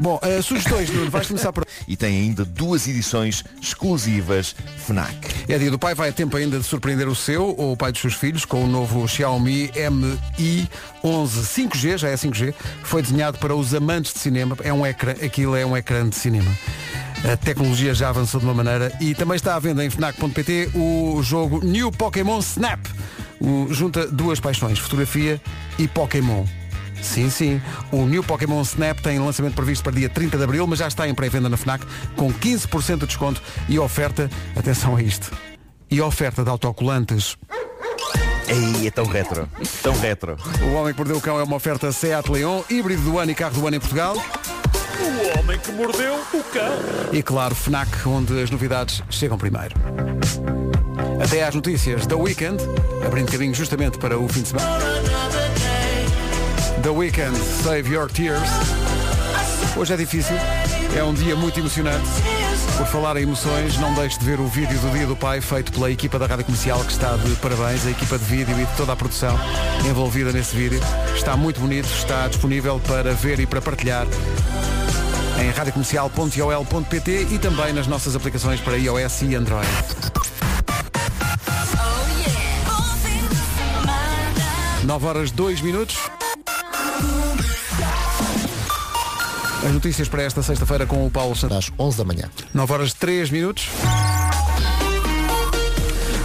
Speaker 2: Bom, eh, sugestões, Nuno, vais começar por.
Speaker 15: e tem ainda duas edições exclusivas FNAC.
Speaker 2: É dia do pai, vai a tempo ainda de surpreender o seu ou o pai dos seus filhos com o novo Xiaomi Mi 11 5G, já é 5G, foi desenhado para os amantes de cinema, é um ecrã, aquilo é um ecrã de cinema. A tecnologia já avançou de uma maneira e também está à venda em fnac.pt o jogo New Pokémon Snap. O- junta duas paixões, fotografia e Pokémon. Sim, sim. O New Pokémon Snap tem lançamento previsto para dia 30 de Abril, mas já está em pré-venda na FNAC com 15% de desconto e oferta, atenção a isto, e oferta de autocolantes.
Speaker 15: Ei, é tão retro. Tão retro.
Speaker 2: O Homem que Mordeu o Cão é uma oferta Seat Leon, híbrido do ano e carro do ano em Portugal.
Speaker 16: O homem que mordeu o cão.
Speaker 2: E claro, FNAC, onde as novidades chegam primeiro. Até às notícias da Weekend, abrindo caminho justamente para o fim de semana. The Weekend, Save Your Tears. Hoje é difícil, é um dia muito emocionante. Por falar em emoções, não deixe de ver o vídeo do Dia do Pai feito pela equipa da Rádio Comercial que está de parabéns, a equipa de vídeo e de toda a produção envolvida nesse vídeo. Está muito bonito, está disponível para ver e para partilhar em radiocomercial.iol.pt e também nas nossas aplicações para iOS e Android. Nove horas dois minutos. As notícias para esta sexta-feira com o Paulo Santos.
Speaker 1: Às 11 da manhã.
Speaker 2: 9 horas 3 minutos.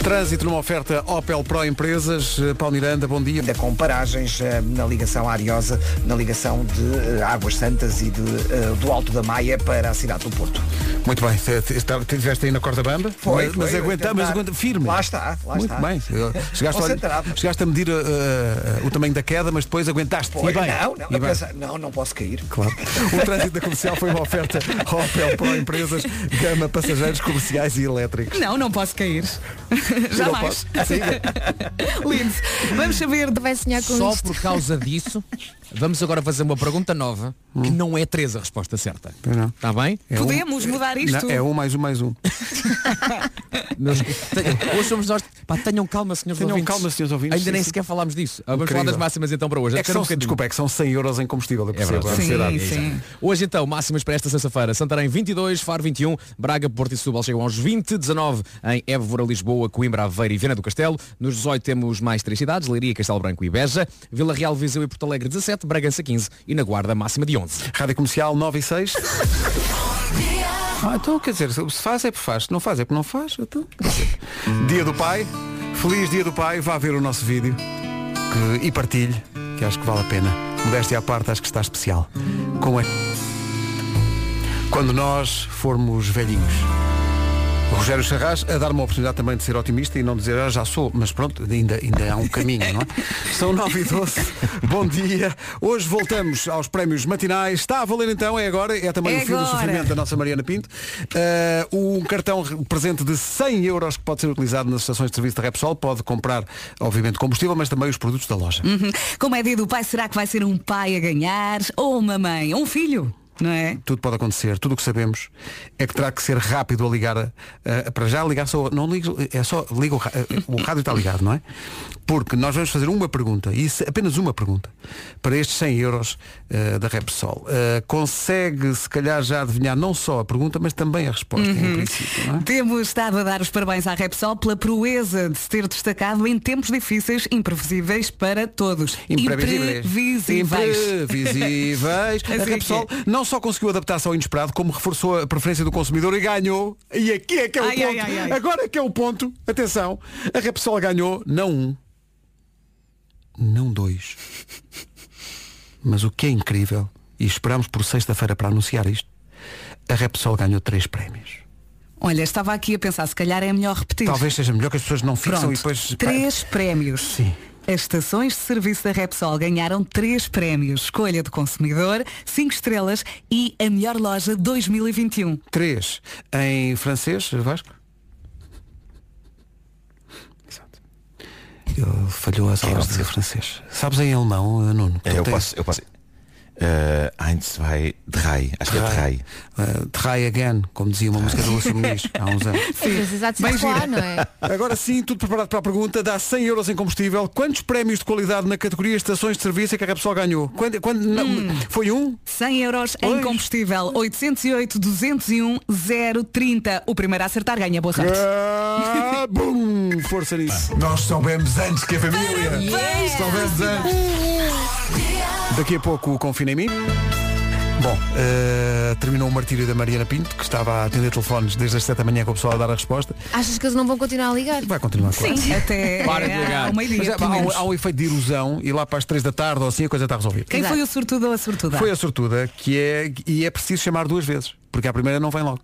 Speaker 2: Trânsito numa oferta Opel Pro Empresas. Eh, Paulo Miranda, bom dia.
Speaker 3: Ainda com paragens eh, na ligação Ariosa, na ligação de eh, Águas Santas e de, eh, do Alto da Maia para a cidade do Porto.
Speaker 2: Muito bem, Te- te- está- estiveste aí na corda bamba?
Speaker 3: Foi,
Speaker 2: mas,
Speaker 3: foi,
Speaker 2: mas
Speaker 3: eu
Speaker 2: aguenta, mas
Speaker 3: tentar.
Speaker 2: aguenta, firme.
Speaker 3: Lá está, lá
Speaker 2: Muito
Speaker 3: está.
Speaker 2: bem. Eu- Chegaste,
Speaker 3: Concentrado.
Speaker 2: a, chegaste a medir eh, eh, o tamanho da queda, mas depois aguentaste.
Speaker 3: Foi,
Speaker 2: e bem,
Speaker 3: não, não,
Speaker 2: e bem.
Speaker 3: pensa- não, não posso cair.
Speaker 2: Claro. O trânsito da comercial foi uma oferta Opel Pro Empresas, gama passageiros comerciais e elétricos.
Speaker 4: Não, não posso cair. Jamais.
Speaker 2: Sim.
Speaker 4: Lindo. Vamos saber.
Speaker 6: Vai sonhar com
Speaker 12: Só
Speaker 6: isto.
Speaker 12: por causa disso. Vamos agora fazer uma pergunta nova,
Speaker 2: Hum.
Speaker 12: que não é três a resposta certa. Está bem?
Speaker 15: É um-
Speaker 4: Podemos mudar isto?
Speaker 2: é um mais um mais um.
Speaker 12: Meus- tenham- hoje somos nós. Pá, tenham calma, senhores
Speaker 2: Tenham
Speaker 12: ouvintes.
Speaker 2: um calma, senhores ouvintes.
Speaker 12: Ainda nem
Speaker 2: Sim, sim.
Speaker 12: sequer falámos disso. Ah, Vamos
Speaker 2: Incrível.
Speaker 12: falar das máximas então para hoje.
Speaker 2: É que
Speaker 12: Espera
Speaker 2: são,
Speaker 12: um bocadinho.
Speaker 2: desculpa, é que são 100 euros em combustível. Eu
Speaker 12: É
Speaker 2: percebo,
Speaker 12: verdade.
Speaker 2: a ansiedade.
Speaker 12: Hoje então, máximas para esta sexta-feira. Santarém 22, Faro 21, Braga, Porto e Setúbal chegam aos 20, 19 em Évora, Lisboa, Coimbra, Aveiro e Viana do Castelo. Nos 18 temos mais três cidades, Leiria, Castelo Branco e Beja. Vila Real, Viseu e Porto Alegre 17, Bragança 15 e na Guarda máxima de 11.
Speaker 2: Rádio Comercial 9 e 6. Ah, então, quer dizer, se faz é porque faz, se não faz é porque não faz. Então, quer dizer. dia do Pai, feliz Dia do Pai, vá ver o nosso vídeo que- e partilhe, que acho que vale a pena. Modéstia à parte, acho que está especial. Com a... Quando nós formos velhinhos. O Rogério Charras a dar uma oportunidade também de ser otimista e não dizer ah, já sou, mas pronto, ainda, ainda há um caminho, não é? São 9 e 12, bom dia. Hoje voltamos aos prémios matinais. Está a valer então, é agora, é também
Speaker 4: É
Speaker 2: o fim do
Speaker 4: agora.
Speaker 2: sofrimento da nossa Mariana Pinto. Uh, um cartão re- presente de 100 euros que pode ser utilizado nas estações de serviço da Repsol. Pode comprar, obviamente, combustível, mas também os produtos da loja.
Speaker 4: Uhum. Como é dia do pai, será que vai ser um pai a ganhar? Ou uma mãe? Ou um filho? Não é?
Speaker 2: Tudo pode acontecer, tudo o que sabemos é que terá que ser rápido a ligar, eh, para já ligar só, não ligo, é só liga o, ra- eh, o rádio está ligado, não é? Porque nós vamos fazer uma pergunta, e se- apenas uma pergunta, para estes 100 euros eh, da Repsol. Eh, consegue se calhar já adivinhar não só a pergunta, mas também a resposta, em princípio, não é?
Speaker 4: Temos estado a dar os parabéns à Repsol pela proeza de se ter destacado em tempos difíceis, imprevisíveis para todos. Imprevisíveis.
Speaker 2: Imprevisíveis.
Speaker 4: Assim
Speaker 2: a Repsol
Speaker 4: que é.
Speaker 2: não só conseguiu adaptar-se ao inesperado, como reforçou a preferência do consumidor e ganhou. E aqui é que é o
Speaker 4: Ai,
Speaker 2: ponto.
Speaker 4: ai, ai, ai.
Speaker 2: Agora é que é o ponto. Atenção. A Repsol ganhou não um, não dois. Mas o que é incrível, e esperamos por sexta-feira para anunciar isto, a Repsol ganhou três prémios.
Speaker 4: Olha, estava aqui a pensar, se calhar é melhor repetir.
Speaker 2: Talvez seja melhor que as pessoas não fixam
Speaker 4: Pronto,
Speaker 2: e depois.
Speaker 4: três prémios. As estações de serviço da Repsol ganharam três prémios. Escolha do consumidor, cinco estrelas e a melhor loja 2021.
Speaker 2: Três. Em francês, Vasco? Exato. Ele falhou as aulas de dizer francês. Sabes em alemão, eh, Nuno?
Speaker 15: É, eu posso, eu posso. Eh, eins, zwei, drei. Acho que é drei.
Speaker 2: Eh, try again, como dizia uma música do Lúcio Muniz há uns anos.
Speaker 6: Às vezes há de se
Speaker 2: Bem
Speaker 6: recuar,
Speaker 2: gira.
Speaker 6: não é?
Speaker 2: Agora sim, tudo preparado para a pergunta, dá 100 euros em combustível. Quantos prémios de qualidade na categoria estações de serviço é que a Repsol ganhou? Quando, quando- não,
Speaker 15: Hum.
Speaker 2: foi um?
Speaker 4: 100 euros em combustível, 808 201 030. um, O primeiro a acertar ganha boa sorte.
Speaker 2: Ah, bum! Força nisso. Nós soubemos antes que a família.
Speaker 4: Parabéns,
Speaker 2: Soubemos antes. Daqui a pouco o Confina em mim. Bom, eh, terminou o martírio da Mariana Pinto, que estava a atender telefones desde as 7 da manhã com o pessoal a dar a resposta.
Speaker 6: Achas que eles não vão continuar a ligar?
Speaker 2: Vai continuar claro.
Speaker 4: Sim, até
Speaker 2: Para
Speaker 4: eh,
Speaker 2: de ligar.
Speaker 4: ao meio-dia.
Speaker 2: Mas é,
Speaker 4: pelo
Speaker 2: há, um,
Speaker 4: menos.
Speaker 2: há um efeito de ilusão e lá para as 3 da tarde ou assim a coisa está resolvida.
Speaker 4: Quem foi o sortudo ou a sortuda?
Speaker 2: Foi a sortuda que é e é preciso chamar duas vezes, porque a primeira não vem logo.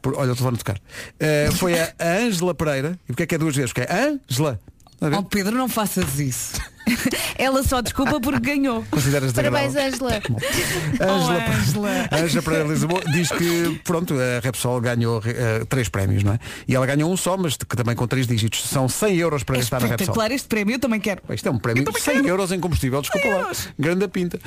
Speaker 2: Por- olha, o telefone a tocar. Eh, foi a a Ângela Pereira. E porque é que é duas vezes? Porque é Ângela. Está a ver?
Speaker 4: Oh Pedro, não faças isso. Ela só desculpa porque ganhou.
Speaker 2: Consideras desagradável?
Speaker 6: Parabéns, Angela.
Speaker 2: Ângela
Speaker 4: Oh, Ângela.
Speaker 2: Pereira- Ângela Pereira de Lisboa diz que pronto, a Repsol ganhou eh, três prémios, não é? E ela ganhou um só, mas que também com três dígitos. São 100 euros para
Speaker 4: É
Speaker 2: gastar na Repsol.
Speaker 4: espetacular este prémio, eu também quero.
Speaker 2: Pá, Isto é um prémio de 100 euros em combustível, desculpa lá. Grande pinta.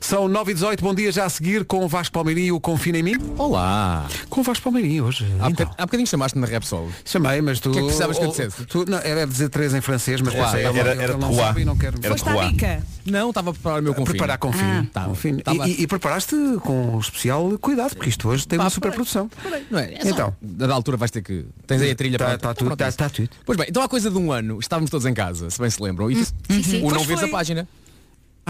Speaker 2: São 9 e 18 bom dia já a seguir com o Vasco Palmeirinho e o Confina em mim.
Speaker 12: Olá.
Speaker 2: Com o Vasco Palmeirinho hoje. Então,
Speaker 12: Há, boca- há bocadinho chamaste-me na Repsol.
Speaker 2: Chamei, mas tu.
Speaker 12: O que é que precisavas que eu
Speaker 2: ou-
Speaker 12: dissesse?
Speaker 2: tu- não, era dizer três em francês, mas
Speaker 12: Roá.
Speaker 2: pensei, ele-
Speaker 12: Era-
Speaker 2: ele
Speaker 12: era
Speaker 2: não
Speaker 12: Roá.
Speaker 2: sabe e não quero.
Speaker 12: Era Foste à Roá. dica?
Speaker 2: Não, estava a preparar o meu
Speaker 12: confino.
Speaker 2: Preparar confino.
Speaker 12: Ah.
Speaker 2: Estava. Confino. E-
Speaker 12: Estava.
Speaker 2: E, e preparaste com um especial cuidado, porque isto hoje tem uma super produção.
Speaker 12: Não é? É só-
Speaker 2: Então.
Speaker 12: Da altura vais ter que. Tens aí a trilha
Speaker 2: Tá-
Speaker 12: para.
Speaker 2: tá tudo, tá- tá tudo.
Speaker 12: Pois bem, então há coisa de um ano, estávamos todos em casa, se bem se lembram, e
Speaker 2: Hum, sim, sim.
Speaker 12: o não
Speaker 2: Pois
Speaker 12: vês a
Speaker 2: foi.
Speaker 12: página.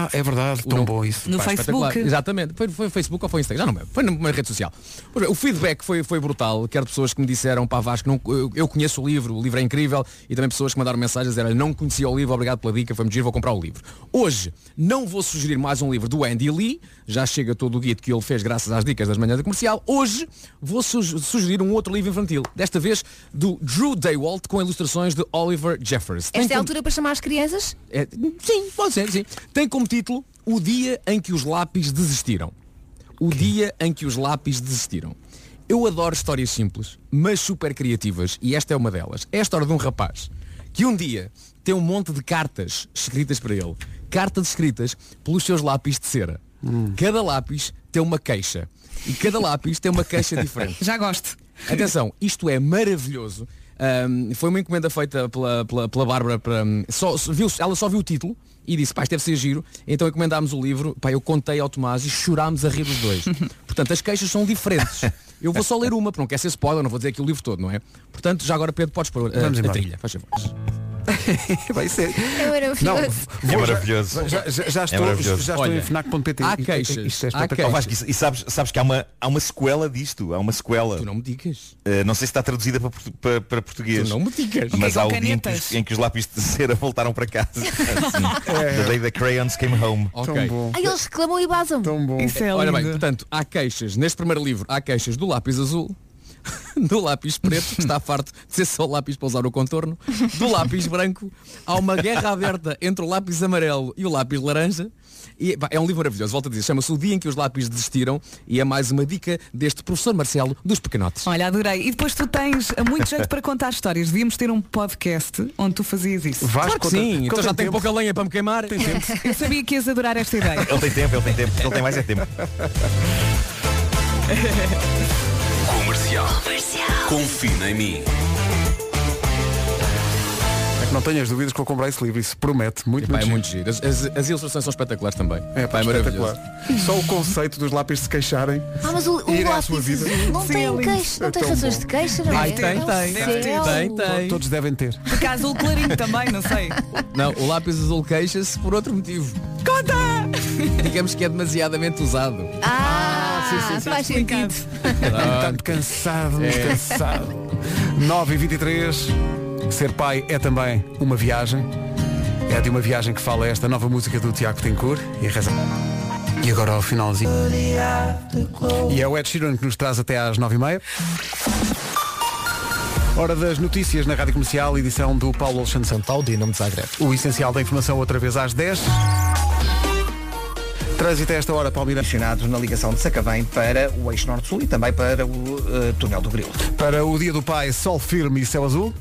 Speaker 2: Ah, é verdade, tão bom isso.
Speaker 12: Pá, espetacular. Exatamente. Foi, foi Facebook ou foi Instagram? Já não me lembro. Foi numa rede social. Pois bem, o feedback foi, foi brutal. Quer pessoas que me disseram, pá Vasco, não, eu, eu conheço o livro, o livro é incrível. E também pessoas que mandaram mensagens, era não conhecia o livro, obrigado pela dica, foi-me giro, vou comprar o livro. Hoje, não vou sugerir mais um livro do Andy Lee, já chega todo o guito que ele fez graças às dicas das manhãs da comercial. Hoje, vou su- sugerir um outro livro infantil. Desta vez, do Drew Daywalt, com ilustrações de Oliver Jeffers. Tem
Speaker 6: Esta é a
Speaker 12: como-
Speaker 6: altura para chamar as crianças?
Speaker 12: é, sim, pode ser, sim. Tem como título O Dia em que os Lápis Desistiram. O Dia em que os Lápis Desistiram. Eu adoro histórias simples, mas super criativas, e esta é uma delas. É a história de um rapaz que um dia tem um monte de cartas escritas para ele carta descritas pelos seus lápis de cera. Cada lápis tem uma queixa. E cada lápis tem uma queixa diferente.
Speaker 4: Já gosto.
Speaker 12: Atenção, isto é maravilhoso. Ahm, foi uma encomenda feita pela, pela, pela Bárbara para. hum, Só, só viu, ela só viu o título e disse, pá, isto deve ser giro. Então encomendámos o livro, pá, eu contei ao Tomás e chorámos a rir os dois. Portanto, as queixas são diferentes. Eu vou só ler uma, porque não quer ser spoiler, não vou dizer aqui o livro todo, não é? Portanto, já agora Pedro podes pôr ah,
Speaker 2: Vamos
Speaker 12: a
Speaker 2: embora.
Speaker 12: trilha, faz favor.
Speaker 2: Vai ser.
Speaker 6: É maravilhoso.
Speaker 2: Não, vou-
Speaker 15: maravilhoso.
Speaker 2: Já, já- já
Speaker 15: É
Speaker 2: estou,
Speaker 15: maravilhoso.
Speaker 2: Já estou
Speaker 15: Olha,
Speaker 2: em fnac.pt.
Speaker 12: há
Speaker 2: Isto-
Speaker 12: queixas,
Speaker 2: Isto é
Speaker 12: há
Speaker 15: Oh,
Speaker 2: espetacular.
Speaker 15: Vasco, e- e sabes, sabes que há uma, há uma sequela disto, há uma sequela. Tu
Speaker 12: não me digas.
Speaker 15: não sei se está traduzida para, portu- para, para português.
Speaker 12: Tu não me digas.
Speaker 15: Mas
Speaker 12: Fiquei
Speaker 15: há
Speaker 12: com
Speaker 15: o dia em que, os,
Speaker 12: canetas.
Speaker 15: em que os lápis de cera voltaram para casa. Assim,
Speaker 2: É.
Speaker 15: The day the crayons came home.
Speaker 6: Aí eles reclamam e basam.
Speaker 2: Tão bom.
Speaker 4: é
Speaker 12: Olha bem, portanto, há queixas, neste primeiro livro, há queixas do lápis azul, do lápis preto, que está farto de ser só lápis para usar o contorno, do lápis branco, há uma guerra aberta entre o lápis amarelo e o lápis laranja. E, pá, é um livro maravilhoso, volto a dizer, chama-se O Dia em que os Lápis Desistiram e é mais uma dica deste professor Marcelo dos Pequenotes.
Speaker 4: Olha, adorei. E depois tu tens muito jeito para contar histórias. Devíamos ter um podcast onde tu fazias isso.
Speaker 12: Claro que sim, então já tem pouca lenha para me queimar.
Speaker 4: Eu sabia que ias adorar esta ideia.
Speaker 15: Ele tem tempo, ele tem tempo. Ele tem mais é tempo.
Speaker 20: Comercial. Confina em mim.
Speaker 2: É que não tenhas dúvidas que vou comprar esse livro, isso promete muito,
Speaker 12: Epá, é
Speaker 2: muito
Speaker 12: muito giro. As, as- as ilustrações são espetaculares também.
Speaker 2: É, pá,
Speaker 12: Epá, é
Speaker 2: espetacular.
Speaker 12: maravilhoso.
Speaker 2: Só o conceito dos lápis se queixarem.
Speaker 6: Ah, mas o, o
Speaker 2: Ir à
Speaker 6: lápis
Speaker 2: sua vida.
Speaker 6: azul não
Speaker 2: Sim, é
Speaker 6: tem
Speaker 2: lindo. É
Speaker 6: queixa, não tem
Speaker 2: tão
Speaker 6: razões de queixa, não é?
Speaker 12: Ai, tem,
Speaker 6: É um
Speaker 12: tem, tem,
Speaker 6: céu.
Speaker 12: tem, tem.
Speaker 2: Todos devem ter.
Speaker 4: Porque há azul clarinho também, não sei.
Speaker 12: Não, o lápis azul queixa-se por outro motivo. Conta! Digamos que é demasiadamente usado.
Speaker 6: Ah, faz sentido.
Speaker 2: Tanto cansado, mas
Speaker 12: É.
Speaker 2: cansado. 9 e 23 Ser pai é também uma viagem. É de uma viagem que fala esta nova música do Tiago Tencourt e a reza. E agora ao finalzinho. E é o Ed Sheeran que nos traz até às 9 e meia. Hora das notícias na Rádio Comercial, edição do Paulo Alexandre Santos ao Dinamo de Zagreb. O essencial da informação outra vez às 10. Trânsito a esta hora, Palmeira.
Speaker 3: Mencionado na ligação de Sacavém para o eixo norte-sul e também para o eh, túnel do Grilo.
Speaker 2: Para o Dia do Pai, sol firme e céu azul.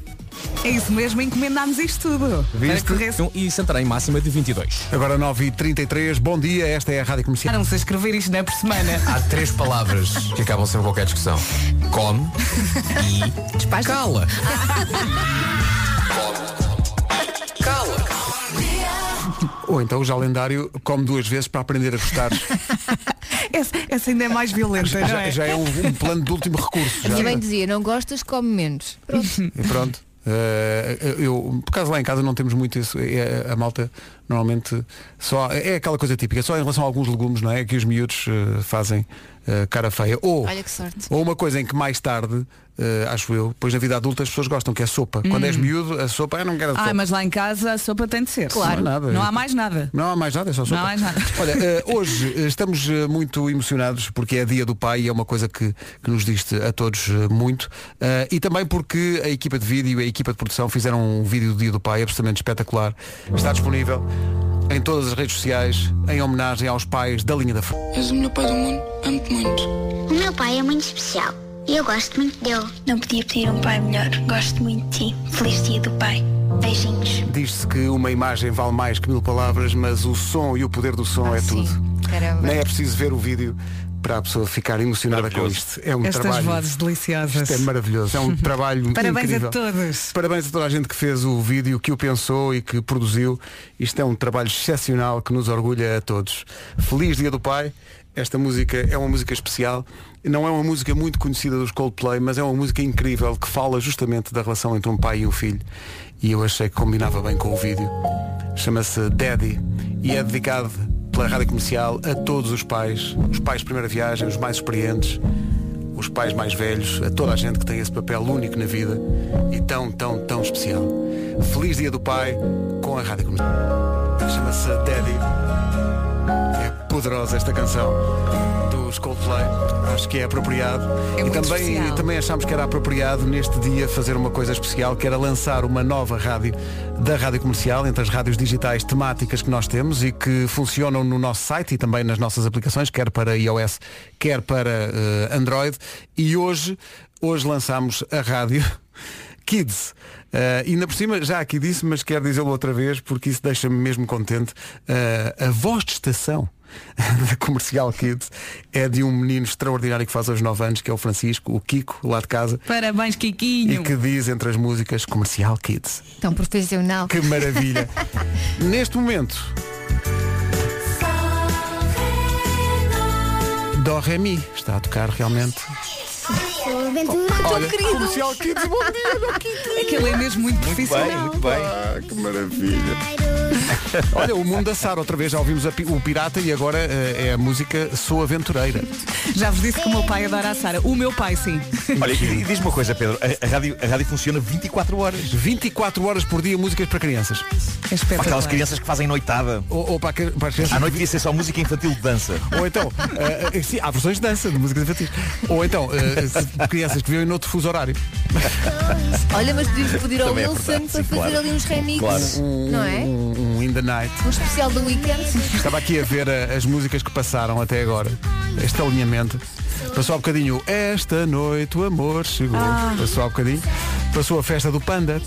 Speaker 4: É isso mesmo, encomendámos isto tudo. Para
Speaker 12: Viste?
Speaker 4: correr
Speaker 12: Então, E Santarém máxima de 22.
Speaker 2: Agora 9h33, bom dia, esta é a Rádio Comercial.
Speaker 4: Não se escrever isto não é por semana.
Speaker 12: Há três palavras que acabam sempre qualquer discussão. Come e cala.
Speaker 2: Ou então o já lendário come duas vezes para aprender a gostar.
Speaker 4: Essa, essa ainda é mais violenta, não
Speaker 2: já,
Speaker 4: é?
Speaker 2: já é um, um plano de último recurso. já.
Speaker 6: A minha mãe dizia, não gostas, come menos. Pronto.
Speaker 2: E pronto. eh, eu, por acaso lá em casa não temos muito isso. eh, a malta normalmente só. É aquela coisa típica, só em relação a alguns legumes, não é? Que os miúdos eh, fazem eh, cara feia. Ou,
Speaker 6: Olha que sorte.
Speaker 2: ou uma coisa em que mais tarde, eh, acho eu, depois na vida adulta as pessoas gostam, que é sopa. Quando
Speaker 4: Hum.
Speaker 2: és miúdo, a sopa, eu não quero sopa.
Speaker 4: Ah, mas lá em casa a sopa tem de ser.
Speaker 2: Claro. Não há nada.
Speaker 4: Não há mais nada.
Speaker 2: Não há mais nada, é só sopa.
Speaker 4: Não há mais nada.
Speaker 2: Olha, eh, hoje eh, estamos eh, muito emocionados porque é dia do pai e é uma coisa que, que nos diste a todos eh, muito. Eh, e também porque a equipa de vídeo e a equipa de produção fizeram um vídeo do dia do pai absolutamente espetacular. Está disponível em todas as redes sociais em homenagem aos pais da linha da frente.
Speaker 9: És o melhor pai do mundo, amo-te muito.
Speaker 7: O meu pai é muito especial e eu gosto muito dele.
Speaker 21: Não podia pedir um pai melhor. Gosto muito de ti. Feliz dia do pai. Beijinhos.
Speaker 2: Diz-se que uma imagem vale mais que mil palavras, mas o som e o poder do
Speaker 4: Ah,
Speaker 2: som é tudo.
Speaker 6: Ah, Caramba.
Speaker 2: Nem é preciso ver o vídeo para a pessoa ficar emocionada com isto. É um
Speaker 4: Estas
Speaker 2: trabalho.
Speaker 4: vozes deliciosas.
Speaker 2: Isto é maravilhoso, é um trabalho
Speaker 4: Parabéns
Speaker 2: incrível.
Speaker 4: a todos.
Speaker 2: Parabéns a toda a gente que fez o vídeo, que o pensou e que produziu. Isto é um trabalho excepcional que nos orgulha a todos. Feliz Dia do Pai. Esta música é uma música especial. Não é uma música muito conhecida dos Coldplay, mas é uma música incrível que fala justamente da relação entre um pai e um filho. E eu achei que combinava bem com o vídeo. Chama-se Daddy e é dedicado pela Rádio Comercial a todos os pais, os pais de primeira viagem, os mais experientes, os pais mais velhos, a toda a gente que tem esse papel único na vida e tão, tão, tão especial. Feliz Dia do Pai com a Rádio Comercial. Chama-se Daddy. É poderosa esta canção dos Coldplay. Acho que é apropriado. e também,
Speaker 4: especial.
Speaker 2: e também achámos que era apropriado neste dia fazer uma coisa especial, que era lançar uma nova rádio da Rádio Comercial, entre as rádios digitais temáticas que nós temos e que funcionam no nosso site e também nas nossas aplicações, quer para iOS, quer para eh, Android. E hoje, hoje lançámos a rádio. Kids. Eh, ainda por cima, já aqui disse, mas quero dizê-lo outra vez porque isso deixa-me mesmo contente. eh, a voz de estação da Comercial Kids é de um menino extraordinário que faz aos 9 anos, que é o Francisco, o Kiko, lá de casa,
Speaker 4: Parabéns,
Speaker 2: e
Speaker 4: Kikinho.
Speaker 2: que diz entre as músicas Comercial Kids.
Speaker 6: Tão profissional.
Speaker 2: Que maravilha. Neste momento. Dó Ré Mi está a tocar realmente.
Speaker 13: Olha, comercial
Speaker 2: Kids, bom dia,
Speaker 4: Aquilo é mesmo muito, profissional.
Speaker 2: Ah, que maravilha. Olha, o mundo da Sara, outra vez já ouvimos a pi- o Pirata e agora eh, é a música Sou Aventureira.
Speaker 4: Já vos disse que o meu pai adora a Sara. O meu pai, sim.
Speaker 15: Olha, e diz-me uma coisa, Pedro. A, a rádio, a rádio funciona 24 horas.
Speaker 2: 24 horas por dia, músicas para crianças.
Speaker 4: É
Speaker 15: Para aquelas crianças que fazem noitada.
Speaker 2: Ou, ou para, que- para as crianças.
Speaker 15: À noite devia ser só música infantil de dança.
Speaker 2: Ou então, eh, eh, sim, há versões de dança, de música infantil. Ou então, eh, crianças que vivem noutro fuso horário.
Speaker 6: Olha, mas podíamos pedir ao
Speaker 2: Também é
Speaker 6: Wilson
Speaker 2: verdade,
Speaker 6: para
Speaker 2: sim,
Speaker 6: fazer
Speaker 2: claro.
Speaker 6: ali uns remixes.
Speaker 2: Um-
Speaker 6: Não é?
Speaker 2: Um, um In the Night.
Speaker 6: Um especial do weekend.
Speaker 2: Estava aqui a ver eh, as músicas que passaram até agora. Este alinhamento. Passou há bocadinho Esta Noite o Amor Chegou.
Speaker 6: Ah.
Speaker 2: Passou há bocadinho. Passou a festa do Panda.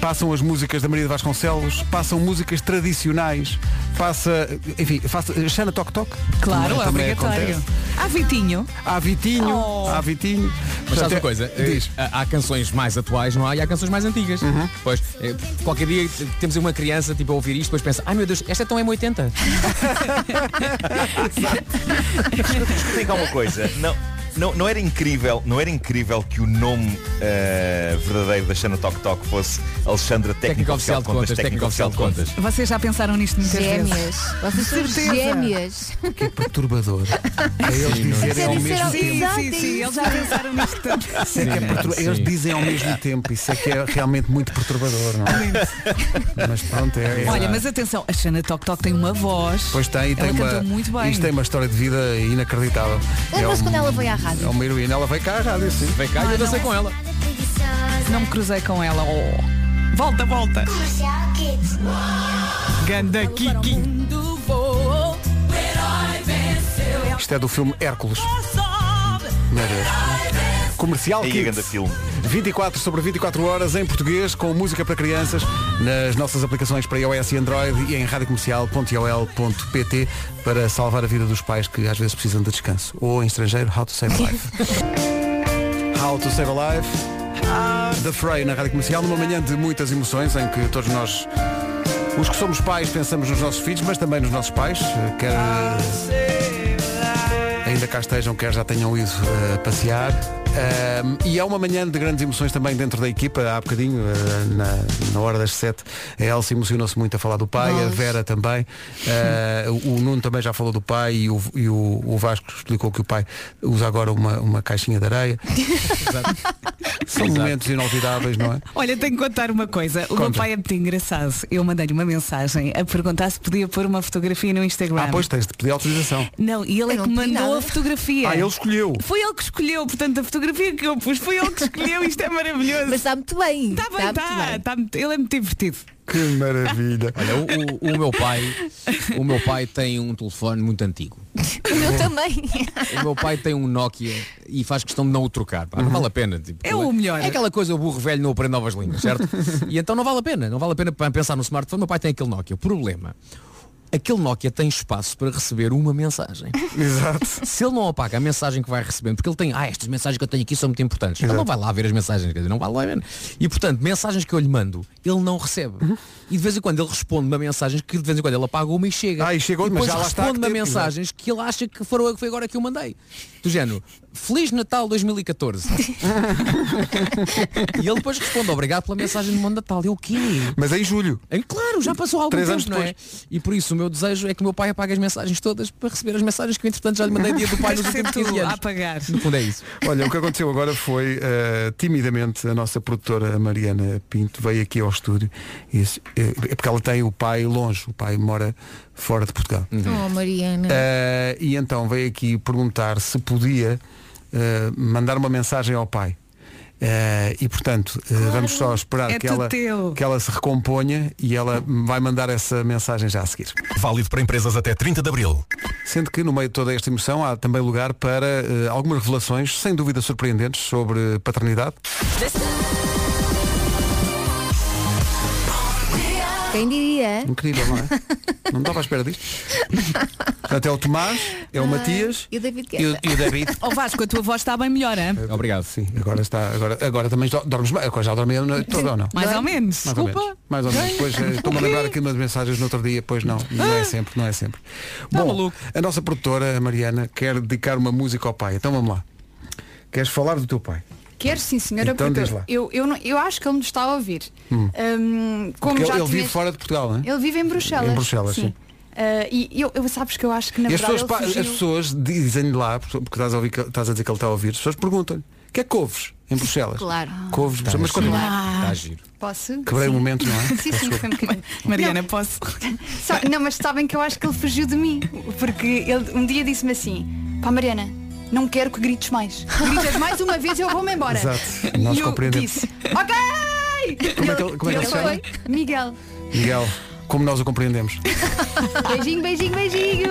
Speaker 2: Passam as músicas da Maria de Vasconcelos. Passam músicas tradicionais. Passa, enfim, faça Xana Toc Toc.
Speaker 4: Claro, é
Speaker 2: Também
Speaker 4: obrigatório.
Speaker 2: acontece.
Speaker 4: Há Vitinho.
Speaker 2: Há Vitinho.
Speaker 4: Oh.
Speaker 2: Há Vitinho.
Speaker 12: Mas sabes
Speaker 2: Portanto,
Speaker 12: uma coisa?
Speaker 2: é- Diz. Uhum.
Speaker 12: Eh, Há, há canções mais atuais, não há? E há canções mais antigas. Pois, eh, qualquer dia t- temos uma criança tipo, a ouvir isto, depois pensa, ai meu Deus, esta é tão M80.
Speaker 15: Escutem cá uma coisa. Não, não, não era incrível, não era incrível que o nome eh, verdadeiro da Xana Toc Toc fosse Alexandra Técnica Oficial de Contas, Técnica Oficial de Contas.
Speaker 4: Vocês já pensaram nisto muitas
Speaker 6: Gêmeas.
Speaker 4: vezes?
Speaker 6: Vocês são
Speaker 4: Certeza.
Speaker 6: gêmeas.
Speaker 2: perturbador. É eles
Speaker 6: não é?
Speaker 2: dizerem ao
Speaker 6: Sim,
Speaker 2: mesmo
Speaker 6: sim,
Speaker 2: tempo.
Speaker 6: exato,
Speaker 4: Sim, sim, eles já pensaram nisto tanto.
Speaker 2: Isso é que é perturba- Eles dizem ao mesmo tempo, isso é que é realmente muito perturbador, não é? Mas pronto, é. é-
Speaker 4: Olha, mas atenção, a Xana Toc Toc tem uma voz.
Speaker 2: Pois tem, e
Speaker 4: Ela
Speaker 2: tem uma,
Speaker 4: cantou muito bem.
Speaker 2: isto tem uma história de vida inacreditável.
Speaker 4: Lembra-se
Speaker 2: um-
Speaker 4: quando ela veio à rádio?
Speaker 2: É uma heroína, ela veio cá à rádio, sim. Veio
Speaker 4: Ah, não é- Não me cruzei com ela. Oh. Volta, volta.
Speaker 13: Comercial Kids.
Speaker 2: Ganda Kiki.
Speaker 13: Mundo voou, o herói venceu.
Speaker 2: Isto é do filme Hércules. Meu Deus. Comercial
Speaker 15: Aí é
Speaker 2: Kids.
Speaker 15: grande filme.
Speaker 2: 24 sobre 24 horas em português com música para crianças nas nossas aplicações para iOS e Android e em radiocomercial.iol.pt para salvar a vida dos pais que às vezes precisam de descanso. Ou em estrangeiro, How to Save a Life. How to Save a Life. The Frey na Rádio Comercial, numa manhã de muitas emoções em que todos nós, os que somos pais, pensamos nos nossos filhos, mas também nos nossos pais, eh, quer eh, ainda cá estejam, quer já tenham ido eh, passear. Ahm, e é uma manhã de grandes emoções também dentro da equipa, há bocadinho, eh, na, na hora das sete, a Elsa emocionou-se muito a falar do pai, a
Speaker 5: Nós.
Speaker 2: Vera também, eh, o o Nuno também já falou do pai e o, e o- o Vasco explicou que o pai usa agora uma, uma caixinha de areia. São momentos inolvidáveis, não é?
Speaker 4: Olha, tenho que contar uma coisa. O meu
Speaker 2: Conta.
Speaker 4: pai é muito engraçado. Eu mandei-lhe uma mensagem a perguntar se podia pôr uma fotografia no Instagram.
Speaker 2: Ah, pois tens de pedir autorização.
Speaker 4: Não, e ele é que mandou a fotografia.
Speaker 2: Ah, ele escolheu.
Speaker 4: Foi ele que escolheu, portanto, a fotografia que eu pus foi ele que escolheu. Isto é maravilhoso. Mas
Speaker 6: está muito bem.
Speaker 5: Tá
Speaker 4: Está bem,
Speaker 6: Está tá muito
Speaker 4: está.
Speaker 6: bem.
Speaker 4: Está muito- ele é muito divertido.
Speaker 2: Que maravilha.
Speaker 12: Olha, o, o- o meu pai, o meu pai tem um telefone muito antigo.
Speaker 6: O meu também.
Speaker 12: O meu pai tem um Nokia e faz questão de não o trocar. pá. Não vale a pena. Tipo,
Speaker 4: É o melhor.
Speaker 12: É aquela coisa, o burro velho não aprende novas línguas, certo? e então não vale a pena. Não vale a pena para pensar no smartphone. Meu pai tem aquele Nokia. O problema, aquele Nokia tem espaço para receber uma mensagem.
Speaker 2: Exato.
Speaker 12: Se ele não apaga a mensagem que vai recebendo, porque ele tem, ah, estas mensagens que eu tenho aqui são muito importantes. Ele não vai lá ver as mensagens, quer dizer, não vai lá ver. E portanto, mensagens que eu lhe mando, ele não recebe.
Speaker 2: Uhum.
Speaker 12: E de vez em quando ele responde uma mensagem que de vez em quando ele apaga uma e chega.
Speaker 2: Ah, e chegou,
Speaker 12: e
Speaker 2: mas
Speaker 12: depois
Speaker 2: já lá está há
Speaker 12: responde uma
Speaker 2: tempo, exato.
Speaker 12: mensagens que ele acha que foram foi agora que eu mandei. Do género, Feliz Natal 2014. e ele depois responde, obrigado pela mensagem de Bom Natal. Eu o quê?
Speaker 2: Mas é em julho.
Speaker 12: É Claro, já passou algum
Speaker 2: Três
Speaker 12: tempo,
Speaker 2: anos
Speaker 12: não é?
Speaker 2: depois.
Speaker 12: E por isso o meu desejo é que o meu pai apague as mensagens todas para receber as mensagens que eu entretanto já lhe mandei dia do pai nos
Speaker 4: Tens de ser
Speaker 12: últimos 15
Speaker 4: tu a
Speaker 3: Ah,
Speaker 12: anos.
Speaker 4: apagar.
Speaker 12: No fundo é isso.
Speaker 2: Olha, o que aconteceu agora foi, eh, timidamente, a nossa produtora a Mariana Pinto veio aqui ao estúdio e disse, eh, é porque ela tem o pai longe, o pai mora fora de Portugal.
Speaker 5: Uhum.
Speaker 6: Oh, Mariana.
Speaker 2: Eh, e então veio aqui perguntar se podia eh, mandar uma mensagem ao pai. Eh, e portanto, eh, vamos só esperar
Speaker 4: É
Speaker 2: que,
Speaker 4: tudo
Speaker 2: ela,
Speaker 4: teu.
Speaker 2: que ela se recomponha e ela vai mandar essa mensagem já a seguir.
Speaker 20: Válido para empresas até 30 de Abril.
Speaker 2: Sendo que no meio de toda esta emoção há também lugar para eh, algumas revelações, sem dúvida surpreendentes, sobre paternidade.
Speaker 6: Quem diria?
Speaker 2: Incrível, não é? Não estava à espera disto. Portanto, é o Tomás, é o
Speaker 6: Ai,
Speaker 2: Matias
Speaker 6: E o David
Speaker 2: e o,
Speaker 6: Guetta.
Speaker 2: e o David.
Speaker 4: Ó Oh, Vasco, a tua voz está bem melhor, hein?
Speaker 2: Obrigado. Sim, agora está. Agora, agora também do- dormes mais. Agora já dormi a noite toda ou não?
Speaker 4: Mais ou menos.
Speaker 2: Mais
Speaker 4: Desculpa.
Speaker 2: ou menos. Mais ou menos. Pois, eh, estou-me a lembrar aqui de umas mensagens no outro dia, pois não, não
Speaker 5: Ah.
Speaker 2: é sempre, não é sempre.
Speaker 5: Tá
Speaker 2: Bom, a nossa produtora, a Mariana, quer dedicar uma música ao pai. Então vamos lá. Queres falar do teu pai?
Speaker 5: Quero sim, senhora,
Speaker 2: Então
Speaker 5: porque
Speaker 2: diz lá.
Speaker 5: Eu, eu, não- eu acho que ele nos está a ouvir.
Speaker 2: Hum.
Speaker 5: Hum, como
Speaker 2: Porque ele,
Speaker 5: já
Speaker 2: ele vive
Speaker 5: tiveste-
Speaker 2: fora de Portugal, não é?
Speaker 5: Ele vive em Bruxelas.
Speaker 2: Em Bruxelas, sim.
Speaker 5: Ah, e eu, eu- sabes que eu acho que na
Speaker 2: e as
Speaker 5: verdade
Speaker 2: pessoas, pa-
Speaker 5: ele fugiu-
Speaker 2: as pessoas dizem lá, porque porque estás a, ouvir que- estás a dizer que ele está a ouvir, as pessoas perguntam-lhe, que é couves em Bruxelas?
Speaker 5: Claro.
Speaker 2: Couves,
Speaker 5: Tá
Speaker 2: mas
Speaker 5: giro.
Speaker 2: continua.
Speaker 1: Ah.
Speaker 5: Claro. Tá
Speaker 2: giro.
Speaker 5: Posso?
Speaker 2: Quebrei o
Speaker 5: Sim.
Speaker 2: momento, não é?
Speaker 5: Sim, sim, foi um bocadinho.
Speaker 4: Mariana,
Speaker 5: Não.
Speaker 4: posso?
Speaker 5: Sa- não, mas sabem que eu acho que ele fugiu de mim. Porque ele um dia disse-me assim, pá Mariana, não quero que grites mais. Gritas mais uma vez eu vou-me embora.
Speaker 2: Exato.
Speaker 5: E
Speaker 2: Nós
Speaker 5: eu
Speaker 2: compreendemos.
Speaker 5: disse, ok!
Speaker 2: Como é que ele- como é que ele se chama?
Speaker 5: foi? Miguel.
Speaker 2: Miguel, como nós o compreendemos.
Speaker 5: Beijinho, beijinho, beijinho.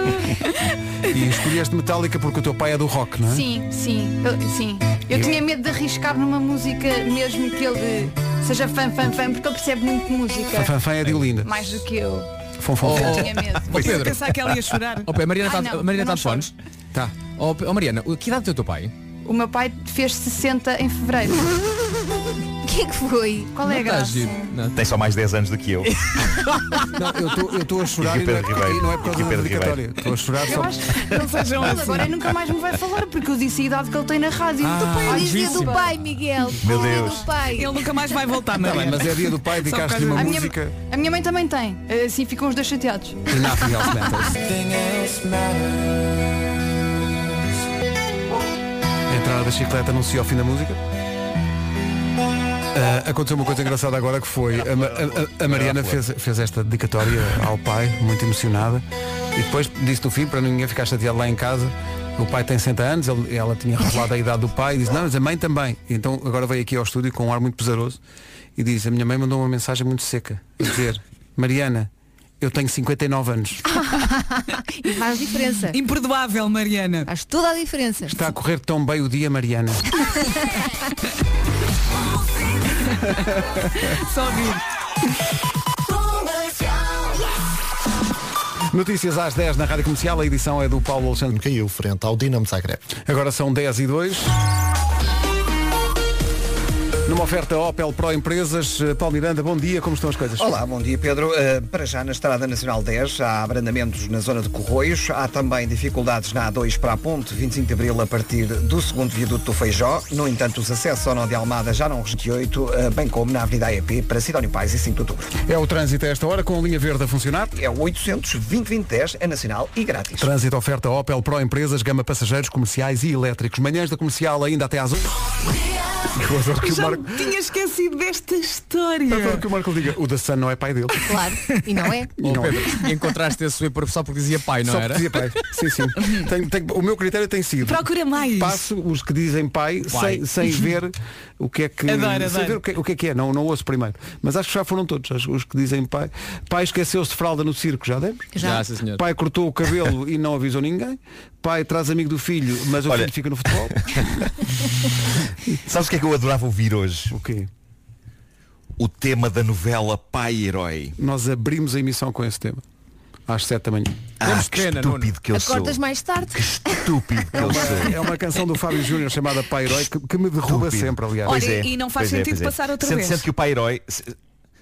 Speaker 2: E escolheste Metallica porque o teu pai é do rock, não é?
Speaker 5: Sim, sim, eu, sim. Eu
Speaker 2: Eu-
Speaker 5: tinha medo de arriscar numa música mesmo que ele seja fã, fã, fã, porque ele percebe muito de música.
Speaker 2: Fanfan é de Olinda.
Speaker 5: Mais do que eu.
Speaker 2: Fom, fom, fom.
Speaker 5: Eu tinha medo.
Speaker 12: Pois,
Speaker 5: Eu
Speaker 12: Pedro.
Speaker 5: pensava que ela ia chorar.
Speaker 12: Oh, pá, a
Speaker 3: Ah,
Speaker 12: Mariana
Speaker 5: Ai,
Speaker 12: está
Speaker 5: não,
Speaker 12: a Mariana
Speaker 5: eu não
Speaker 12: está de fones? Tá. Oh, p- oh, Mariana, o- que idade tem o teu pai?
Speaker 5: O meu pai fez 60 em fevereiro. O que é que foi? Qual é a graça?
Speaker 15: Tem só mais 10 anos do que eu.
Speaker 2: Não, eu estou a chorar e não, é,
Speaker 15: Pedro Ribeiro.
Speaker 2: e não é por causa
Speaker 15: E
Speaker 2: da
Speaker 15: Pedro
Speaker 2: dedicatória. Estou a chorar
Speaker 5: Eu
Speaker 2: só.
Speaker 5: acho que não sejam assim. Agora nunca mais me vai falar porque eu disse a idade que ele tem na rádio.
Speaker 2: Ah, Do pai,
Speaker 5: Ai,
Speaker 2: diz dia do
Speaker 5: Jesus.
Speaker 6: pai, Miguel.
Speaker 2: Meu
Speaker 6: Dia
Speaker 2: Deus.
Speaker 6: do pai.
Speaker 4: Ele nunca mais vai voltar,
Speaker 2: Tá bem, mas é dia do pai,
Speaker 4: Só por
Speaker 2: dedicaste-lhe
Speaker 4: causa
Speaker 2: uma
Speaker 5: da- A minha-
Speaker 2: música.
Speaker 5: A minha mãe também tem. Assim ficam os dois chateados.
Speaker 2: E Nothing else matters. A entrada da chicleta anuncia ao fim da música. Ah, aconteceu uma coisa engraçada agora que foi a, Ma- a- a- a Mariana fez, fez esta dedicatória ao pai, muito emocionada, e depois disse no fim, para ninguém ficar chateado lá em casa, o pai tem 60 anos, ele- ela tinha revelado a idade do pai e disse, não, mas a mãe também. E então agora veio aqui ao estúdio com um ar muito pesaroso e diz, a minha mãe mandou uma mensagem muito seca, a dizer, Mariana, eu tenho 59 anos.
Speaker 6: E faz diferença.
Speaker 4: Imperdoável, Mariana.
Speaker 6: Faz toda a diferença.
Speaker 2: Está a correr tão bem o dia, Mariana.
Speaker 4: Só ouvir.
Speaker 2: Notícias às 10 na Rádio Comercial, a edição é do Paulo Alexandre.
Speaker 1: Caiu frente ao Dinamo Zagreb.
Speaker 2: Agora são 10 e 2. Numa oferta Opel Pro Empresas, eh, Paulo Miranda, bom dia, como estão as coisas?
Speaker 3: Olá, bom dia Pedro. Eh, para já na Estrada Nacional 10 há abrandamentos na zona de Corroios, há também dificuldades na A2 para a ponte, 25 de Abril a partir do segundo viaduto do Feijó. No entanto, os acessos ao Nó de Almada já não 28, eh, bem como na Avenida AEP para Sidónio Pais e 5 de Outubro.
Speaker 2: É o trânsito a esta hora com a linha verde a funcionar.
Speaker 3: É o 800 2010 é nacional e grátis.
Speaker 2: Trânsito oferta Opel Pro Empresas, gama passageiros comerciais e elétricos. Manhãs da comercial ainda até às 8. Eu adoro que o
Speaker 4: Já
Speaker 2: Marco,
Speaker 4: me tinha esquecido desta
Speaker 2: eu adoro
Speaker 15: Tá
Speaker 4: história.
Speaker 2: que o Marco diga, o da Sun não é pai dele.
Speaker 6: Claro. E não é?
Speaker 12: Oh, Pedro, encontraste esse para só porque dizia pai, não
Speaker 2: Só
Speaker 12: era?
Speaker 2: dizia pai. Sim, sim. Tenho- tenho- o meu critério tem sido.
Speaker 4: Procura mais.
Speaker 2: Passo os que dizem pai,
Speaker 12: Pai.
Speaker 2: Sem, sem ver o que é que.
Speaker 4: Adoro,
Speaker 2: Sem
Speaker 4: adoro.
Speaker 2: ver o que, o que é que é. Não, não ouço primeiro. Mas acho que já foram todos acho, os que dizem pai. Pai esqueceu-se de fralda no circo, já demos?
Speaker 12: Já. Já, sim, senhor.
Speaker 2: Pai cortou o cabelo e não avisou ninguém. Pai traz amigo do filho, mas o filho fica no futebol.
Speaker 15: Sabes o que é que eu adorava ouvir hoje?
Speaker 2: O quê?
Speaker 15: O tema da novela Pai e Herói.
Speaker 2: Nós abrimos a emissão com esse tema. Às 7 da manhã.
Speaker 15: Ah, que estúpido que eu sou.
Speaker 6: Acordas mais tarde.
Speaker 15: Estúpido que
Speaker 2: É
Speaker 15: eu
Speaker 2: uma,
Speaker 15: sou.
Speaker 2: é uma canção do Fábio Júnior chamada Pai Herói que, que me derruba
Speaker 15: Estúpido.
Speaker 2: sempre, aliás.
Speaker 4: Olha,
Speaker 15: é,
Speaker 4: e não faz sentido passar outra
Speaker 15: sendo,
Speaker 4: vez.
Speaker 15: Sendo que o pai herói, se-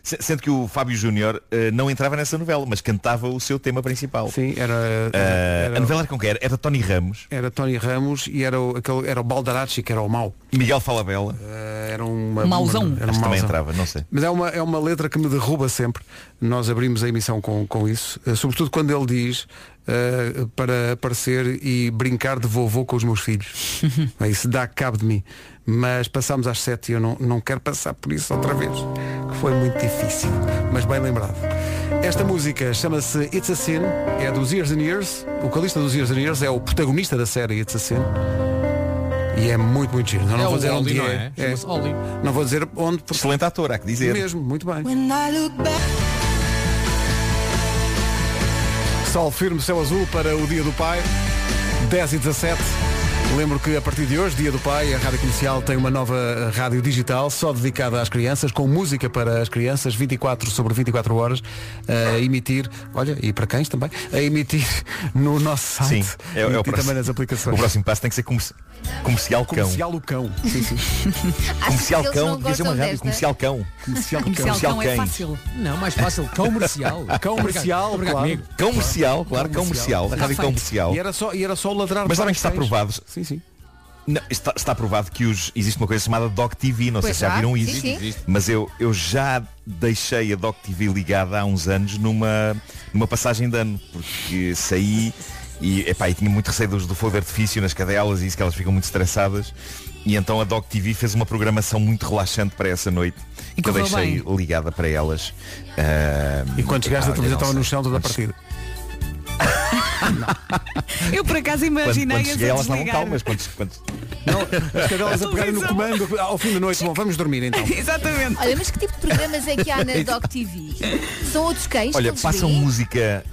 Speaker 15: se- sendo que o Fábio Júnior eh, não entrava nessa novela, mas cantava o seu tema principal. Eh,
Speaker 2: Sim, era,
Speaker 15: Ah, A novela era com quem era? Era Tony Ramos,
Speaker 2: Era Tony Ramos e era o, aquele, era o Baldaracci, que era o mau. Eh,
Speaker 15: Miguel Falabella.
Speaker 2: É era uma,
Speaker 4: Mauzão.
Speaker 2: uma- era um
Speaker 15: Acho que também
Speaker 2: mauzão.
Speaker 15: entrava, não sei.
Speaker 2: Mas é uma, é uma letra que me derruba sempre. Nós abrimos a emissão com, com isso. eh, Sobretudo quando ele diz eh, para aparecer e brincar de vovô com os meus filhos. Eh, isso dá cabo de mim. Mas passámos às sete e eu não, não quero passar por isso outra vez. Que foi muito difícil. Mas bem lembrado. Esta música chama-se It's a Sin. É dos Years and Years. O vocalista dos Years and Years é o protagonista da série It's a Sin. E é muito, muito giro. Eu não
Speaker 12: É
Speaker 2: vou
Speaker 12: o
Speaker 2: dizer
Speaker 12: Oli,
Speaker 2: onde
Speaker 12: não
Speaker 2: é.
Speaker 12: é? Chama-se Oli.
Speaker 2: Não vou dizer onde. porque-
Speaker 15: Excelente ator, há que dizer.
Speaker 2: Mesmo, muito bem. Sol firme, céu azul para o dia do pai. 10 e 17. Lembro que a partir de hoje, Dia do Pai, a Rádio Comercial tem uma nova eh, rádio digital só dedicada às crianças, com música para as crianças, 24 sobre 24 horas, a emitir, olha, e para cães também, a emitir no nosso site
Speaker 15: Sim, é, é
Speaker 2: e
Speaker 15: o
Speaker 2: também
Speaker 15: próximo.
Speaker 2: nas aplicações.
Speaker 15: O próximo passo tem que ser comerci- comercial cão.
Speaker 2: Comercial o cão. Sim, sim.
Speaker 15: Comercial
Speaker 12: que eles
Speaker 15: cão,
Speaker 12: não
Speaker 15: devia ser uma
Speaker 12: gostam
Speaker 15: rádio
Speaker 12: desta.
Speaker 15: comercial cão. é
Speaker 2: Comercial
Speaker 6: é
Speaker 15: cães.
Speaker 12: Não, mais fácil. Comercial.
Speaker 15: Cão comercial,
Speaker 12: Obrigado,
Speaker 15: claro.
Speaker 12: amigo.
Speaker 15: Cão comercial, claro, cão comercial. A
Speaker 2: Está
Speaker 15: rádio
Speaker 2: feito.
Speaker 15: comercial.
Speaker 2: E é era só, e era só o ladrar
Speaker 15: Mas
Speaker 2: de
Speaker 15: sabem que está
Speaker 2: cães.
Speaker 15: provado.
Speaker 2: Sim, sim.
Speaker 15: Não, está, está provado que os- existe uma coisa chamada Doc TV, não
Speaker 10: Pois
Speaker 15: sei se já
Speaker 10: há,
Speaker 15: viram
Speaker 10: sim,
Speaker 15: isso,
Speaker 10: sim. Existe.
Speaker 15: mas eu, eu já deixei a Doc TV ligada há uns anos numa, numa passagem de ano, porque saí e, epá, e tinha muito receio dos- do fogo de artifício nas cadelas e isso que elas ficam muito estressadas. E então a Doc TV fez uma programação muito relaxante para essa noite que eu
Speaker 2: correu
Speaker 15: deixei ligada para elas. ah,
Speaker 2: E quando chegaste a
Speaker 15: é
Speaker 2: televisão estava no chão toda a
Speaker 15: partida.
Speaker 2: partida.
Speaker 4: Eu por acaso
Speaker 15: Quando,
Speaker 4: imaginei
Speaker 15: quando
Speaker 4: as
Speaker 15: cheguei
Speaker 4: a
Speaker 15: elas estavam
Speaker 4: desligar.
Speaker 15: calmas. Quando, quando...
Speaker 2: Não, as cadelas a pegarem
Speaker 15: é.
Speaker 2: no comando ao fim da noite. Bom, vamos dormir então.
Speaker 4: Exatamente.
Speaker 6: Olha, mas que tipo de programas é que há na Doc TV? São outros cães?
Speaker 15: Olha,
Speaker 6: que eles
Speaker 15: passam
Speaker 6: veem?
Speaker 15: música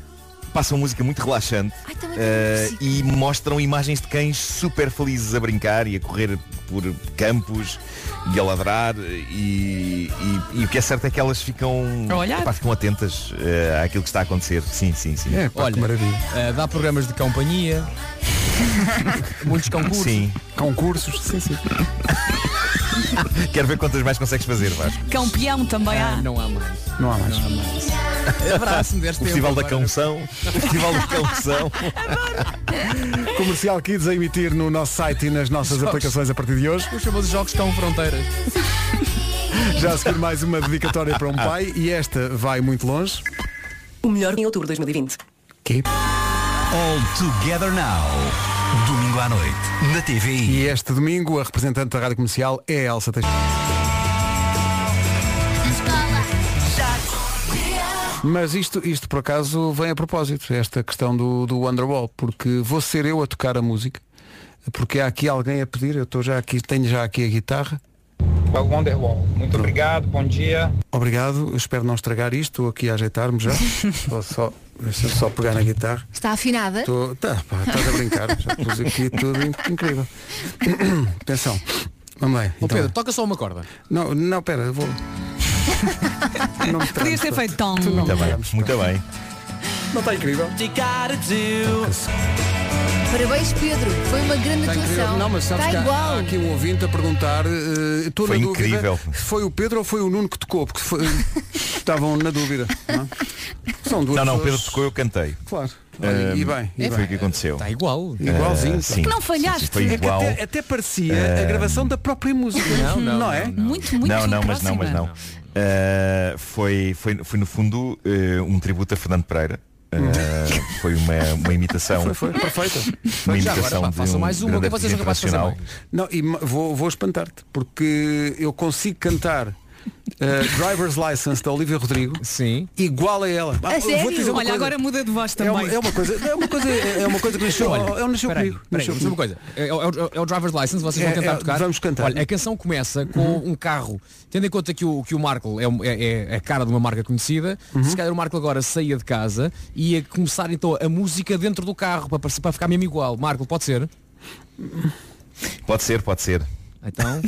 Speaker 15: passam música muito relaxante
Speaker 6: também
Speaker 15: eh, e mostram imagens de cães super felizes a brincar e a correr por campos e a ladrar e, e- e o que é certo é que elas ficam,
Speaker 12: A olhar.
Speaker 15: epá, ficam atentas eh, àquilo que está a acontecer. Sim, sim, sim.
Speaker 2: É,
Speaker 12: Olha, eh, dá programas de companhia. Muitos concursos.
Speaker 15: Sim.
Speaker 2: Concursos, sim, sim.
Speaker 15: Quero ver quantas mais consegues fazer, Vasco.
Speaker 4: Campeão também
Speaker 15: Ah,
Speaker 4: há.
Speaker 15: é.
Speaker 12: Não há mais.
Speaker 2: Não há mais.
Speaker 12: Abraço-me
Speaker 15: o
Speaker 12: deste
Speaker 15: Festival
Speaker 12: tempo
Speaker 15: da
Speaker 12: agora.
Speaker 15: Canção. O Festival da Canção.
Speaker 2: Comercial Kids a emitir no nosso site e nas nossas
Speaker 12: Jogos.
Speaker 2: aplicações a partir de hoje.
Speaker 12: Os famosos jogos estão fronteiras.
Speaker 2: Já a seguir mais uma dedicatória para um pai e esta vai muito longe.
Speaker 22: O melhor em outubro de 2020.
Speaker 2: Que?
Speaker 20: All Together Now. Domingo à noite, na TVI.
Speaker 2: E este domingo a representante da Rádio Comercial é a Elsa Teixeira. Mas isto, isto por acaso vem a propósito, esta questão do, do Wonderwall, porque vou ser eu a tocar a música, porque há aqui alguém a pedir, eu estou já aqui, tenho já aqui a guitarra.
Speaker 23: Wonderwall. Muito obrigado, bom dia.
Speaker 2: Obrigado, espero não estragar isto, estou aqui a ajeitar-me já. Vou só, deixa-me só pegar na guitarra.
Speaker 6: Está afinada?
Speaker 2: Estou, tá, pá, estás a brincar, já pus aqui tudo in- incrível. Atenção, mamãe.
Speaker 12: Ô Pedro, toca só uma corda.
Speaker 2: Não, não, pera, vou. Não me
Speaker 4: Podia
Speaker 2: transes,
Speaker 4: ser
Speaker 2: pá.
Speaker 4: feito tom.
Speaker 2: Tu não me transes,
Speaker 15: Muito bem.
Speaker 2: Não está incrível?
Speaker 6: Parabéns, Pedro. Foi uma grande
Speaker 2: Está incrível.
Speaker 6: atuação.
Speaker 2: Não, mas sabes
Speaker 6: Está
Speaker 2: que há-
Speaker 6: tá igual.
Speaker 2: há aqui um ouvinte a perguntar, eh, estou
Speaker 15: Foi
Speaker 2: na dúvida,
Speaker 15: incrível.
Speaker 2: foi o Pedro ou foi o Nuno que tocou? Porque foi- estavam na dúvida. não é? São duas
Speaker 15: Não, não,
Speaker 2: pessoas-
Speaker 15: Pedro tocou, eu cantei.
Speaker 2: Claro. Olha, e bem, e
Speaker 15: foi
Speaker 2: bem. Tá.
Speaker 15: o que aconteceu. Está
Speaker 12: é igual.
Speaker 2: Igualzinho.
Speaker 15: sim,
Speaker 2: pá.
Speaker 15: sim, sim, foi
Speaker 2: É que
Speaker 15: igual.
Speaker 2: até, até parecia
Speaker 15: Eh,
Speaker 2: a gravação da própria música.
Speaker 15: Não, não,
Speaker 2: é?
Speaker 4: Muito,
Speaker 15: não, não, mas não, mas não. Uh, foi, foi, foi no fundo uh, um tributo a Fernando Pereira. Uh, foi uma, uma imitação.
Speaker 2: Foi, foi, perfeita.
Speaker 15: Uma
Speaker 2: Já
Speaker 15: imitação
Speaker 2: agora, pá,
Speaker 15: de
Speaker 2: façam
Speaker 15: um
Speaker 2: mais uma,
Speaker 15: grande
Speaker 2: o que vocês
Speaker 15: artista
Speaker 2: são capazes de fazer
Speaker 15: internacional.
Speaker 2: Não, e ma- vou, vou espantar-te, porque eu consigo cantar eh, Driver's License da Olivia Rodrigo
Speaker 12: Sim.
Speaker 2: igual a ela. Ah,
Speaker 4: A
Speaker 2: eu vou-te
Speaker 4: sério?
Speaker 2: dizer uma
Speaker 4: Olha,
Speaker 2: coisa.
Speaker 4: agora muda de voz
Speaker 2: É
Speaker 4: também.
Speaker 2: uma, é uma coisa, é uma coisa, é uma coisa que nasceu.
Speaker 12: Olha,
Speaker 2: Olha, ele nasceu
Speaker 12: peraí,
Speaker 2: comigo.
Speaker 12: peraí,
Speaker 2: nasceu
Speaker 12: mas uma
Speaker 2: comigo.
Speaker 12: coisa. É, é o- é o driver's license, vocês
Speaker 2: É,
Speaker 12: vão tentar
Speaker 2: é,
Speaker 12: tocar.
Speaker 2: vamos cantar. Uhum.
Speaker 12: Olha, a canção começa com um carro. Tendo em conta que o, que o Marco é, um- é- é a cara de uma marca conhecida,
Speaker 2: Uhum.
Speaker 12: se calhar o Marco agora saía de casa e ia começar então a música dentro do carro para, parecer- para ficar mesmo igual. Marco, pode ser?
Speaker 15: Pode ser, pode ser.
Speaker 12: Então.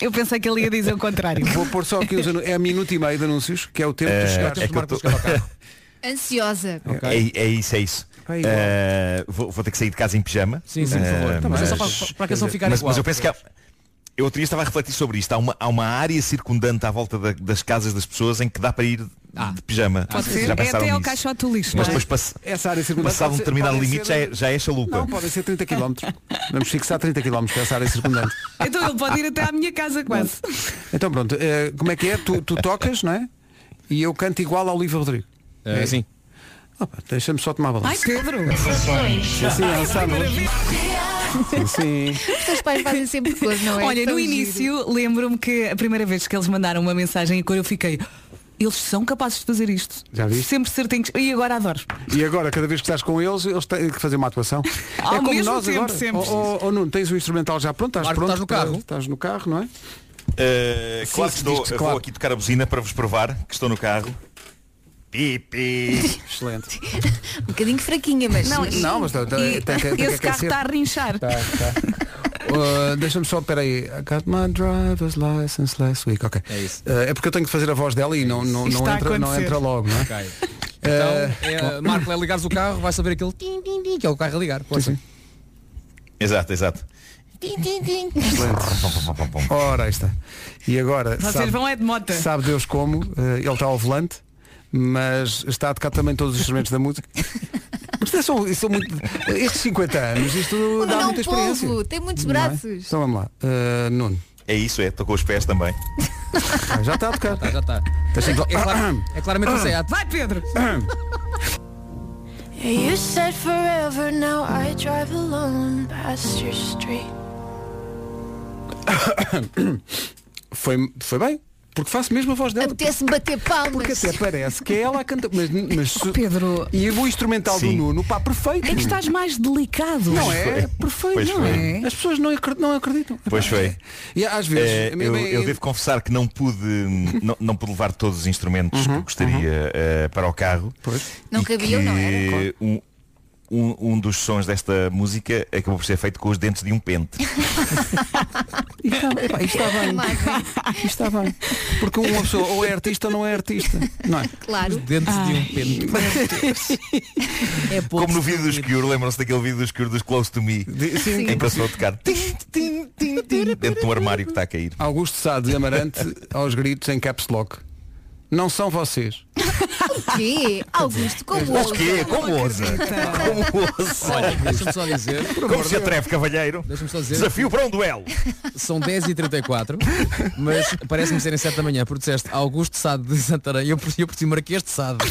Speaker 4: Eu pensei que ele ia dizer o contrário.
Speaker 2: Vou pôr só aqui os anúncios. É a minuto e meio de anúncios, que é o tempo
Speaker 15: Eh,
Speaker 2: de chegar.
Speaker 15: é que eu tô-
Speaker 2: um-
Speaker 6: Ansiosa.
Speaker 15: É, é isso, é isso.
Speaker 2: É igual.
Speaker 15: Uh, vou, vou ter que sair de casa em pijama.
Speaker 12: Sim, sim, por favor.
Speaker 15: Uh,
Speaker 12: Tá bem. Mas é só para- para a canção ficar
Speaker 15: mas,
Speaker 12: igual.
Speaker 15: Mas eu penso que há, eu outro dia estava a refletir sobre isto. Há uma, há uma área circundante à volta da- das casas das pessoas em que dá para ir de pijama.
Speaker 4: Pode
Speaker 15: Vocês
Speaker 4: ser?
Speaker 15: Já
Speaker 4: É
Speaker 15: pensaram
Speaker 4: até ao
Speaker 15: nisso?
Speaker 4: caixote do lixo.
Speaker 15: Mas
Speaker 4: não é?
Speaker 15: depois passa-
Speaker 2: Essa área circundante
Speaker 15: Passado um
Speaker 2: pode ser-
Speaker 15: determinado
Speaker 2: pode
Speaker 15: limite
Speaker 2: ser-
Speaker 15: já é, já é chalupa.
Speaker 2: Não, podem ser 30 km. Vamos fixar 30 km para essa área circundante.
Speaker 4: Então ele pode ir até à minha casa quase.
Speaker 2: Então pronto, eh, como é que é? Tu, tu tocas, não é? E eu canto igual ao Olívio Rodrigo.
Speaker 12: É, sim.
Speaker 2: Deixa-me só tomar balanço.
Speaker 4: Ai, Pedro!
Speaker 2: Assim,
Speaker 4: Ai,
Speaker 2: lançamos. Sim.
Speaker 6: Os teus pais fazem sempre coisa, não é?
Speaker 4: Olha,
Speaker 6: Tão
Speaker 4: no
Speaker 6: giro.
Speaker 4: início lembro-me que a primeira vez que eles mandaram uma mensagem em cor eu fiquei, eles são capazes de fazer isto.
Speaker 2: Já viste?
Speaker 4: Sempre certinhos. E agora adoro.
Speaker 2: E agora, cada vez que estás com eles, eles têm que fazer uma atuação.
Speaker 4: Ao
Speaker 2: é como
Speaker 4: mesmo
Speaker 2: nós
Speaker 4: tempo,
Speaker 2: agora.
Speaker 4: sempre.
Speaker 2: Oh, oh, oh, Nuno, tens o instrumental já pronto? Estás
Speaker 12: Marco,
Speaker 2: pronto?
Speaker 12: estás no carro?
Speaker 2: Estás no carro, não é?
Speaker 15: Uh,
Speaker 2: Sim,
Speaker 15: Eh, claro
Speaker 2: sim,
Speaker 15: que estou,
Speaker 2: diz-te,
Speaker 15: eu
Speaker 2: claro.
Speaker 15: vou aqui tocar a buzina para vos provar que estou no carro. Pi, pi.
Speaker 2: Excelente.
Speaker 6: Um bocadinho fraquinha, mas.
Speaker 4: Não,
Speaker 2: Não, mas tá- tá-
Speaker 4: e-
Speaker 2: tem que- tem que
Speaker 4: esse carro
Speaker 2: aquecer.
Speaker 4: está a rinchar.
Speaker 2: Uh, Deixa-me só, peraí. I got my driver's license last week. Ok. É isso. é porque eu tenho que fazer a voz dela e não, não,
Speaker 12: Isto
Speaker 2: não
Speaker 12: está a
Speaker 2: entra, não
Speaker 12: acontecer.
Speaker 2: entra logo, não é?
Speaker 12: É Ok. Então, é, Marco, é ligares o carro, vai saber aquele tim, tim, tim, que é o carro a ligar. Força.
Speaker 15: Exato, exato.
Speaker 2: Excelente. Ora, aí está. E agora.
Speaker 4: Vocês vão é de moto.
Speaker 2: Sabe Deus como. eh, ele está ao volante, mas está a tocar também todos os instrumentos da música. Mas é só- isso é muito- estes 50 anos, isto dá
Speaker 6: Não,
Speaker 2: muita experiência.
Speaker 6: povo, tem muitos
Speaker 2: Não é?
Speaker 6: braços.
Speaker 2: Então vamos lá. Eh, Nuno.
Speaker 15: É isso, é. Estou com os pés também.
Speaker 2: Ah, já está a tocar.
Speaker 12: Já está.
Speaker 2: Deixa-me só-
Speaker 12: É, claro- é claramente o
Speaker 2: Ahem.
Speaker 12: Seat.
Speaker 4: Vai, Pedro!
Speaker 8: You said forever, now I drive alone past your street.
Speaker 2: Foi, foi bem, porque faço mesmo a voz dela.
Speaker 6: Apetece-me bater palmas.
Speaker 2: Porque até parece que é ela a cantar. Mas, mas
Speaker 6: Oh,
Speaker 2: se-
Speaker 4: Pedro.
Speaker 2: E o instrumental
Speaker 4: Sim.
Speaker 2: do Nuno, pá, perfeito.
Speaker 4: É que estás mais delicado.
Speaker 2: Não é? Perfeito,
Speaker 15: Pois
Speaker 2: não
Speaker 15: foi.
Speaker 2: é? As pessoas não acre- não acreditam.
Speaker 15: Pois foi.
Speaker 2: E às vezes,
Speaker 15: Eh,
Speaker 2: a mim
Speaker 15: eu,
Speaker 2: bem-
Speaker 15: eu devo confessar que não pude, não, não pude levar todos os
Speaker 2: Uhum,
Speaker 15: instrumentos que gostaria eh, para o carro.
Speaker 6: Não cabia ou não era?
Speaker 15: que um, um, um dos sons desta música acabou por ser feito com os dentes de um pente.
Speaker 2: Isto está, então, epá,
Speaker 6: É
Speaker 2: isto está bem. Isto está bem. Porque uma pessoa ou é artista ou não é artista. Não é?
Speaker 6: Claro.
Speaker 12: Dentes de um pente.
Speaker 2: É
Speaker 15: Como no vídeo dos Cure, lembram-se daquele vídeo dos Cure dos Close to Me?
Speaker 2: sim.
Speaker 15: Em que eu sou a tocar tim, tim, tim, tim, dentro de um armário que está a cair.
Speaker 2: Augusto Sá de Amarante aos gritos em caps lock. Não são vocês.
Speaker 6: O quê? Augusto, como
Speaker 2: Mas
Speaker 6: ousa?
Speaker 2: quê? Tá. Como ousa?
Speaker 15: Como ousa?
Speaker 12: Olha, deixa-me só dizer.
Speaker 15: Como se atreve, cavalheiro?
Speaker 12: Deixa-me só dizer.
Speaker 15: Desafio para um duelo.
Speaker 12: São 10h34, mas parece-me serem 7 da manhã, porque disseste Augusto Sade de Santarém. Eu, por- eu por ti marquês de Sade.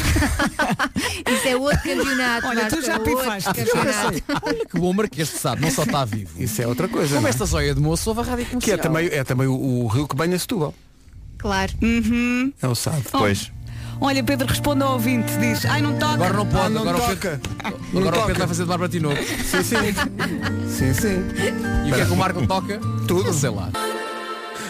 Speaker 6: Isso é outro campeonato.
Speaker 4: Olha, tu
Speaker 6: Marco,
Speaker 4: já
Speaker 6: é outro
Speaker 4: pifaste.
Speaker 12: Eu
Speaker 6: campeonato.
Speaker 12: pensei, olha que bom marquês de Sade, não só está vivo.
Speaker 2: Isso é outra coisa.
Speaker 12: Como
Speaker 2: não é?
Speaker 12: esta zóia de moço, houve a rádio
Speaker 2: Que é
Speaker 12: comercial.
Speaker 2: também, é também o, o rio que banha Setúbal.
Speaker 6: Claro.
Speaker 2: É o Sado.
Speaker 4: Pois. Olha, Pedro, responde ao ouvinte. Diz, ai, não toca.
Speaker 12: Agora não pode,
Speaker 4: Ah, não
Speaker 12: agora,
Speaker 4: toca.
Speaker 12: o Pedro,
Speaker 2: Não
Speaker 12: agora o
Speaker 2: toca.
Speaker 12: Pedro vai fazer de Bárbara Tinoco.
Speaker 2: Sim, sim. Sim, sim.
Speaker 12: E o que é que o Marco toca? Tudo. Sei lá.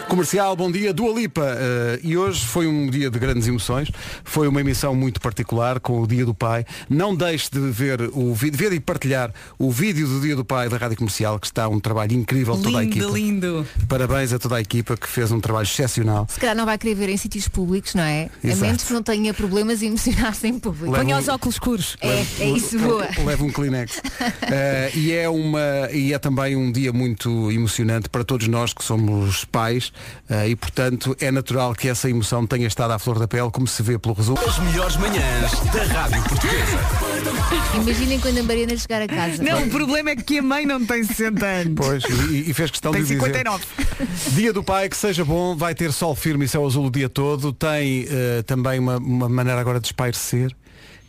Speaker 2: Comercial, bom dia, Dua Lipa. Eh, e hoje foi um dia de grandes emoções. Foi uma emissão muito particular com o Dia do Pai. Não deixe de ver o vídeo, ver e partilhar o vídeo do Dia do Pai da Rádio Comercial, que está um trabalho incrível toda a
Speaker 4: Lindo,
Speaker 2: equipa.
Speaker 4: lindo.
Speaker 2: Parabéns a toda a equipa que fez um trabalho excepcional.
Speaker 6: Se calhar não vai querer ver em sítios públicos, não é?
Speaker 2: Exato.
Speaker 6: A menos que não tenha problemas emocionais em público.
Speaker 2: Leva Ponha um- os
Speaker 4: óculos escuros.
Speaker 6: É, é isso, boa.
Speaker 2: Leva um Kleenex. Eh, e, é uma, e é também um dia muito emocionante para todos nós que somos pais eh, e, portanto, é natural que essa emoção tenha estado à flor da pele, como se vê pelo resultado.
Speaker 20: As melhores manhãs da Rádio Portuguesa.
Speaker 6: Imaginem quando a Mariana chegar a casa.
Speaker 4: Não, o problema é que a mãe não tem 60 anos.
Speaker 2: Pois, e, e fez questão
Speaker 4: Tem
Speaker 2: de o dizer.
Speaker 4: 59.
Speaker 2: Dia do pai, que seja bom, vai ter sol firme e céu azul o dia todo. Tem eh, também uma, uma maneira agora de espairecer,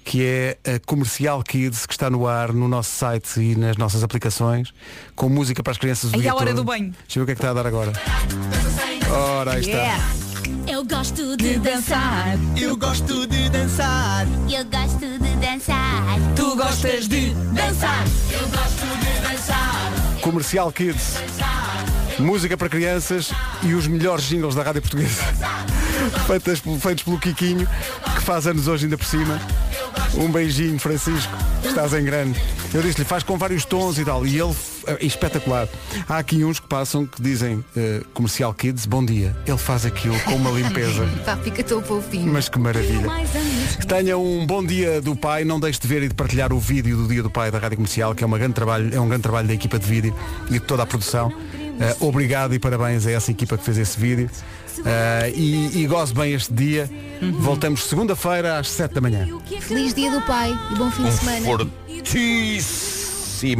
Speaker 2: que é a Comercial Kids, que está no ar no nosso site e nas nossas aplicações, com música para as crianças o
Speaker 13: Aí
Speaker 2: dia
Speaker 13: à hora
Speaker 2: todo.
Speaker 13: do banho.
Speaker 2: Deixa eu ver o que é que está a dar agora. Ora, aí está.
Speaker 13: Eu gosto de dançar. Eu gosto de dançar. Eu gosto de dançar. Tu gostas de dançar. Eu gosto de dançar.
Speaker 2: Comercial Kids. Música para crianças e os melhores jingles da Rádio Portuguesa. Feitas, pelo- feitos pelo Quiquinho, que faz anos hoje ainda por cima. Um beijinho, Francisco. Estás em grande. Eu disse-lhe, faz com vários tons e tal. E ele, é espetacular. Há aqui uns que passam que dizem, eh, Comercial Kids, bom dia. Ele faz aquilo com uma limpeza.
Speaker 6: Pá, fica tão fofinho.
Speaker 2: Mas que maravilha. Tenha um bom dia do pai, não deixe de ver e de partilhar o vídeo do dia do pai da Rádio Comercial, que é, uma grande trabalho, é um grande trabalho da equipa de vídeo e de toda a produção. Eh, obrigado e parabéns a essa equipa que fez esse vídeo. Eh, e, e goze bem este dia. Voltamos segunda-feira às 7 da manhã.
Speaker 6: Feliz dia do pai e bom fim de semana.
Speaker 15: Um fortíssimo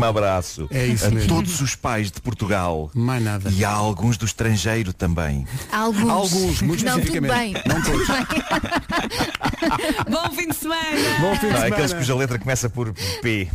Speaker 15: abraço
Speaker 2: É isso
Speaker 15: a
Speaker 2: mesmo.
Speaker 15: todos os pais de Portugal.
Speaker 2: Mais nada.
Speaker 15: E a alguns do estrangeiro também.
Speaker 6: Alguns.
Speaker 2: Alguns, muito
Speaker 6: não, tudo bem.
Speaker 2: especificamente. Não todos.
Speaker 4: Bom fim de semana.
Speaker 2: Bom fim
Speaker 15: Não,
Speaker 2: de
Speaker 15: é
Speaker 2: semana.
Speaker 15: aqueles cuja letra começa por P.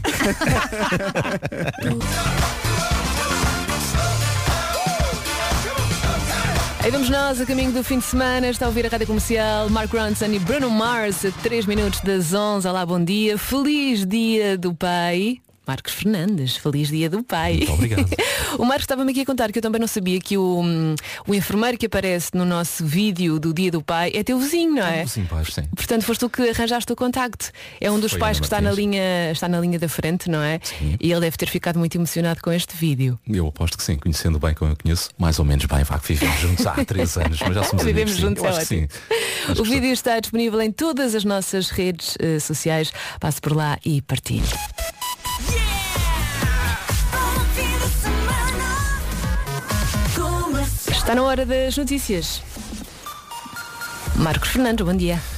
Speaker 10: Aí vamos nós, a caminho do fim de semana, está a ouvir a Rádio Comercial, Mark Ronson e Bruno Mars, a 3 minutos das 11. Olá, bom dia, feliz dia do pai. Marcos Fernandes, feliz dia do pai.
Speaker 11: Muito obrigado.
Speaker 10: o Marcos estava-me aqui a contar que eu também não sabia que o, hum, o enfermeiro que aparece no nosso vídeo do dia do pai é teu vizinho, não é?
Speaker 11: Sim, pá, sim.
Speaker 10: Portanto, foste tu que arranjaste o contacto. É um dos
Speaker 11: Foi
Speaker 10: pais
Speaker 11: Ana
Speaker 10: que está na,
Speaker 11: Martins.
Speaker 10: linha, está na linha da frente, não é? E ele deve ter ficado muito emocionado com este vídeo.
Speaker 11: Eu aposto que sim, conhecendo bem como eu conheço, mais ou menos bem, vá que vivemos juntos há três anos, mas já somos
Speaker 10: Vivemos
Speaker 11: amigos, sim.
Speaker 10: juntos,
Speaker 11: eu
Speaker 10: é
Speaker 11: acho que sim.
Speaker 10: o vídeo está disponível em todas as nossas redes eh, sociais. Passe por lá e partilhe. Está na hora das notícias. Marcos Fernandes, bom dia.